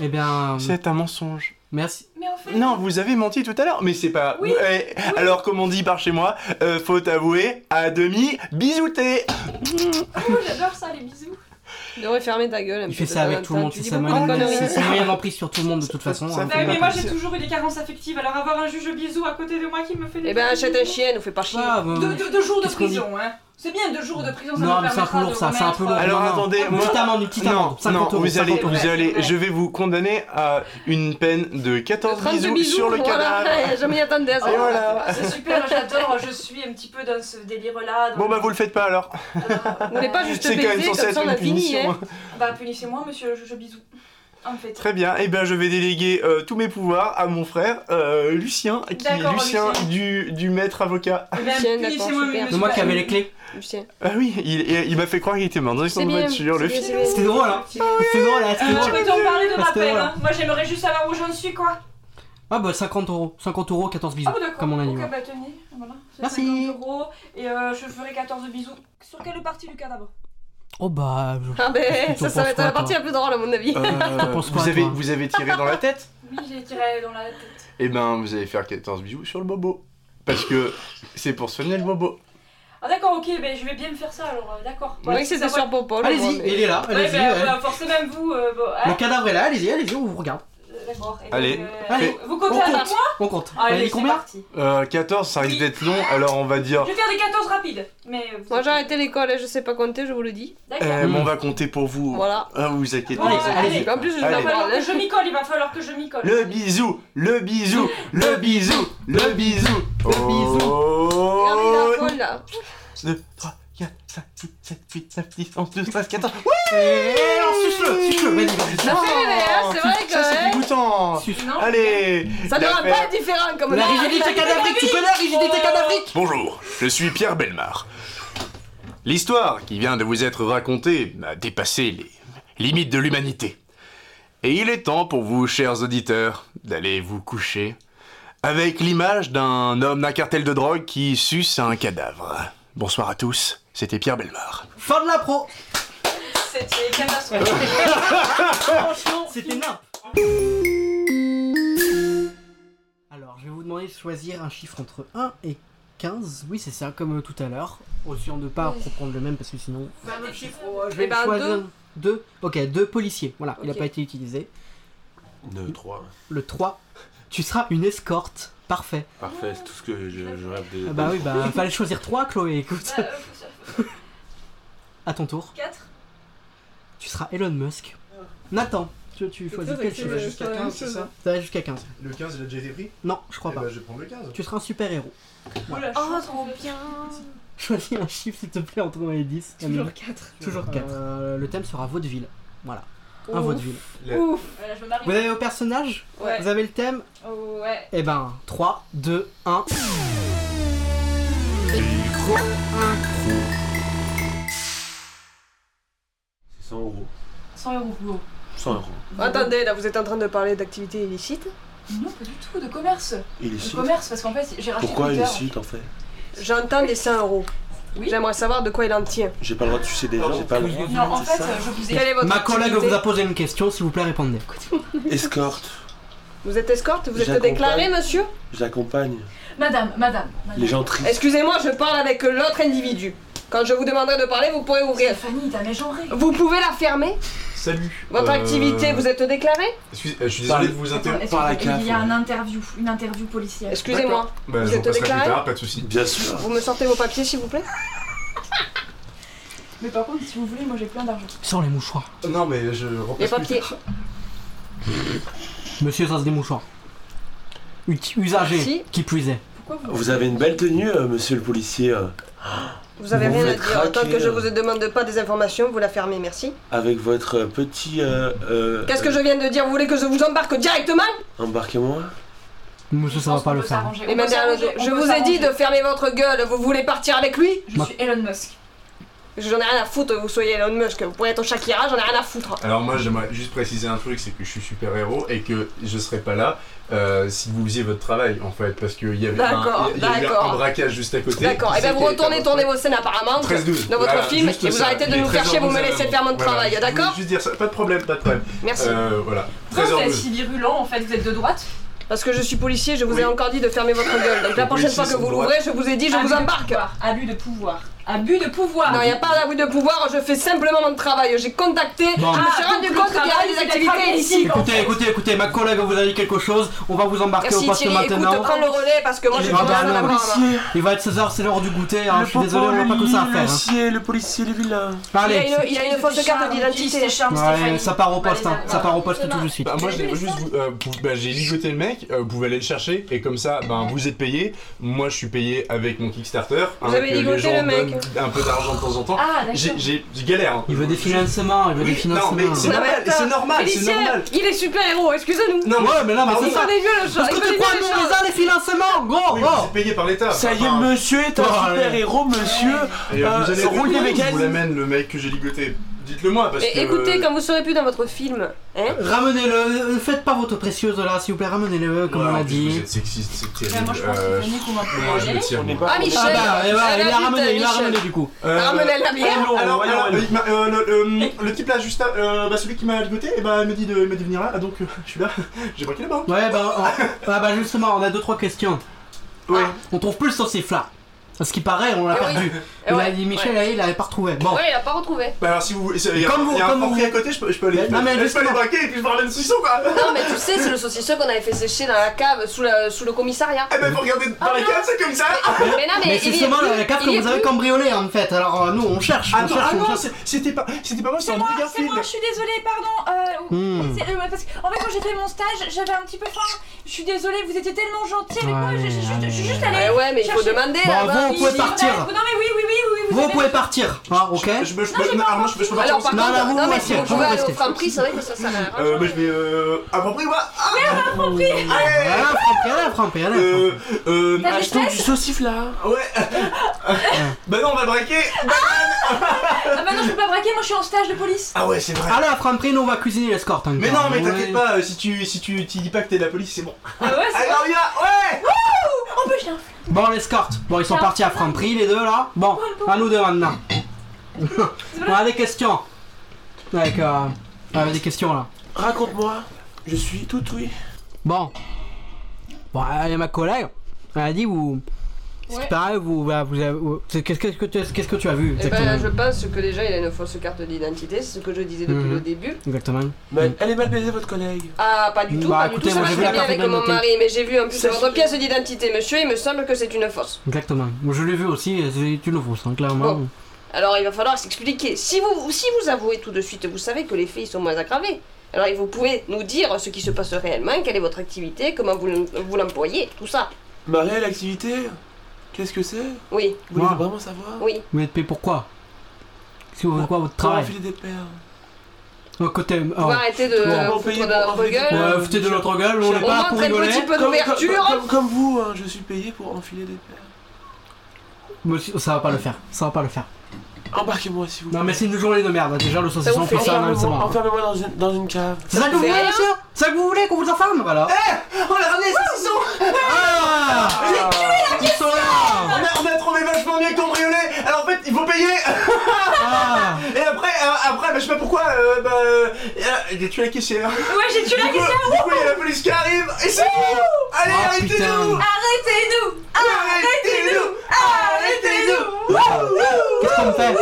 Speaker 1: Eh bien, euh,
Speaker 5: C'est un mensonge.
Speaker 1: merci.
Speaker 6: Mais en fait.
Speaker 5: Non, vous avez menti tout à l'heure, mais c'est pas.
Speaker 6: Oui,
Speaker 5: Eh, Alors, comme on dit par chez moi, euh, faut avouer, à demi, bisouté
Speaker 6: Oh, j'adore ça, les bisous.
Speaker 8: Il devrait fermer ta
Speaker 6: Euh,
Speaker 8: gueule. un
Speaker 1: Il
Speaker 8: peu,
Speaker 1: fait ça
Speaker 8: t'as-
Speaker 1: avec tout le
Speaker 8: t'as-
Speaker 1: monde,
Speaker 8: tu
Speaker 1: c'est
Speaker 8: dis
Speaker 1: sa
Speaker 8: beaucoup de
Speaker 1: manière,
Speaker 8: conneries.
Speaker 1: c'est son moyen d'emprise sur tout le monde de toute façon.
Speaker 5: Ça
Speaker 1: hein.
Speaker 5: me
Speaker 6: Ouais,
Speaker 5: fait
Speaker 6: Bah, mais
Speaker 5: pas
Speaker 6: Ben moi,
Speaker 5: plaisir.
Speaker 6: j'ai toujours eu des carences affectives, alors avoir un juge bisous à côté de moi qui me fait des.
Speaker 8: Eh ben achète un chien, nous fais pas chier.
Speaker 1: Ah, bon.
Speaker 6: Deux, deux- deux jours de
Speaker 1: Qu'est-ce qu'on dit
Speaker 6: prison, hein. C'est bien, deux jours de prison, ça
Speaker 1: Non,
Speaker 6: me
Speaker 1: mais c'est un peu
Speaker 6: permettra
Speaker 1: lourd,
Speaker 6: de
Speaker 1: ça, c'est un peu
Speaker 6: remettre,
Speaker 1: lourd.
Speaker 6: euh,
Speaker 5: Alors,
Speaker 1: non, non.
Speaker 5: attendez,
Speaker 1: Une
Speaker 5: moi-
Speaker 1: petite amende, une petite
Speaker 5: Non,
Speaker 1: amende, 50
Speaker 5: non,
Speaker 1: euros,
Speaker 5: vous allez,
Speaker 1: 50 euros.
Speaker 5: vous allez,
Speaker 6: Ouais.
Speaker 5: je vais vous condamner à une peine de 14
Speaker 8: 32
Speaker 5: bisous, sur le
Speaker 8: voilà.
Speaker 5: cadavre.
Speaker 8: Je m'y attendais à ça.
Speaker 5: Et voilà.
Speaker 6: Ah, C'est super, j'adore, je suis un petit peu dans ce délire-là. donc,
Speaker 5: Bon bah vous le faites pas alors.
Speaker 6: euh,
Speaker 8: On n'est pas juste
Speaker 5: C'est quand même
Speaker 8: baisé, comme
Speaker 5: censé
Speaker 8: ça
Speaker 5: être
Speaker 8: on a
Speaker 5: une
Speaker 8: fini.
Speaker 5: punition.
Speaker 8: Hein.
Speaker 6: Bah, punissez-moi, monsieur, je, je bisous. En fait.
Speaker 5: Très bien. Et ben je vais déléguer euh, tous mes pouvoirs à mon frère euh, Lucien, qui est
Speaker 6: D'accord,
Speaker 5: Lucien
Speaker 6: Lucien.
Speaker 5: du, du maître avocat.
Speaker 6: Eh ben,
Speaker 8: Tiens,
Speaker 6: punissez-moi,
Speaker 8: d'accord, super.
Speaker 1: C'est
Speaker 6: monsieur.
Speaker 1: moi qui avais les clés.
Speaker 8: Lucien.
Speaker 5: Ah oui, il, il- il m'a fait croire qu'il était mort dans
Speaker 8: C'est
Speaker 5: son
Speaker 8: bien,
Speaker 5: voiture. Le
Speaker 8: c'est bien,
Speaker 5: film.
Speaker 8: c'est bien.
Speaker 1: C'était drôle,
Speaker 6: Ah,
Speaker 1: hein C'était drôle, hein
Speaker 6: Euh,
Speaker 1: C'était drôle.
Speaker 6: peut-on parler de ma
Speaker 1: Parce que
Speaker 6: peine
Speaker 1: voilà.
Speaker 6: hein Moi, j'aimerais juste savoir où j'en suis, quoi.
Speaker 1: Ah bah 50 euros, 50 euros, 14 bisous,
Speaker 6: Ah, bon, d'accord.
Speaker 1: comme on a dit.
Speaker 6: Ok,
Speaker 1: ouais.
Speaker 6: bah, tenez, voilà. c'est
Speaker 1: Merci.
Speaker 6: 50 euros, et euh, je ferai 14 bisous. Sur quelle partie du cadavre
Speaker 1: Oh bah... je-
Speaker 8: Ah ben
Speaker 1: Qu'est-ce que t'en
Speaker 8: ça, ça va
Speaker 1: penses,
Speaker 8: être la
Speaker 1: toi,
Speaker 8: partie un peu drôle à mon avis.
Speaker 5: Euh,
Speaker 1: penses quoi,
Speaker 5: vous avez
Speaker 1: toi
Speaker 5: vous avez tiré dans la tête
Speaker 6: Oui, j'ai tiré dans la tête.
Speaker 5: Et ben vous allez faire 14 bisous sur le bobo. Parce que c'est pour soigner le bobo.
Speaker 6: Ah, d'accord, ok, ben, je vais bien me faire ça, alors, euh, d'accord.
Speaker 8: On dirait que c'était
Speaker 6: Ça va-
Speaker 8: sur Popol.
Speaker 1: Allez-y,
Speaker 8: bon, Oh, mais-
Speaker 1: il est là,
Speaker 6: Ouais,
Speaker 1: allez-y.
Speaker 6: ben,
Speaker 1: ouais.
Speaker 6: euh, forcez même vous, euh, bon, hein.
Speaker 1: Le cadavre est là, allez-y, allez-y, on vous regarde.
Speaker 6: D'accord. et
Speaker 5: Allez.
Speaker 6: donc, euh,
Speaker 1: Allez.
Speaker 6: vous- Vous
Speaker 1: On
Speaker 6: comptez avec
Speaker 1: compte,
Speaker 6: moi
Speaker 1: on compte. Vous avez
Speaker 6: Allez,
Speaker 1: dit
Speaker 6: c'est
Speaker 1: combien
Speaker 6: parti.
Speaker 5: Euh, 14 ça risque d'être long alors on va dire
Speaker 6: Je vais faire des 14 rapides. Mais vous-
Speaker 8: Moi j'ai arrêté l'école et je sais pas compter, je vous le dis.
Speaker 6: D'accord.
Speaker 5: euh,
Speaker 1: Mm.
Speaker 5: on va compter pour vous.
Speaker 8: Voilà.
Speaker 5: Ah, vous vous inquiétez
Speaker 6: Bon,
Speaker 5: pas.
Speaker 1: allez-y, allez-y.
Speaker 8: En plus je
Speaker 5: Allez.
Speaker 8: vais
Speaker 6: Il va falloir que
Speaker 8: parler.
Speaker 6: Ah, je m'y colle, il va falloir que je m'y colle.
Speaker 5: Le bisou, le bisou, le bisou, le bisou,
Speaker 1: Le bisou.
Speaker 5: Oh,
Speaker 8: Regardez la folle là.
Speaker 5: 2, 3, 4, 5, 6, 7, 8, 9, 10, 11, 12, 13, 14.
Speaker 1: Eh, alors suce-le, suce-le, vas-y, vas-y.
Speaker 8: Ça fait rêver, hein, c'est vrai que
Speaker 5: Ça, c'est
Speaker 8: hein,
Speaker 5: dégoûtant.
Speaker 1: Suce.
Speaker 6: Non
Speaker 5: Allez
Speaker 8: ça ne
Speaker 5: la
Speaker 8: rend
Speaker 5: paire.
Speaker 8: pas différent comme
Speaker 1: La
Speaker 8: là.
Speaker 1: rigidité cadavrique, tu connais la rigidité cadavrique
Speaker 5: Bonjour, je suis Pierre Belmar. L'histoire qui vient de vous être racontée a dépassé les limites de l'humanité. Et il est temps pour vous, chers auditeurs, d'aller vous coucher avec l'image d'un homme d'un cartel de drogue qui suce un cadavre. Bonsoir à tous, c'était Pierre Belmar.
Speaker 1: Fin de la pro
Speaker 6: C'était catastrophique.
Speaker 1: C'était nimp Alors, je vais vous demander de choisir un chiffre entre 1 et 15. Oui, c'est ça, comme euh, tout à l'heure. Aussi, on ne pas reprendre le même parce que sinon.
Speaker 6: Un autre chiffre.
Speaker 1: Je vais
Speaker 8: Eh ben,
Speaker 1: choisir 2. Ok, 2 policiers. Voilà, il n'a
Speaker 8: Ok.
Speaker 1: pas été utilisé.
Speaker 7: 2, 3.
Speaker 1: Le 3. Tu seras une escorte. Parfait.
Speaker 7: Parfait, c'est tout ce que je, je rêve de.
Speaker 1: Ah bah oui, bah fallait choisir 3, Chloé. Écoute,
Speaker 6: Bah, euh,
Speaker 1: à ton tour.
Speaker 6: 4.
Speaker 1: Tu seras Elon Musk. Nathan, tu, tu choisis
Speaker 10: toi,
Speaker 1: quel
Speaker 10: c'est
Speaker 1: chiffre
Speaker 10: le- Jusqu'à 15, c'est
Speaker 8: hein.
Speaker 10: ça
Speaker 1: Ça va jusqu'à 15.
Speaker 12: Le 15, il a déjà été pris
Speaker 1: Non, je crois
Speaker 12: Eh
Speaker 1: pas.
Speaker 12: ben, je vais prendre le 15.
Speaker 1: Tu seras un super héros.
Speaker 6: Oh, la
Speaker 8: Oh
Speaker 6: chance,
Speaker 8: trop
Speaker 6: en fait.
Speaker 8: bien.
Speaker 1: Choisis un chiffre, s'il te plaît, entre 1 et 10.
Speaker 10: Toujours 4.
Speaker 1: Toujours 4. le thème sera vaudeville. Voilà. Un
Speaker 8: Ouf.
Speaker 1: vaudeville.
Speaker 8: Ouf.
Speaker 6: Voilà, je me marie.
Speaker 1: Vous avez vos personnages
Speaker 8: Ouais.
Speaker 1: Vous avez le thème
Speaker 6: Oh, ouais.
Speaker 1: Eh ben, 3, 2, 1.
Speaker 7: C'est 100 euros.
Speaker 6: 100 euros.
Speaker 7: 100 euros.
Speaker 8: Attendez là vous êtes en train de parler d'activités illicites.
Speaker 6: Non, pas du tout, de commerce.
Speaker 7: Il est
Speaker 6: De
Speaker 7: chic.
Speaker 6: commerce, parce qu'en fait, j'ai racheté
Speaker 7: Pourquoi il
Speaker 6: Twitter.
Speaker 7: est chic en fait
Speaker 8: J'entends des 100 euros.
Speaker 6: Oui.
Speaker 8: J'aimerais savoir de quoi il en tient.
Speaker 7: J'ai pas le droit de sucer des gens, j'ai pas le droit.
Speaker 6: Non, en
Speaker 7: C'est
Speaker 6: fait,
Speaker 7: ça.
Speaker 6: euh, je vous ai.
Speaker 8: Quelle est votre
Speaker 1: Ma collègue
Speaker 8: activité
Speaker 1: vous a posé une question, s'il vous plaît, répondez.
Speaker 7: Escorte,
Speaker 8: Vous êtes escorte Vous êtes
Speaker 7: J'accompagne.
Speaker 8: déclaré monsieur
Speaker 7: j'accompagne
Speaker 6: Madame, madame.
Speaker 7: les
Speaker 6: madame.
Speaker 7: gens tristes.
Speaker 8: Excusez-moi, je parle avec l'autre individu. Quand je vous demanderai de parler, vous pourrez ouvrir.
Speaker 6: Fanny, t'as mégenré.
Speaker 8: Vous pouvez la fermer
Speaker 5: Salut
Speaker 8: Votre
Speaker 7: Euh.
Speaker 12: Euh,
Speaker 8: activité, vous êtes déclaré
Speaker 5: Excusez, je suis
Speaker 7: désolé
Speaker 5: de vous
Speaker 6: Attends, est-ce
Speaker 7: par la
Speaker 6: que-
Speaker 7: CAF,
Speaker 6: Il y a
Speaker 7: ouais.
Speaker 6: un interview, une interview policière.
Speaker 8: Excusez-moi,
Speaker 12: Bah,
Speaker 8: Vous
Speaker 12: j'en
Speaker 8: êtes
Speaker 12: passerai plus
Speaker 8: déclaré
Speaker 12: tard, pas de soucis.
Speaker 7: Bien sûr.
Speaker 8: vous me sortez vos papiers s'il vous plaît
Speaker 6: Mais par contre, si vous voulez, moi j'ai plein d'argent.
Speaker 1: Sors les mouchoirs.
Speaker 5: Non, mais je
Speaker 8: Les
Speaker 5: remplace plus
Speaker 8: papiers.
Speaker 5: tard.
Speaker 1: Monsieur, ça c'est des mouchoirs. Uti- usagés,
Speaker 8: Si.
Speaker 1: qui plus est.
Speaker 6: Pourquoi vous.
Speaker 12: Vous avez une belle tenue, euh, monsieur le policier. euh,
Speaker 8: Vous avez
Speaker 12: Vous
Speaker 8: rien à
Speaker 12: faites
Speaker 8: dire. Tant
Speaker 12: craquer,
Speaker 8: que je
Speaker 7: euh.
Speaker 12: là.
Speaker 8: vous demande pas des informations, vous la fermez, merci.
Speaker 12: Avec votre euh, petit. euh, euh,
Speaker 8: Qu'est-ce que je viens de dire Vous voulez que je vous embarque directement
Speaker 12: Embarquez-moi.
Speaker 1: Monsieur, ça va pas le faire. hein.
Speaker 8: Et Eh, madame, ben, je, je vous ai dit de fermer votre gueule. Vous voulez partir avec lui
Speaker 6: Je suis Elon Musk.
Speaker 8: J'en ai rien à foutre, vous soyez Elon Musk, vous pouvez être Shakira, j'en ai rien à foutre.
Speaker 5: Alors moi j'aimerais juste préciser un truc, c'est que je suis super héros et que je serais pas là euh, si vous faisiez votre travail en fait, parce qu'il y avait, un,
Speaker 8: D'accord,
Speaker 5: il y a eu
Speaker 8: d'accord.
Speaker 5: un braquage juste à côté.
Speaker 8: D'accord, et bien vous retournez tourner vos scènes apparemment
Speaker 5: 13 12
Speaker 8: dans votre film et vous arrêtez de nous faire chier, vous me laissez faire mon travail, d'accord
Speaker 5: Juste dire ça, pas de problème, pas de problème.
Speaker 8: Merci.
Speaker 5: Euh, voilà.
Speaker 6: Pourquoi vous êtes
Speaker 5: 13h12.
Speaker 6: si virulent en fait Vous êtes de droite
Speaker 8: Parce que je suis policier, je vous
Speaker 5: oui.
Speaker 8: ai encore dit de fermer votre gueule. Donc la
Speaker 5: Les
Speaker 8: prochaine fois que
Speaker 5: policiers sont
Speaker 8: vous l'ouvrez, je vous ai dit, je vous embarque.
Speaker 6: Abus de pouvoir. Abus de pouvoir.
Speaker 8: Non, il n'y a pas d'abus de pouvoir, je fais simplement mon travail. J'ai contacté,
Speaker 1: Bon.
Speaker 8: je me suis
Speaker 6: Ah,
Speaker 8: rendu
Speaker 6: donc
Speaker 8: compte
Speaker 6: le
Speaker 8: qu'il y
Speaker 6: travail,
Speaker 8: avait des
Speaker 6: c'est d'être
Speaker 8: activités
Speaker 6: agressif.
Speaker 8: illicites.
Speaker 1: Écoutez, écoutez, écoutez, ma collègue vous a dit quelque chose. On va vous embarquer au
Speaker 8: Merci
Speaker 1: poste
Speaker 8: Thierry, écoute,
Speaker 1: maintenant.
Speaker 8: prends le relais parce que moi
Speaker 1: Il
Speaker 8: j'ai
Speaker 1: est
Speaker 8: plus rien
Speaker 1: radin,
Speaker 8: à
Speaker 1: le
Speaker 8: voir.
Speaker 1: Il va être 16h, c'est l'heure du goûter. hein.
Speaker 12: Le
Speaker 1: Je suis désolé, on n'a pas que ça à faire. hein.
Speaker 12: policier, le policier, le vilain.
Speaker 8: Il a
Speaker 1: Allez,
Speaker 8: une, il a une fausse carte d'identité.
Speaker 1: ouais, ça part au poste, hein. ça part au poste tout de suite.
Speaker 5: Bah, moi j'ai juste euh, pou- bah, j'ai ligoté le mec, euh, vous pouvez aller le chercher et comme ça ben vous êtes payé, moi je suis payé avec mon Kickstarter, hein,
Speaker 8: avez
Speaker 5: que les
Speaker 8: ligoté
Speaker 5: gens
Speaker 8: le mec.
Speaker 5: donnent un peu d'argent de temps en temps.
Speaker 6: Ah, d'accord.
Speaker 5: J'ai- J'ai j'ai galère. hein.
Speaker 1: Il veut des financements, il veut des
Speaker 5: Oui, non
Speaker 1: financements.
Speaker 5: mais c'est
Speaker 8: Non, mais
Speaker 5: normal,
Speaker 8: attends,
Speaker 5: c'est normal, c'est
Speaker 8: Félicien,
Speaker 5: normal.
Speaker 8: il est super héros, excusez-nous.
Speaker 5: Non, mais-
Speaker 1: Ouais, mais là, mais
Speaker 5: Pardon.
Speaker 1: c'est
Speaker 8: Ils sont
Speaker 1: ça.
Speaker 8: des vieux le chat.
Speaker 1: Parce que tu
Speaker 8: ils
Speaker 1: crois,
Speaker 8: sont des
Speaker 1: nous,
Speaker 8: vieux, le
Speaker 1: on
Speaker 8: chat.
Speaker 1: les a, les financements, gros,
Speaker 5: Oui, vous
Speaker 1: gros.
Speaker 5: êtes payé par l'État.
Speaker 12: Ça y est,
Speaker 5: Enfin,
Speaker 12: monsieur est un
Speaker 1: Oh, allez.
Speaker 12: super héros, monsieur.
Speaker 5: et, euh, vous
Speaker 12: Euh,
Speaker 5: allez
Speaker 12: roule
Speaker 5: rouler
Speaker 12: les
Speaker 5: avec Je vous
Speaker 12: mécanismes.
Speaker 5: l'amène le mec que j'ai ligoté. Dites-le moi parce que.
Speaker 8: Et écoutez, quand vous serez plus dans votre film, hein
Speaker 1: Ramenez-le, euh, faites pas votre précieuse là, s'il vous plaît, ramenez-le, comme
Speaker 5: Ouais,
Speaker 1: on
Speaker 5: en
Speaker 1: l'a
Speaker 5: plus, Vous
Speaker 1: dit.
Speaker 5: êtes sexiste, c'est
Speaker 6: Ouais,
Speaker 5: terrible.
Speaker 6: moi je pense
Speaker 5: Euh,
Speaker 6: qu'il faut mieux qu'on va
Speaker 5: moi, je
Speaker 6: pouvoir
Speaker 5: me
Speaker 6: y aller.
Speaker 5: tire.
Speaker 12: On n'est
Speaker 5: moi.
Speaker 12: pas.
Speaker 8: Ah, Michel.
Speaker 1: Ah bah, eh bah, il
Speaker 8: Elle a
Speaker 1: l'a
Speaker 8: vu,
Speaker 1: ramené, il l'a
Speaker 8: Michel.
Speaker 1: ramené du coup.
Speaker 5: Euh,
Speaker 8: Ramenez la bière.
Speaker 12: Allons, allons,
Speaker 5: Alors, alors,
Speaker 12: allons.
Speaker 5: euh, il m'a- euh, le, le- le type là, juste là, euh, bah, celui qui m'a ligoté, et bah, il m'a dit de, il m'a dit de venir là, ah, donc euh, je suis là, j'ai braqué là-bas.
Speaker 1: Ouais, bah, on- ah bah justement, on a deux trois questions.
Speaker 5: Ouais.
Speaker 1: On trouve plus le saucif là. À ce qui paraît, on l'a
Speaker 8: Eh oui.
Speaker 1: perdu.
Speaker 8: Eh
Speaker 1: Il
Speaker 8: ouais,
Speaker 1: a dit Michel,
Speaker 8: ouais.
Speaker 1: allez, il l'avait pas retrouvé. Bon,
Speaker 8: Ouais, il a pas retrouvé.
Speaker 5: Bah, alors, si vous voulez, il y a,
Speaker 1: Comme vous-
Speaker 5: il y a
Speaker 1: comme
Speaker 5: un forfait
Speaker 1: vous-
Speaker 5: à côté, je peux, je peux aller,
Speaker 1: Non, mais
Speaker 5: je peux aller
Speaker 1: justement.
Speaker 5: braquer et puis je vais le saucisson quoi.
Speaker 8: Non, mais tu sais, c'est le saucisson qu'on avait fait sécher dans la cave sous, la- sous le commissariat.
Speaker 5: Eh ben, vous regardez dans les caves, c'est comme ça.
Speaker 8: Mais non,
Speaker 1: Ah,
Speaker 8: mais,
Speaker 1: mais
Speaker 8: il y
Speaker 1: c'est
Speaker 8: est
Speaker 1: sûrement
Speaker 8: plus,
Speaker 1: la cave
Speaker 8: il y
Speaker 1: que
Speaker 8: est
Speaker 1: vous avez
Speaker 8: plus.
Speaker 1: cambriolée en fait. Alors euh, nous, on cherche, on
Speaker 5: Attends,
Speaker 1: cherche,
Speaker 5: ah
Speaker 1: on
Speaker 5: non,
Speaker 1: cherche.
Speaker 5: c'est- c'était pas, c'était pas moi, c'était
Speaker 6: C'est moi,
Speaker 5: André
Speaker 6: c'est
Speaker 5: Garfield.
Speaker 6: moi, je suis désolée, pardon. Euh,
Speaker 1: Hmm.
Speaker 6: c'est- euh, parce que, en fait, quand j'ai fait mon stage, j'avais un petit peu faim. Je suis désolée, vous étiez tellement gentils avec moi. j'ai- j'ai juste- Je suis juste
Speaker 8: Eh
Speaker 6: allée.
Speaker 8: ouais, mais il faut
Speaker 6: Cherchez.
Speaker 8: demander
Speaker 1: Bon,
Speaker 8: là-bas.
Speaker 1: Ah, vous, vous pouvez
Speaker 6: Oui, bah,
Speaker 1: partir.
Speaker 6: Non, mais oui, oui, oui, oui. oui
Speaker 1: Vous
Speaker 6: avez-
Speaker 1: pouvez partir, hein, ok
Speaker 5: Je me, je me- non, moi, je, je peux pas
Speaker 8: Alors, par
Speaker 1: Non,
Speaker 8: contre,
Speaker 1: là, vous,
Speaker 8: non, mais
Speaker 1: restez,
Speaker 8: si vous
Speaker 1: vous
Speaker 8: pouvez aller au
Speaker 1: restez.
Speaker 8: Franprix, c'est vrai que ça sert à rien.
Speaker 5: Euh, moi je vais euh. À propos, moi Ah
Speaker 1: Elle a frappé, elle a frappé, elle a frappé.
Speaker 5: Euh.
Speaker 1: Ah,
Speaker 5: Euh. ah,
Speaker 6: T'as des
Speaker 12: Achetons
Speaker 6: fesses
Speaker 12: du saucif là.
Speaker 5: Ouais Bah non, on va le braquer
Speaker 6: Ah bah non, je peux pas braquer, moi je suis en stage de police.
Speaker 5: Ah ouais, c'est vrai
Speaker 1: Allez, à Franprix, nous on va cuisiner l'escorte. hein,
Speaker 5: Mais
Speaker 1: quand
Speaker 5: non, mais
Speaker 1: même.
Speaker 5: t'inquiète pas, euh, si tu, si tu, tu dis pas que t'es de la police, c'est bon.
Speaker 6: Ah ouais, c'est
Speaker 5: Allez, on y va Ouais
Speaker 6: En plus, j'ai un
Speaker 1: Bon, l'escorte. Bon, ils sont partis à Franprix, les deux là. Bon, à nous deux maintenant. On a des questions. Avec, euh, on a des questions là.
Speaker 12: Raconte-moi. Je suis tout oui.
Speaker 1: Bon. Bon, elle est ma collègue. Elle a dit, vous.
Speaker 8: Ouais.
Speaker 1: C'est pareil, vous. bah, vous avez- vous- c'est- Qu'est-ce que, tu- qu'est-ce que tu as vu
Speaker 8: Eh ben,
Speaker 1: exactement
Speaker 8: je pense que déjà il a une fausse carte d'identité, c'est ce que je disais depuis
Speaker 1: Mhm.
Speaker 8: le début.
Speaker 1: Exactement.
Speaker 12: Mais
Speaker 1: Mm.
Speaker 12: elle est mal baisée, votre collègue.
Speaker 8: Ah, pas du tout,
Speaker 1: Bah,
Speaker 8: pas
Speaker 1: écoutez,
Speaker 8: du tout,
Speaker 1: moi,
Speaker 8: ça
Speaker 1: j'ai vu
Speaker 8: marche
Speaker 1: la
Speaker 8: bien
Speaker 1: carte
Speaker 8: avec mon
Speaker 1: d'identité.
Speaker 8: mari, mais j'ai vu en plus
Speaker 12: Ça
Speaker 8: votre
Speaker 12: suffit.
Speaker 8: pièce d'identité, monsieur, il me semble que c'est une fausse.
Speaker 1: Exactement. Moi, Je l'ai vu aussi, c'est une fausse, hein, clairement.
Speaker 8: Bon. Alors il va falloir s'expliquer. Si vous, si vous avouez tout de suite, vous savez que les faits ils sont moins aggravés. Alors et vous pouvez nous dire ce qui se passe réellement, quelle est votre activité, comment vous, l'em- vous l'employez, tout ça.
Speaker 12: Ma réelle activité, qu'est-ce que c'est
Speaker 8: Oui,
Speaker 12: Vous voulez
Speaker 1: Moi.
Speaker 12: vraiment savoir
Speaker 8: oui.
Speaker 1: Vous êtes payé pourquoi Si vous faites quoi votre
Speaker 12: Pour
Speaker 1: travail
Speaker 12: enfiler des perles.
Speaker 1: Au côté.
Speaker 8: Vous
Speaker 1: oh.
Speaker 8: arrêtez de
Speaker 1: Bon,
Speaker 12: on paye
Speaker 8: foutre
Speaker 12: pour-
Speaker 8: dans notre
Speaker 12: on paye pour-
Speaker 8: gueule.
Speaker 1: Ouais, foutez de notre gueule, on
Speaker 8: Au
Speaker 1: est pas là
Speaker 8: moins
Speaker 1: pour
Speaker 8: euh, un
Speaker 1: rigoler.
Speaker 8: petit peu
Speaker 12: Comme,
Speaker 8: d'ouverture.
Speaker 12: comme- comme vous, hein, je suis payé pour enfiler des perles.
Speaker 1: Monsieur, ça va pas le faire, ça va pas le faire.
Speaker 12: Embarquez-moi si vous
Speaker 1: Non, mais
Speaker 12: voulez.
Speaker 1: c'est une journée de merde, déjà le
Speaker 8: Ça
Speaker 1: saucisson
Speaker 8: vous fait
Speaker 1: fait ça, non, mais c'est
Speaker 12: Enfermez-moi
Speaker 1: bon.
Speaker 12: enfermez-moi dans une, dans une cave.
Speaker 1: C'est ça que vous
Speaker 8: C'est
Speaker 1: voulez,
Speaker 8: rien.
Speaker 1: monsieur C'est ça que vous voulez qu'on vous enferme Voilà.
Speaker 8: Eh,
Speaker 5: On Oh, l'a ramené, c'est saucisson
Speaker 1: Ah Ils sont
Speaker 5: on
Speaker 1: là
Speaker 5: a, on a trouvé vachement mieux cambriolé Alors en fait, il faut payer
Speaker 1: Ah
Speaker 5: Et après, euh, après, bah, je sais pas pourquoi, euh, bah. euh, Il a tué la caissière
Speaker 6: Ouais, j'ai tué la
Speaker 5: Du coup,
Speaker 6: question.
Speaker 5: du coup, il y a la police qui arrive Et c'est bon Allez,
Speaker 1: Ah,
Speaker 5: arrêtez-nous
Speaker 1: putain.
Speaker 6: Arrêtez-nous
Speaker 5: Arrêtez-nous Arrêtez-nous
Speaker 1: Qu'est-ce qu'on fait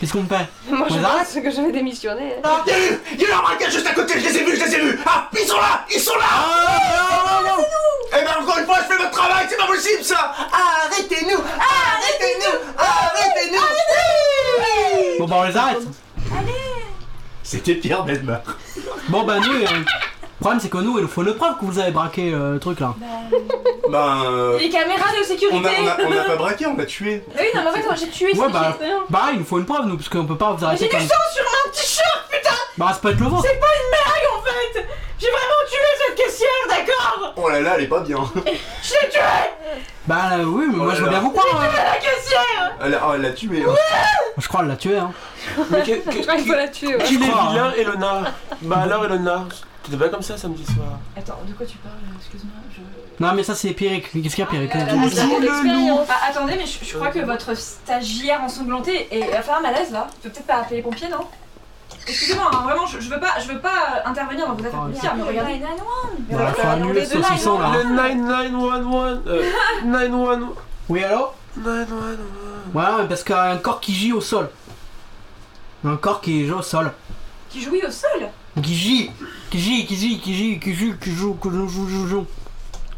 Speaker 1: Qu'est-ce qu'on fait
Speaker 8: Moi je
Speaker 1: Vous arrêtez
Speaker 8: pense que je vais démissionner. hein.
Speaker 5: Il y a eu- il y a eu un braquage juste à côté, je les ai vus, je les ai vus Ah, ils sont là Ils sont là Eh ben encore une fois, je fais votre travail, c'est pas possible ça Arrêtez-nous Arrêtez-nous Arrêtez-nous
Speaker 1: Bon, bah, on les arrête.
Speaker 5: C'était Pierre Belmar.
Speaker 1: Bon, bah, nous, euh, le problème, c'est que nous, il nous faut le preuve que vous avez braqué euh, le truc là.
Speaker 6: Bah,
Speaker 5: Ben. euh,
Speaker 8: Les caméras de sécurité
Speaker 5: on a, on, a, on a pas braqué, on a tué.
Speaker 6: Ah oui, non, mais en fait, moi, j'ai tué,
Speaker 1: Ouais,
Speaker 6: c'est hein.
Speaker 1: bah,
Speaker 6: j'ai-
Speaker 1: bah, il nous faut une preuve, nous, parce qu'on peut pas vous arrêter
Speaker 8: J'ai du
Speaker 1: comme
Speaker 8: sang sur mon t-shirt
Speaker 1: Bah, c'est pas être le vôtre.
Speaker 8: en fait J'ai vraiment tué cette caissière, d'accord
Speaker 5: Oh là là, elle est pas bien.
Speaker 8: J'ai tué
Speaker 1: Bah, euh, oui, mais
Speaker 5: Oh
Speaker 1: moi,
Speaker 5: là
Speaker 1: je veux
Speaker 5: là.
Speaker 1: bien vous croire. hein.
Speaker 8: la caissière
Speaker 5: Elle a, oh, elle l'a tué. hein.
Speaker 1: Je crois qu'elle l'a tué, hein.
Speaker 12: Mais que- que-
Speaker 8: Je crois
Speaker 1: Ah.
Speaker 8: qu'il faut la tuer, ouais.
Speaker 12: Qu'il est
Speaker 1: Je crois,
Speaker 12: vilain, Elona Bah alors, Elona, t'étais pas comme ça samedi soir.
Speaker 6: Attends, de quoi tu parles Euh, Excuse-moi, je...
Speaker 1: Non, mais ça, c'est Pierrick. Qu'est-ce qu'il y a, Pierrick
Speaker 6: Ah,
Speaker 1: Dis-moi.
Speaker 6: là, là, là.
Speaker 10: L'expérience.
Speaker 6: Ah, attendez, mais je, je crois que votre stagiaire ensanglantée est, va faire un malaise là. Je peux peut-être pas appeler les pompiers, non Excusez-moi, hein, vraiment, je, je veux pas, je veux pas euh, intervenir dans vos affaires
Speaker 1: Ah,
Speaker 6: policières, mais regardez.
Speaker 1: Bon, là, faut annuler ce saucisson là.
Speaker 12: Le
Speaker 1: hein.
Speaker 12: 9911 euh, 911
Speaker 1: Oui, alors
Speaker 12: 911
Speaker 1: Ouais, mais parce qu'il y a un corps qui gît au sol. Un corps qui gît au sol.
Speaker 6: hein, Qui jouit au sol
Speaker 1: Qui gît Qui gît, qui gît, qui gît, qui gît, qui joue, qui joue, joue, joue, joue.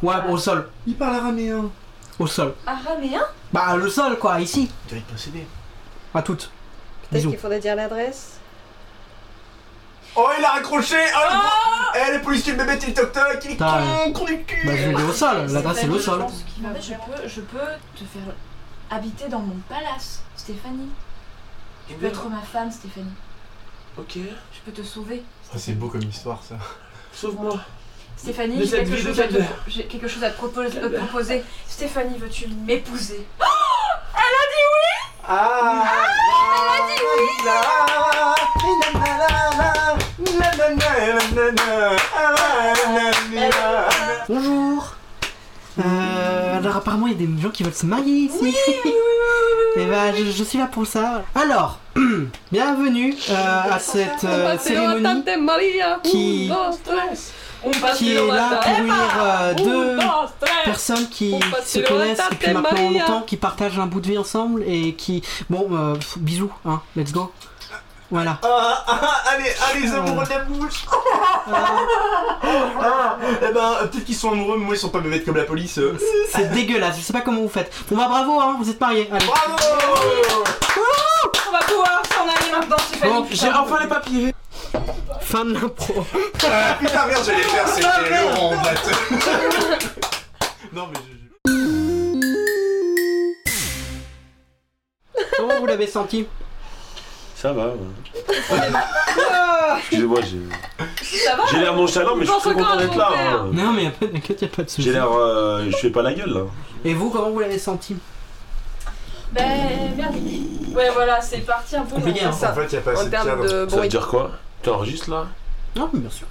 Speaker 1: Ouais, au sol.
Speaker 5: Il parle araméen.
Speaker 1: Au sol.
Speaker 6: Araméen
Speaker 1: Bah, le sol, quoi, ici.
Speaker 5: Il doit être possédé.
Speaker 1: À toutes.
Speaker 8: Peut-être
Speaker 1: Bisous.
Speaker 8: qu'il faudrait dire l'adresse.
Speaker 5: Oh, il a raccroché Oh, le bra- Eh, les policiers, le bébé TikTok, il est
Speaker 1: Putain,
Speaker 5: con, con du cul
Speaker 1: Bah, je vais dire au sol. L'adresse,
Speaker 6: C'est
Speaker 1: c'est le
Speaker 6: vrai que
Speaker 1: sol.
Speaker 6: Je, pense qu'il va- je peux, je peux te faire habiter dans mon palace, Stéphanie. Tu peux être ma femme, Stéphanie.
Speaker 12: Ok,
Speaker 6: Je peux te sauver.
Speaker 5: Ah, C'est beau comme histoire, ça.
Speaker 12: sauve-moi.
Speaker 6: Stéphanie,
Speaker 12: De
Speaker 6: j'ai
Speaker 12: cette
Speaker 6: quelque,
Speaker 12: vie de
Speaker 6: chose à te-
Speaker 12: calvaire.
Speaker 6: j'ai quelque chose à te propose- euh, proposer. Stéphanie, veux-tu m'épouser
Speaker 5: Ah, elle a dit oui
Speaker 1: Bonjour Euh, alors apparemment il y a des gens qui veulent se marier ici. Et bah je, je suis là pour ça. Alors, bienvenue euh, à cette euh, cérémonie
Speaker 8: Maria
Speaker 1: qui-
Speaker 8: On
Speaker 1: qui est là
Speaker 6: Eh
Speaker 1: pour unir
Speaker 6: ben,
Speaker 1: euh, deux personnes qui
Speaker 8: Un pastello
Speaker 1: se connaissent
Speaker 8: alla
Speaker 1: depuis maintenant
Speaker 8: Maria.
Speaker 1: longtemps, qui partagent un bout de vie ensemble et qui bon euh, pff, bisous hein, let's go. Voilà. Euh,
Speaker 5: Ah, ah, allez, allez, amoureux de la bouche ah, Eh ben, euh, peut-être qu'ils sont amoureux, mais moi, ils sont pas bébêtes comme la police. euh.
Speaker 1: C'est dégueulasse. Je sais pas comment vous faites. Bon bah bravo hein, vous êtes mariés. Allez.
Speaker 5: Bravo
Speaker 6: On va pouvoir s'en aller maintenant, Stéphanie.
Speaker 1: Bon,
Speaker 12: J'ai enfin les papiers
Speaker 1: Fin de l'impro.
Speaker 5: Ah, Putain, merde, j'allais faire, c'était Laurent, en fait. Non, mais je... je-
Speaker 1: Comment vous l'avez senti
Speaker 7: Ça va, ouais.
Speaker 12: Ah.
Speaker 7: Excusez-moi, j'ai. J'ai l'air nonchalant, mais je suis
Speaker 8: Pense
Speaker 7: très
Speaker 8: encore
Speaker 7: content
Speaker 8: à
Speaker 7: d'être
Speaker 8: ton
Speaker 7: là.
Speaker 8: père.
Speaker 7: hein.
Speaker 1: Non mais y a pas t'inquiète, y a pas de souci.
Speaker 7: J'ai l'air. euh, je fais pas la gueule là.
Speaker 1: Et vous comment vous l'avez senti
Speaker 6: Ben, merde. Ouais, voilà, c'est parti un peu. dans-
Speaker 1: Compliqué, hein.
Speaker 8: Ça,
Speaker 5: En fait, y a pas assez
Speaker 8: en
Speaker 5: de cadre.
Speaker 8: termes de
Speaker 7: Ça veut
Speaker 8: bruit.
Speaker 7: dire quoi T'enregistres là
Speaker 1: Non mais bien sûr.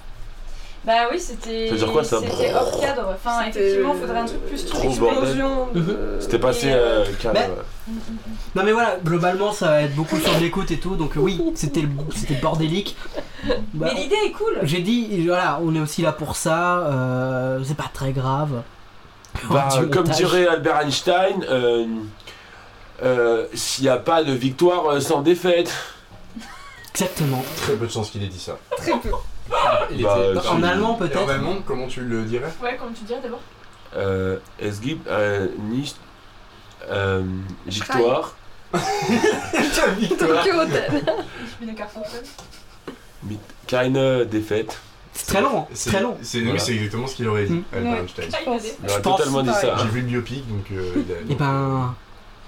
Speaker 6: Bah oui, c'était.
Speaker 7: Ça veut dire quoi, ça
Speaker 6: C'était hors cadre. Enfin,
Speaker 8: C'était-
Speaker 6: effectivement, faudrait un truc plus
Speaker 7: Trop
Speaker 6: structuré.
Speaker 7: bordel.
Speaker 8: Explosion de...
Speaker 7: C'était passé
Speaker 6: Et, euh,
Speaker 7: euh, calme.
Speaker 1: ben- Non mais voilà, globalement ça va être beaucoup sur de l'écoute et tout, donc euh, oui, c'était le- c'était bordélique. Bah,
Speaker 6: Mais l'idée est cool.
Speaker 1: j'ai dit, voilà, on est aussi là pour ça, euh, c'est pas très grave. Oh,
Speaker 7: Bah,
Speaker 1: Du
Speaker 7: comme
Speaker 1: montage.
Speaker 7: dirait Albert Einstein, euh, euh, s'il n'y a pas de victoire euh, sans défaite.
Speaker 1: Exactement.
Speaker 5: Très peu de chance qu'il ait dit ça.
Speaker 8: Très peu.
Speaker 5: Il
Speaker 7: Bah,
Speaker 5: était-
Speaker 7: si.
Speaker 1: En allemand
Speaker 5: Et en
Speaker 1: peut-être
Speaker 5: allemand, comment tu le dirais
Speaker 6: Ouais, comme tu dirais d'abord.
Speaker 7: Euh, es gibt euh, nicht euh, victoire
Speaker 8: Tokyo Hotel.
Speaker 6: Je suis une carton
Speaker 7: mit keine euh, défaite.
Speaker 1: C'est très long, hein, c'est très long.
Speaker 5: C'est
Speaker 7: Voilà.
Speaker 5: oui, c'est exactement ce qu'il aurait dit,
Speaker 1: Mm.
Speaker 5: Albert
Speaker 8: Ouais.
Speaker 5: Einstein. Bah,
Speaker 7: Il a
Speaker 1: pense,
Speaker 7: totalement dit ça.
Speaker 5: J'ai vu le biopic, donc... euh, il a-
Speaker 1: Et ben,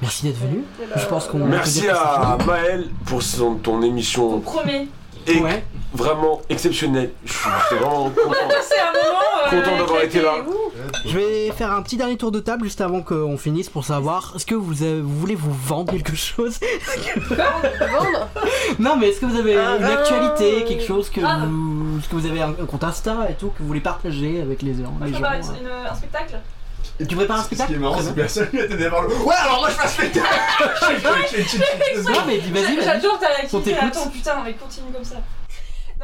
Speaker 1: merci d'être venu. Je pense qu'on
Speaker 7: Merci à Maël pour son, ton
Speaker 6: Ton
Speaker 7: émission
Speaker 6: premier.
Speaker 7: et
Speaker 1: Ouais.
Speaker 7: vraiment exceptionnelle. Je suis vraiment content.
Speaker 6: C'est un moment. euh,
Speaker 7: Content d'avoir été là.
Speaker 1: Je vais faire un petit dernier tour de table juste avant qu'on finisse pour savoir est-ce que vous, avez- vous voulez vous vendre quelque chose
Speaker 8: Vendre
Speaker 1: Non, mais est-ce que vous avez
Speaker 8: Ah,
Speaker 1: une
Speaker 8: ah,
Speaker 1: actualité,
Speaker 8: euh,
Speaker 1: quelque chose que
Speaker 6: ah.
Speaker 1: vous, est-ce que vous avez un, un compte Insta et tout que vous voulez partager avec les, les gens
Speaker 6: Moi, je prépare une-
Speaker 1: ouais.
Speaker 6: une- un spectacle.
Speaker 1: Tu prépares un
Speaker 5: Ce qui
Speaker 1: spectacle
Speaker 5: est marrant,
Speaker 1: Très
Speaker 5: c'est que
Speaker 1: bien.
Speaker 5: personne lui a donné la parole. Ouais, alors moi je fais un spectacle
Speaker 1: Non, mais dis- vas-y, vas-y.
Speaker 6: J'adore ta
Speaker 1: On
Speaker 6: réactivité.
Speaker 1: t'écoute.
Speaker 6: Attends, putain, mais continue comme ça.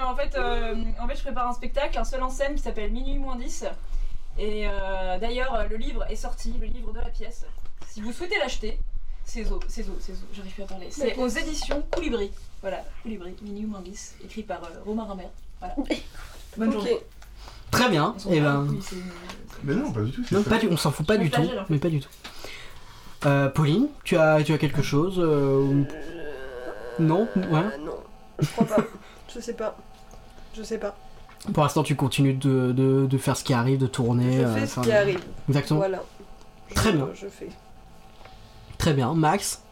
Speaker 6: Non, en fait, euh, en fait, je prépare un spectacle, un seul en scène qui s'appelle Minuit moins 10. Et euh, d'ailleurs, le livre est sorti, le livre de la pièce. Si vous souhaitez l'acheter, c'est aux, c'est aux, c'est aux, j'arrive plus à parler. C'est aux éditions Coulibri. Voilà, Coulibri, Minuit moins 10, écrit par euh, Romain Rimbert. Voilà. Bonne
Speaker 8: Ok.
Speaker 6: journée.
Speaker 1: Très bien.
Speaker 6: On s'en
Speaker 1: Et
Speaker 6: fout,
Speaker 1: ben,
Speaker 6: oui, c'est-
Speaker 5: Mais non, pas du tout.
Speaker 1: non, pas du- on s'en fout pas
Speaker 6: Je
Speaker 1: du
Speaker 6: me
Speaker 1: tout,
Speaker 6: flagelle, en fait.
Speaker 1: mais pas du tout. Euh, Pauline, tu as, tu as quelque chose euh, ou- Non, ouais.
Speaker 8: Euh, non, je crois pas. je sais pas. Je sais pas.
Speaker 1: Pour l'instant, tu continues de, de- de faire ce qui arrive, de tourner.
Speaker 8: Je
Speaker 1: euh,
Speaker 8: fais ce
Speaker 1: enfin,
Speaker 8: qui arrive.
Speaker 1: Exactement.
Speaker 8: Voilà. Je-
Speaker 1: Très bien.
Speaker 8: Je fais.
Speaker 1: Très bien. Max,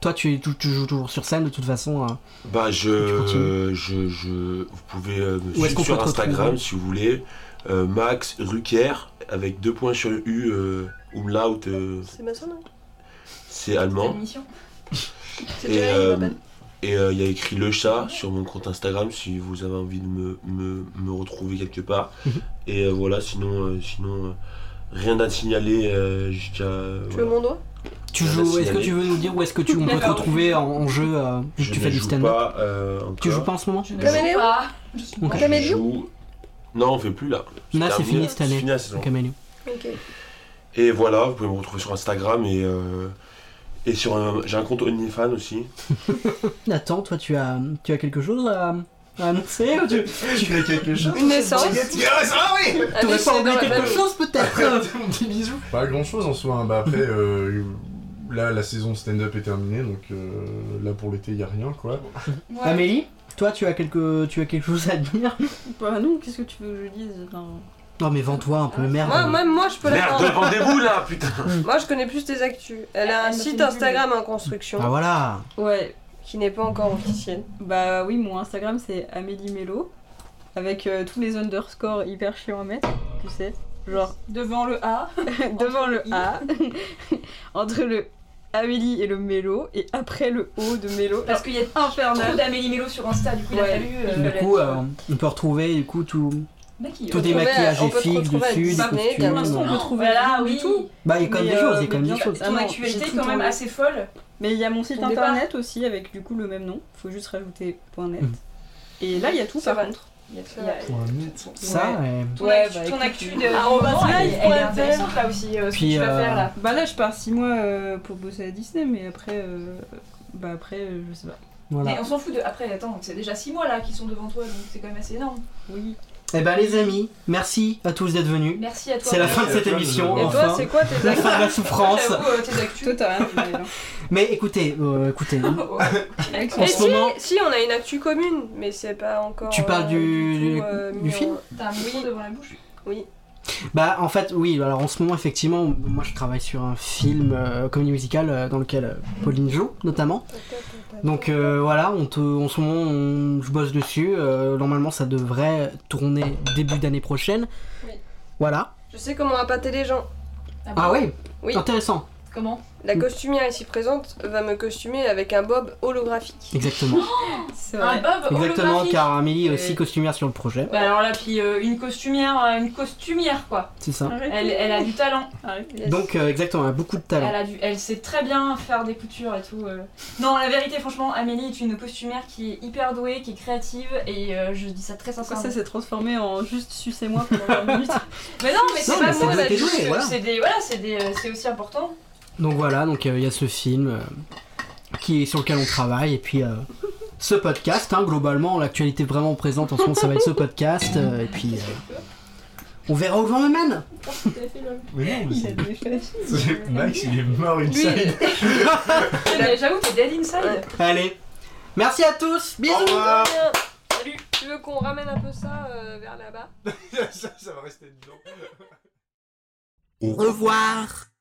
Speaker 1: toi, tu, tu- tu joues toujours sur scène de toute façon. hein.
Speaker 7: Bah
Speaker 1: Tu
Speaker 7: je,
Speaker 1: continues.
Speaker 7: je, je- vous pouvez euh, me
Speaker 1: Où est-ce qu'on
Speaker 7: suivre
Speaker 1: peut
Speaker 7: sur
Speaker 1: te retrouver
Speaker 7: Instagram si vous voulez. Euh, Max Rucker avec deux points sur le U, euh, umlaut, euh,
Speaker 8: C'est ma soeur, non
Speaker 7: c'est
Speaker 10: C'est
Speaker 7: allemand.
Speaker 10: une mission.
Speaker 8: C'est
Speaker 7: Et
Speaker 8: Jerry, il
Speaker 7: euh,
Speaker 8: m'appelle.
Speaker 7: et, euh, il y a écrit le chat sur mon compte Instagram si vous avez envie de me, me, me retrouver quelque part.
Speaker 1: Mhm.
Speaker 7: et euh, voilà, sinon, euh, sinon euh, rien à signaler euh, jusqu'à.
Speaker 8: Tu veux
Speaker 7: voilà.
Speaker 8: mon doigt
Speaker 1: Tu
Speaker 7: Là,
Speaker 1: joues.
Speaker 7: c'est
Speaker 1: Est-ce que
Speaker 7: allé.
Speaker 1: tu veux nous dire où est-ce que tu on peut te
Speaker 10: D'accord.
Speaker 1: retrouver en, en jeu euh,
Speaker 7: Je
Speaker 1: Tu
Speaker 7: ne
Speaker 1: fais du
Speaker 7: joue
Speaker 1: stand-up.
Speaker 7: pas, euh,
Speaker 1: Tu
Speaker 7: encore.
Speaker 1: joues pas en ce moment
Speaker 10: Je
Speaker 7: Je
Speaker 10: ne
Speaker 7: joue-
Speaker 10: sais
Speaker 8: Caméléon
Speaker 10: pas. Je suis
Speaker 1: Ok.
Speaker 10: pas.
Speaker 7: je
Speaker 8: Caméléon
Speaker 7: joue- Non, on fait plus là.
Speaker 1: Là, c'est
Speaker 7: terminé.
Speaker 1: fini cette
Speaker 7: C'est
Speaker 1: année.
Speaker 7: fini la saison.
Speaker 1: Caméléon.
Speaker 8: Ok.
Speaker 7: Et voilà, vous pouvez me retrouver sur Instagram et, euh, et sur un- j'ai un compte OnlyFans aussi.
Speaker 1: Nathan, toi, tu as, tu as quelque chose à, à annoncer ou tu-
Speaker 5: Tu fais quelque chose
Speaker 8: Une naissance.
Speaker 5: Ah oui
Speaker 8: Un
Speaker 1: T'aurais
Speaker 8: décès
Speaker 1: pas
Speaker 8: dans
Speaker 1: oublié
Speaker 8: la
Speaker 1: quelque
Speaker 8: famille.
Speaker 1: chose peut-être
Speaker 5: Mon petit bisou. Pas grand chose en soi. hein. Bah après, euh, là, la saison stand-up est terminée, donc euh, là pour l'été, il y a rien quoi.
Speaker 6: Ouais.
Speaker 1: Amélie, toi, tu as quelque, tu as quelque chose à dire
Speaker 10: Bah non, qu'est-ce que tu veux que je dise Enfin,
Speaker 1: Non, mais vends-toi un peu, merde.
Speaker 8: Moi, même moi, je peux la
Speaker 7: Merde,
Speaker 8: prendre.
Speaker 7: rendez-vous là, putain
Speaker 8: Moi, je connais plus tes actus. Elle
Speaker 6: Ah,
Speaker 8: a un
Speaker 10: Elle m'a fait une
Speaker 8: site
Speaker 10: pub.
Speaker 8: Instagram en construction
Speaker 1: Ah voilà.
Speaker 10: Ouais,
Speaker 8: qui n'est pas encore officiel.
Speaker 10: bah oui, mon Instagram c'est Amélie Mello, avec euh, tous les underscores hyper chiants à mettre, tu sais. Genre
Speaker 6: Devant le A.
Speaker 10: devant le A, entre le Amélie et le Mélo, et après le O de Mélo.
Speaker 6: Parce qu'il y a trop
Speaker 10: Infernal.
Speaker 6: d'Amélie Mélo sur Insta, du coup,
Speaker 10: Ouais.
Speaker 6: il a fallu.
Speaker 1: Du coup, euh, on peut retrouver du coup tout, tout des
Speaker 8: retrouver à-
Speaker 1: maquillages
Speaker 8: on
Speaker 1: et
Speaker 8: peut te
Speaker 1: figues
Speaker 8: retrouver à
Speaker 1: dessus, des
Speaker 6: Bah,
Speaker 8: Disney,
Speaker 1: costumes.
Speaker 8: carrément.
Speaker 10: On peut trouver
Speaker 6: Voilà,
Speaker 10: rien
Speaker 6: oui.
Speaker 10: du tout.
Speaker 1: Bah, il y a quand même des
Speaker 10: Mais,
Speaker 1: choses,
Speaker 10: euh,
Speaker 1: il y a quand même
Speaker 10: mais bien
Speaker 1: des choses.
Speaker 10: sûr.
Speaker 6: Ton
Speaker 10: Non,
Speaker 6: actualité
Speaker 10: j'ai
Speaker 6: est
Speaker 10: tout
Speaker 6: quand même
Speaker 10: enlevé.
Speaker 6: assez folle.
Speaker 10: Mais il y a mon site
Speaker 6: Ton départ.
Speaker 10: internet aussi avec du coup le même nom. Faut juste rajouter .net.
Speaker 1: Mhm.
Speaker 10: Et là il y a tout
Speaker 8: Ça
Speaker 10: par
Speaker 8: va.
Speaker 10: contre. Il y a-
Speaker 8: Ça
Speaker 10: il y a-
Speaker 1: Ça, et
Speaker 6: Ton
Speaker 10: Ouais,
Speaker 6: actu,
Speaker 10: bah,
Speaker 6: ton
Speaker 10: écoute,
Speaker 6: actu de.
Speaker 10: euh,
Speaker 6: du
Speaker 8: arobase
Speaker 6: moment, elle, est- elle est
Speaker 8: live.fr.
Speaker 6: intéressante là aussi, euh, ce que
Speaker 1: Puis,
Speaker 6: tu vas
Speaker 1: euh,
Speaker 6: faire là.
Speaker 10: Bah là je pars 6 mois euh, pour bosser à Disney, mais après euh, bah après euh, je sais pas.
Speaker 6: Mais
Speaker 1: voilà.
Speaker 6: on s'en fout de. Après, attends, c'est déjà 6 mois là qui sont devant toi, donc c'est quand même assez énorme.
Speaker 10: Oui.
Speaker 1: Eh ben, les amis, merci à tous d'être venus.
Speaker 6: Merci à toi.
Speaker 1: C'est la
Speaker 6: Marie.
Speaker 1: fin de cette
Speaker 5: Et toi,
Speaker 1: émission,
Speaker 5: nous-
Speaker 8: Et toi,
Speaker 1: enfin.
Speaker 8: c'est quoi tes
Speaker 1: La
Speaker 8: actus
Speaker 1: fin de la souffrance.
Speaker 6: J'avoue, euh, tes actus.
Speaker 10: Toi t'as rien fait, Maëlle, hein.
Speaker 1: Mais écoutez, euh, écoutez,
Speaker 6: Oh,
Speaker 10: Avec
Speaker 1: en
Speaker 8: Mais
Speaker 1: ce
Speaker 8: Eh, si,
Speaker 1: moment,
Speaker 8: si, on a une actu commune, mais c'est pas encore.
Speaker 1: Tu parles du-
Speaker 8: du,
Speaker 1: du-
Speaker 8: tout, euh,
Speaker 1: du
Speaker 8: mis en-
Speaker 1: film
Speaker 6: T'as un micro devant la bouche.
Speaker 1: bah en fait oui, alors en ce moment effectivement, moi je travaille sur un film euh, comédie musicale euh, dans lequel euh, Pauline joue notamment. Donc euh, voilà, on te, en ce moment, on- je bosse dessus. Euh, normalement, ça devrait tourner début d'année prochaine.
Speaker 6: Oui.
Speaker 1: Voilà.
Speaker 8: Je sais comment appâter les gens.
Speaker 6: bon
Speaker 1: Ah oui,
Speaker 8: Oui.
Speaker 1: Intéressant.
Speaker 6: Comment
Speaker 1: Mm.
Speaker 8: La costumière ici présente va me costumer avec un bob holographique.
Speaker 1: Exactement.
Speaker 10: C'est
Speaker 6: Un
Speaker 10: vrai.
Speaker 6: bob
Speaker 1: Exactement,
Speaker 6: holographique.
Speaker 1: car Amélie est aussi
Speaker 6: Et-
Speaker 1: costumière sur le projet.
Speaker 6: Bah alors là, puis euh, une costumière, euh, une costumière quoi.
Speaker 1: C'est ça.
Speaker 10: Arrêtez.
Speaker 6: Elle, elle a du talent.
Speaker 10: Arrêtez.
Speaker 8: Yes.
Speaker 1: Donc euh, exactement, elle a beaucoup de talent.
Speaker 6: Elle, a du, elle sait très bien faire des coutures et tout. euh. Non, la vérité, franchement, Amélie est une costumière qui est hyper douée, qui est créative et euh, je dis ça très
Speaker 10: Pourquoi
Speaker 6: sincèrement.
Speaker 10: ça s'est transformé en juste sucez-moi pendant 20 minutes
Speaker 6: mais non, mais c'est
Speaker 1: Non,
Speaker 6: pas
Speaker 1: mais ça
Speaker 6: moi
Speaker 1: doit
Speaker 6: la
Speaker 1: être
Speaker 6: juste,
Speaker 1: douée,
Speaker 6: c'est-
Speaker 1: voilà.
Speaker 6: C'est des, voilà, c'est des, euh, c'est aussi important.
Speaker 1: Donc voilà, donc euh, il y a ce film euh, qui est sur lequel on travaille et puis euh, ce podcast. hein, globalement, l'actualité vraiment présente en ce moment, ça va être ce podcast euh, et puis euh, on verra où l'on me mène.
Speaker 5: Mais non,
Speaker 10: Il a des flashs.
Speaker 5: c'est- Max, il est mort une
Speaker 8: Lui, il
Speaker 5: série.
Speaker 6: Ah, Mais J'avoue, t'es dead inside.
Speaker 1: Allez, merci à tous, bisous.
Speaker 8: Bien. Salut. Tu veux qu'on ramène un peu ça euh, vers là-bas
Speaker 5: ça, ça va rester dedans.
Speaker 1: Au revoir.